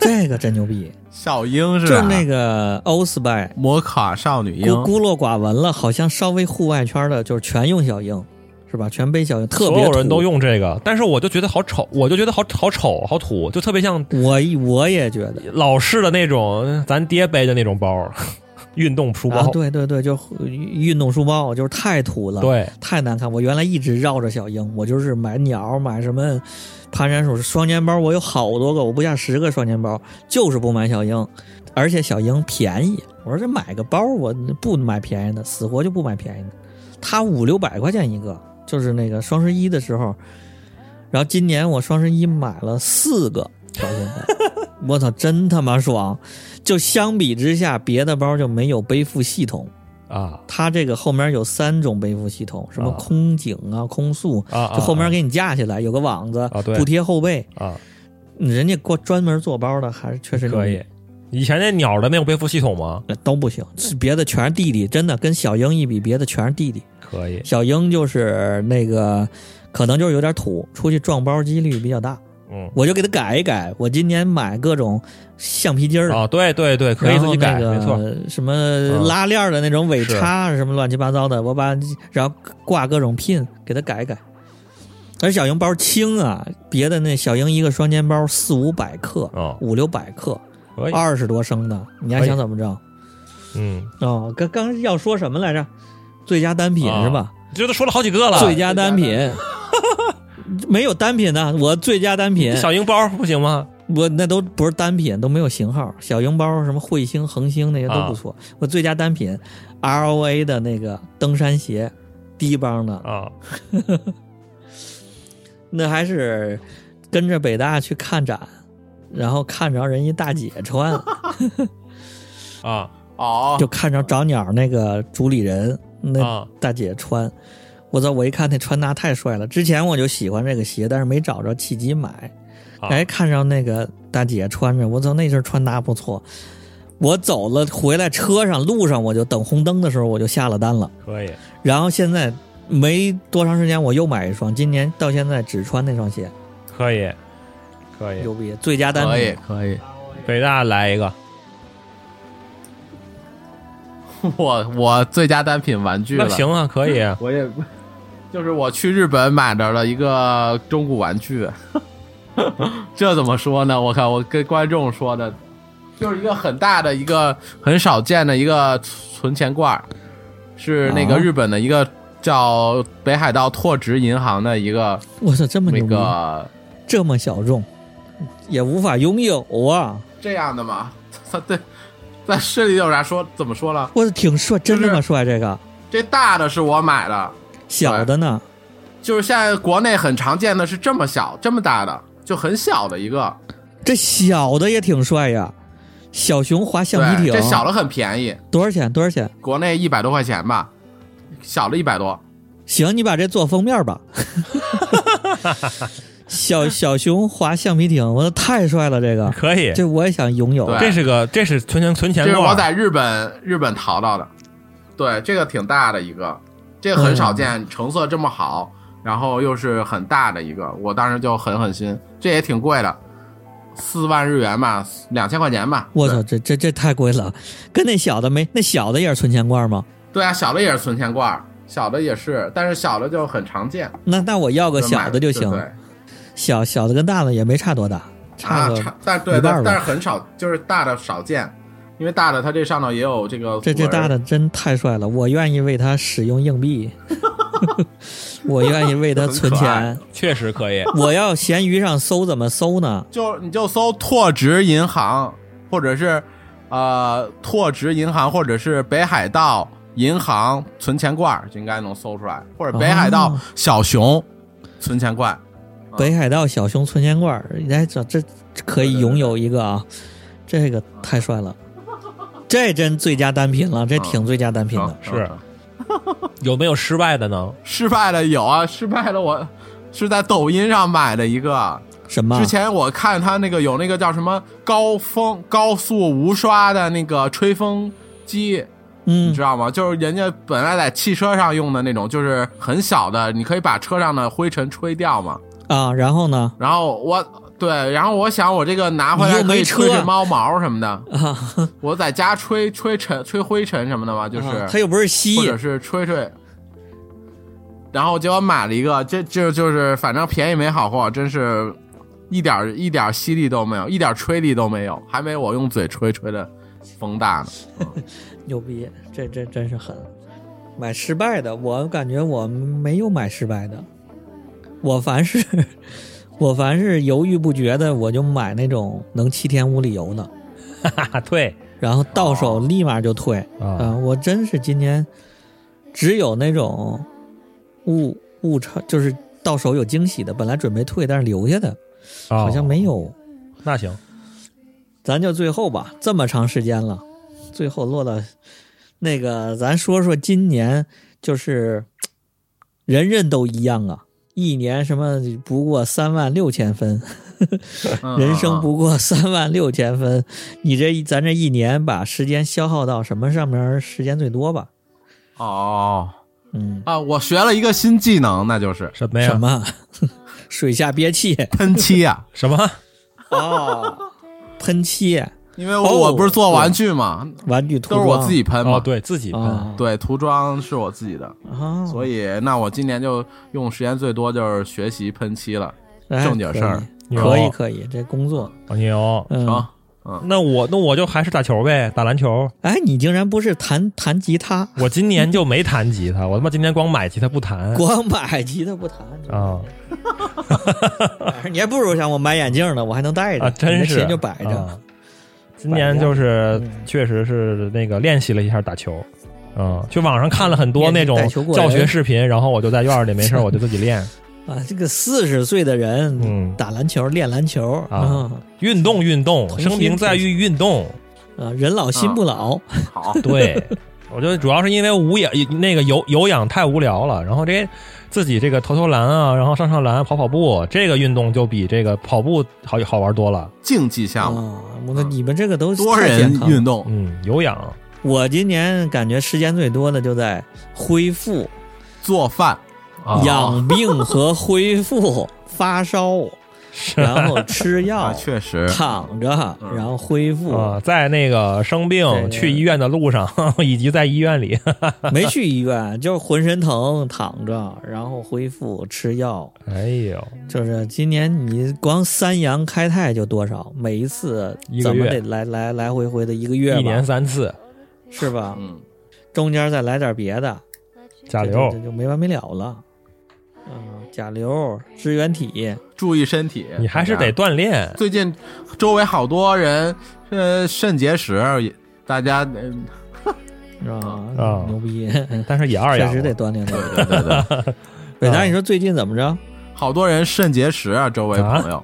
B: 这个真牛逼，
D: 小鹰
B: 就是
C: 啊
D: 吧
B: 那个 o s p y
D: 摩卡少女
B: 孤
D: 鹰，
B: 孤陋寡闻了，好像稍微户外圈的，就是全用小鹰，是吧？全背小鹰，特别
C: 所有人
B: 土
C: 都。用这个，但是我就觉得好丑，我就觉得好好丑，好土，就特别像
B: 我我也觉得
C: 老式的那种咱爹背的那种包， 运动书包。
B: 啊，对啊对对，就运动书包就是太土了，
C: 对
B: 太难看。我原来一直绕着小鹰，我就是买鸟，买什么爬山鼠双肩包，我有好多个，我不下十个双肩包，就是不买小鹰。而且小鹰便宜，我说这买个包，我不买便宜的，死活就不买便宜的。它五六百块钱一个，就是那个双十一的时候。然后今年我双十一买了四个小鹰包，我操，真他妈爽！就相比之下，别的包就没有背负系统。
C: 啊
B: 它这个后面有三种背负系统，什么
C: 啊
B: 空警啊、空速，
C: 啊，
B: 就后面
C: 给
B: 给你架起来，有个网子
C: 啊对
B: 不贴后背。
C: 啊
B: 人家过专门做包的，还是确实牛
C: 可
B: 逼
C: 以。以前那鸟的没有背负系统吗？
B: 呃都不行，是别的全是弟弟，真的跟小鹰一比，别的全是弟弟。
C: 可以，
B: 小鹰就是那个，可能就是有点土，出去撞包几率比较大。
C: 嗯
B: 我就给它改一改，我今年买各种橡皮筋儿的
C: 啊，对对对，可以自己改，
B: 然后
C: 没
B: 那个
C: 错，
B: 什么拉链的那种尾叉，什么乱七八糟的，我把然后挂各种 pin 给它改一改。而小鹰包轻啊，别的那小鹰一个双肩包四五百克，
C: 哦
B: 五六百克，
C: 可以，
B: 二十多升的，你还
C: 可以
B: 想怎么着？
C: 嗯，
B: 哦，刚刚要说什么来着？最佳单品
C: 啊
B: 是吧？
C: 这都说了好几个了，
B: 最佳单品。 没有单品的，我最佳单品，
C: 小鹰包不行吗？
B: 我那都不是单品，都没有型号，小鹰包什么彗星、恒星那些都不错。我最佳单品，R O A 的那个登山鞋，低帮的，
C: 啊，
B: 那还是跟着北大去看展，然后看着人一大姐穿，
C: 啊
D: 哦，
B: 就看着找鸟那个主理人那
C: 啊
B: 大姐穿。我操！我一看那穿搭太帅了，之前我就喜欢这个鞋，但是没找着契机买。
C: 啊！
B: 哎，，看上那个大姐穿着，我操，那身穿搭不错。我走了回来，车上路上我就等红灯的时候我就下了单了。
C: 可以，
B: 然后现在没多长时间，我又买一双，今年到现在只穿那双鞋，
C: 可以，可以
B: 牛。逼！最佳单
D: 可以
B: 品，
D: 可以，
C: 北大来一个，
D: 我我最佳单品玩具
C: 那
D: 了，
C: 行啊，可以啊
D: 我也不， 就是我去日本买着了一个中古玩具， 这怎么说呢？我看我跟观众说的，就是一个很大的一个很少见的一个存钱罐儿，是那个
B: 啊
D: 日本的一个叫北海道拓殖银行的一个
B: 我操，这么
D: 那
B: 牛逼，
D: 个
B: 这么小众，也无法拥有啊！
D: 这样的 嘛，它对，在市里有啥说怎么说了？
B: 我操，挺帅，真他妈帅！这个
D: 这大的是我买的，
B: 小的呢？
D: 就是现在国内很常见的是这么小这么大的，就很小的一个。
B: 这小的也挺帅呀！小熊滑橡皮
D: 对，
B: 艇，
D: 这小的很便宜，
B: 多少钱？多少钱？
D: 国内一百多块钱吧，小的一百多。
B: 行，你把这做封面吧。 小小熊滑橡皮艇，我说太帅了，这个
C: 可以。
B: 这我也想拥有。
D: 对
C: 这是个，这是存钱存钱
D: 这是
C: 罐
D: 我
C: 儿，
D: 在日本日本
B: 嗯
D: 淘到的，对，这个挺大的一个，这个很少见，成色这么好，然后又是很大的一个，我当时就狠狠心，这也挺贵的，四万日元吧，两千块钱吧。
B: 我操，这这这太贵了，跟那小的没那小的也是存钱罐吗？
D: 对啊，小的也是存钱罐儿，小的也是，但是小的就很常见，
B: 那那我要个
D: 就买
B: 小的就
D: 对
B: 行，
D: 对
B: 小小的跟大的也没差多大，差
D: 啊，
B: 个、
D: 差但对，
B: 一半儿吧
D: 但但是很少，就是大的少见，因为大的它这上头也有这个
B: 这这
D: 锁儿
B: 大的真太帅了，我愿意为他使用硬 币，我愿意为他存
D: 很可爱
B: 钱。
C: 确实可以。
B: 我要闲鱼上搜怎么搜呢？
D: 就你就搜拓殖银行，或者是呃拓殖银行，或者是北海道银行存钱罐儿，就应该能搜出来，或者北海道
B: 哦
D: 小熊存钱罐。啊
B: 北海道小熊存钱罐儿，哎，这这可以拥有一个啊，这个太帅了，这真最佳单品
D: 啊
B: 了，这挺最佳单品
D: 成
B: 的。
C: 是有没有失败的呢？
D: 啊 失败了有啊，失败了我是在抖音上买的一个，
B: 什么
D: 之？前我看他那个有那个叫什么高峰高速无刷的那个吹风机，你
B: 嗯
D: 知，道吗？就是人家本来在汽车上用的那种，就是很小的，你可以把车上的灰尘吹掉嘛。
B: 啊，然后呢？
D: 然后我对，然后我想我这个拿回
B: 你
D: 来
B: 又
D: 可以
B: 没
D: 吹
B: 车
D: 吹猫毛什么的，
B: 啊，
D: 我在家吹吹尘、吹灰尘什么的嘛，就是、
B: 啊它又不是蜥
D: 或者
B: 蜴，
D: 是吹吹。然后结果买了一个，这这就是反正便宜没好货，真是一点儿一点儿吸力都没有，一点儿吹力都没有，还没我用嘴吹吹的风大呢。
B: 牛逼，这这真是狠。买失败的，我感觉我没有买失败的，我凡是 我凡是犹豫不决的，我就买那种能七天无理由的，
C: 哈哈，对，
B: 然后到手立马就退。
C: 啊
B: 啊，我真是今年只有那种误误差，就是到手有惊喜的，本来准备退但是留下的，
C: 哦
B: 好像没有。
C: 那行，
B: 咱就最后吧，这么长时间了，最后落到那个，咱说说今年就是人人都一样啊，一年什么不过三万六千分，
D: 嗯
B: 人生不过 三万六千分，你这一咱这一年把时间消耗到什么上面时间最多吧？
D: 哦
B: 嗯，
D: 啊！我学了一个新技能，那就是
C: 什么呀？
B: 什么？ 水下憋气
D: 喷漆啊，
C: 什么？
B: 哦， 喷漆、
D: 因为我、
B: 哦
D: 我不是做玩具嘛，
B: 玩具涂
D: 都
B: 装
D: 是我自己喷嘛。
C: 哦，对自己喷。
B: 啊，
D: 对，涂装是我自己的，
B: 啊，
D: 所以那我今年就用时间最多就是学习喷漆了。
B: 哎
D: 正经事儿
B: 可以可以
C: 有
B: 可以，这工作，
C: 王金勇，
B: 嗯，
D: 成，
C: 哎那我那我就还是打球呗，打篮球。
B: 哎，你竟然不是弹弹吉他，
C: 我今年就没弹吉他，我他妈今年光买吉他不
D: 哎
C: 弹
B: 光买吉他不弹，
D: 哦
C: 啊！
B: 你还不如像我买眼镜呢，我还能戴着
C: 啊，真
B: 你的
C: 是
B: 琴就摆着
D: 哦
B: 嗯
C: 啊，今年就是确实是那个练习了一下打球，嗯，去网上看了很多那种
B: 练习带球过人
C: 教学视频，然后我就在院儿里没事儿我就自己 练。
B: 啊。这个四十岁的人，
C: 嗯
B: 打篮球练篮球
C: 啊
B: 啊
C: 运动运动，
B: 同心
C: 生命在于运动。
B: 啊，人老心不老，
D: 好，
C: 对，我觉得主要是因为无氧，那个有有氧太无聊了，然后这自己这个投投篮啊，然后上上篮、跑跑步，这个运动就比这个跑步好好玩多了。
D: 竞技项目，
B: 啊，我说你们这个都
D: 多
B: 太健
D: 人
B: 康了
D: 运动，
C: 嗯，有氧
B: 我今年感觉时间最多的就在恢复、
D: 做饭，
C: 啊，
B: 养病和恢 复、发烧，然后吃
D: 啊，
B: 药、
D: 确实，
B: 躺着，
D: 嗯
B: 然后恢复
C: 啊，， 在那个生
B: 对
C: 病
B: 对
C: 去医院的路上， 以及在医院里，
B: 没去医院，就是浑身疼，躺着，然后恢复吃药。
C: 哎呦，
B: 就是今年你光三阳开泰就多少，每一次
C: 一个
B: 怎么
C: 月
B: 得来来来回回的一个月
C: 一年
B: 吧，
C: 三次，
B: 是吧？
D: 嗯，
B: 中间再来点别的，
C: 甲
B: 这
C: 流
B: 这这就没完没了了。嗯，甲流、支原体，
D: 注意身体，
C: 你还是
D: 大
C: 得
D: 家。
C: 锻炼。
D: 最近周围好多人，呃，肾结石，也大家，呃
B: 是吧？
C: 啊
B: 牛逼，
C: 但是也 二
B: 确
C: 氧
B: 实得锻炼锻啊炼。
D: 对对对，
B: 北大，你说最近怎么着？
D: 好多人肾结石啊，周围朋友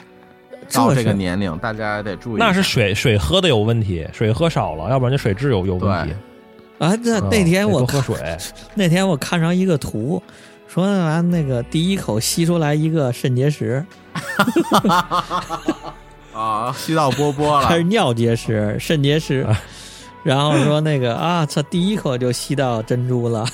D: 到这
B: 是
D: 个年龄，大家得注意。
C: 那是水水喝的有问题，水喝少了，要不然就水质有有问题。
B: 啊，那
C: 啊
B: 那天
C: 得
B: 我
C: 多喝
B: 看
C: 水，
B: 那天我看上一个图，说完那个第一口吸出来一个肾结石，
D: 啊，吸到波 波
B: 还是
C: 哎
D: 了，
B: 尿结石、 啊肾结石，然后说那个啊，操，第一口就吸到珍珠了，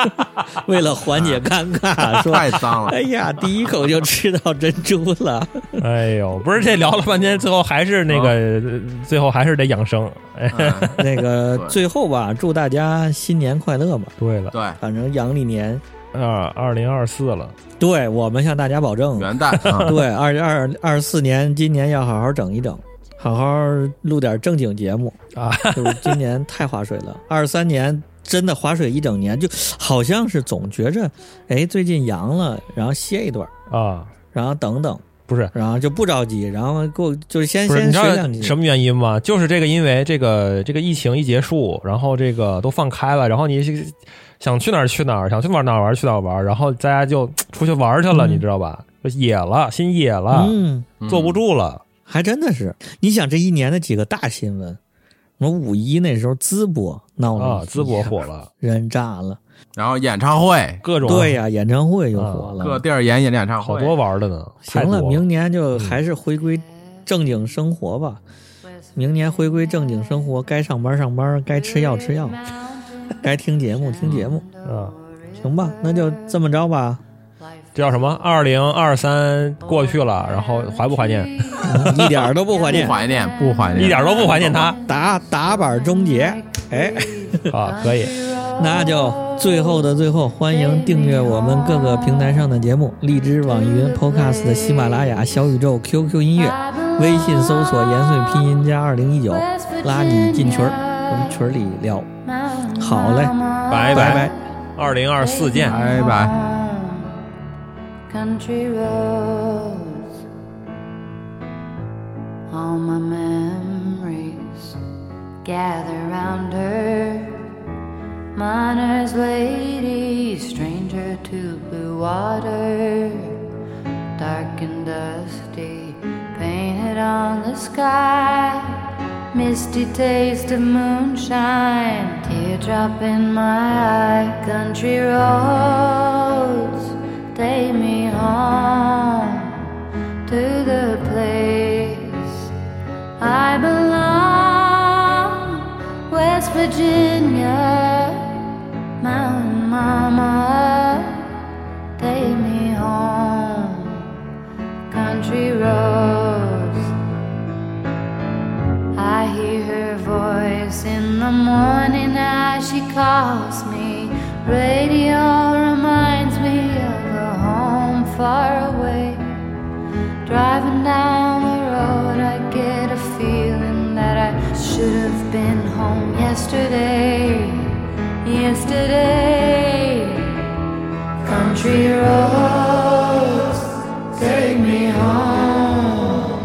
B: 为了缓解尴尬，说
D: 太脏了
B: 哎呀，第一口就吃到珍珠 了，
C: 哎呦， 啊不是这聊了半天，最后还是那个，最后还是得养生。哎，
D: 嗯
B: 那个
D: 对
B: 最后吧，祝大家新年快乐吧。
C: 对了，
D: 对，
B: 反正阳历年，
C: 二二零二四了，
B: 对我们向大家保证，
D: 元旦 啊，
B: 对二二二四年，今年要好好整一整，好好录点正经节目
C: 啊！
B: 就是今年太划水了，二三年真的划水一整年，就好像是总觉着，哎，最近阳了，然后歇一段，
C: 啊，
B: 然后等等，
C: 不是。
B: 然后就不着急，然后过就是先
C: 不是，
B: 先
C: 你知
B: 水两
C: 道
B: 斤，
C: 什么原因吗？就是这个，因为这个这个疫情一结束，然后这个都放开了，然后你想去哪儿去哪儿，想去玩哪儿玩儿去哪儿玩儿，然后大家就出去玩儿去了，
B: 嗯
C: 你知道吧？就野了，心野了，
B: 嗯，
C: 坐不住了。
B: 还真的是。你想这一年的几个大新闻，我们五一那时候淄博闹了
C: 啊，
B: 一
C: 淄博火了，
B: 人炸了，
D: 然后演唱会，
C: 各种
B: 对呀、演唱会又
C: 啊
B: 火了，
D: 各地儿演演演唱
C: 嗯好
D: 会，
C: 多玩儿的呢，
B: 行
C: 太多
B: 了，明年就还是回归正经生活吧。明年回归正经生活，该上班上班，该吃药吃药，该听节目听节目，
C: 啊，
B: 行吧？那就这么着吧。
C: 这叫什么？二零二三过去了，然后怀不怀念？
B: 嗯一点儿都不怀念
D: 不，怀念，不怀念，
C: 一点儿都不怀念他
B: 打打板终结。哎，
C: 啊，可以，
B: 那就最后的最后，欢迎订阅我们各个平台上的节目：荔枝、网易云、Podcast、喜马拉雅、小宇宙、QQ 音乐、微信搜索“延绥拼音加二零一九”，拉你进群儿，我们群儿里聊。好嘞，
C: 拜
B: 拜拜
C: 二零二四见。
D: 拜拜。
A: Country roads, all my memories gather round her. Miner's lady, stranger to blue water, dark and dusty, painted on the sky. Misty taste of moonshine, teardrop in my eye. Country roads, take me home to the place I belong. West Virginia, mountain mama, take me home. Country roads. I hear her voice in the morning as she calls me. Radio reminds me of a home far away. Driving down the road, I get a feeling that I should have been home yesterday. Yesterday, country roads, take me home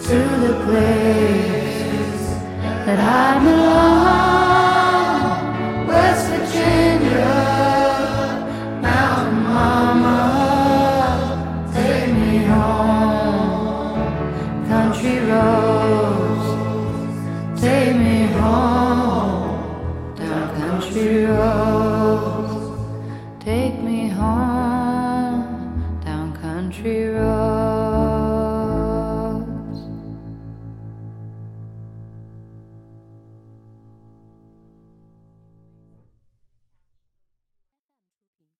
A: to the place that I belong. West Virginia, Mountain Mama, take me home. Country roads, take me home. Down country roads, take me home. Down country roads.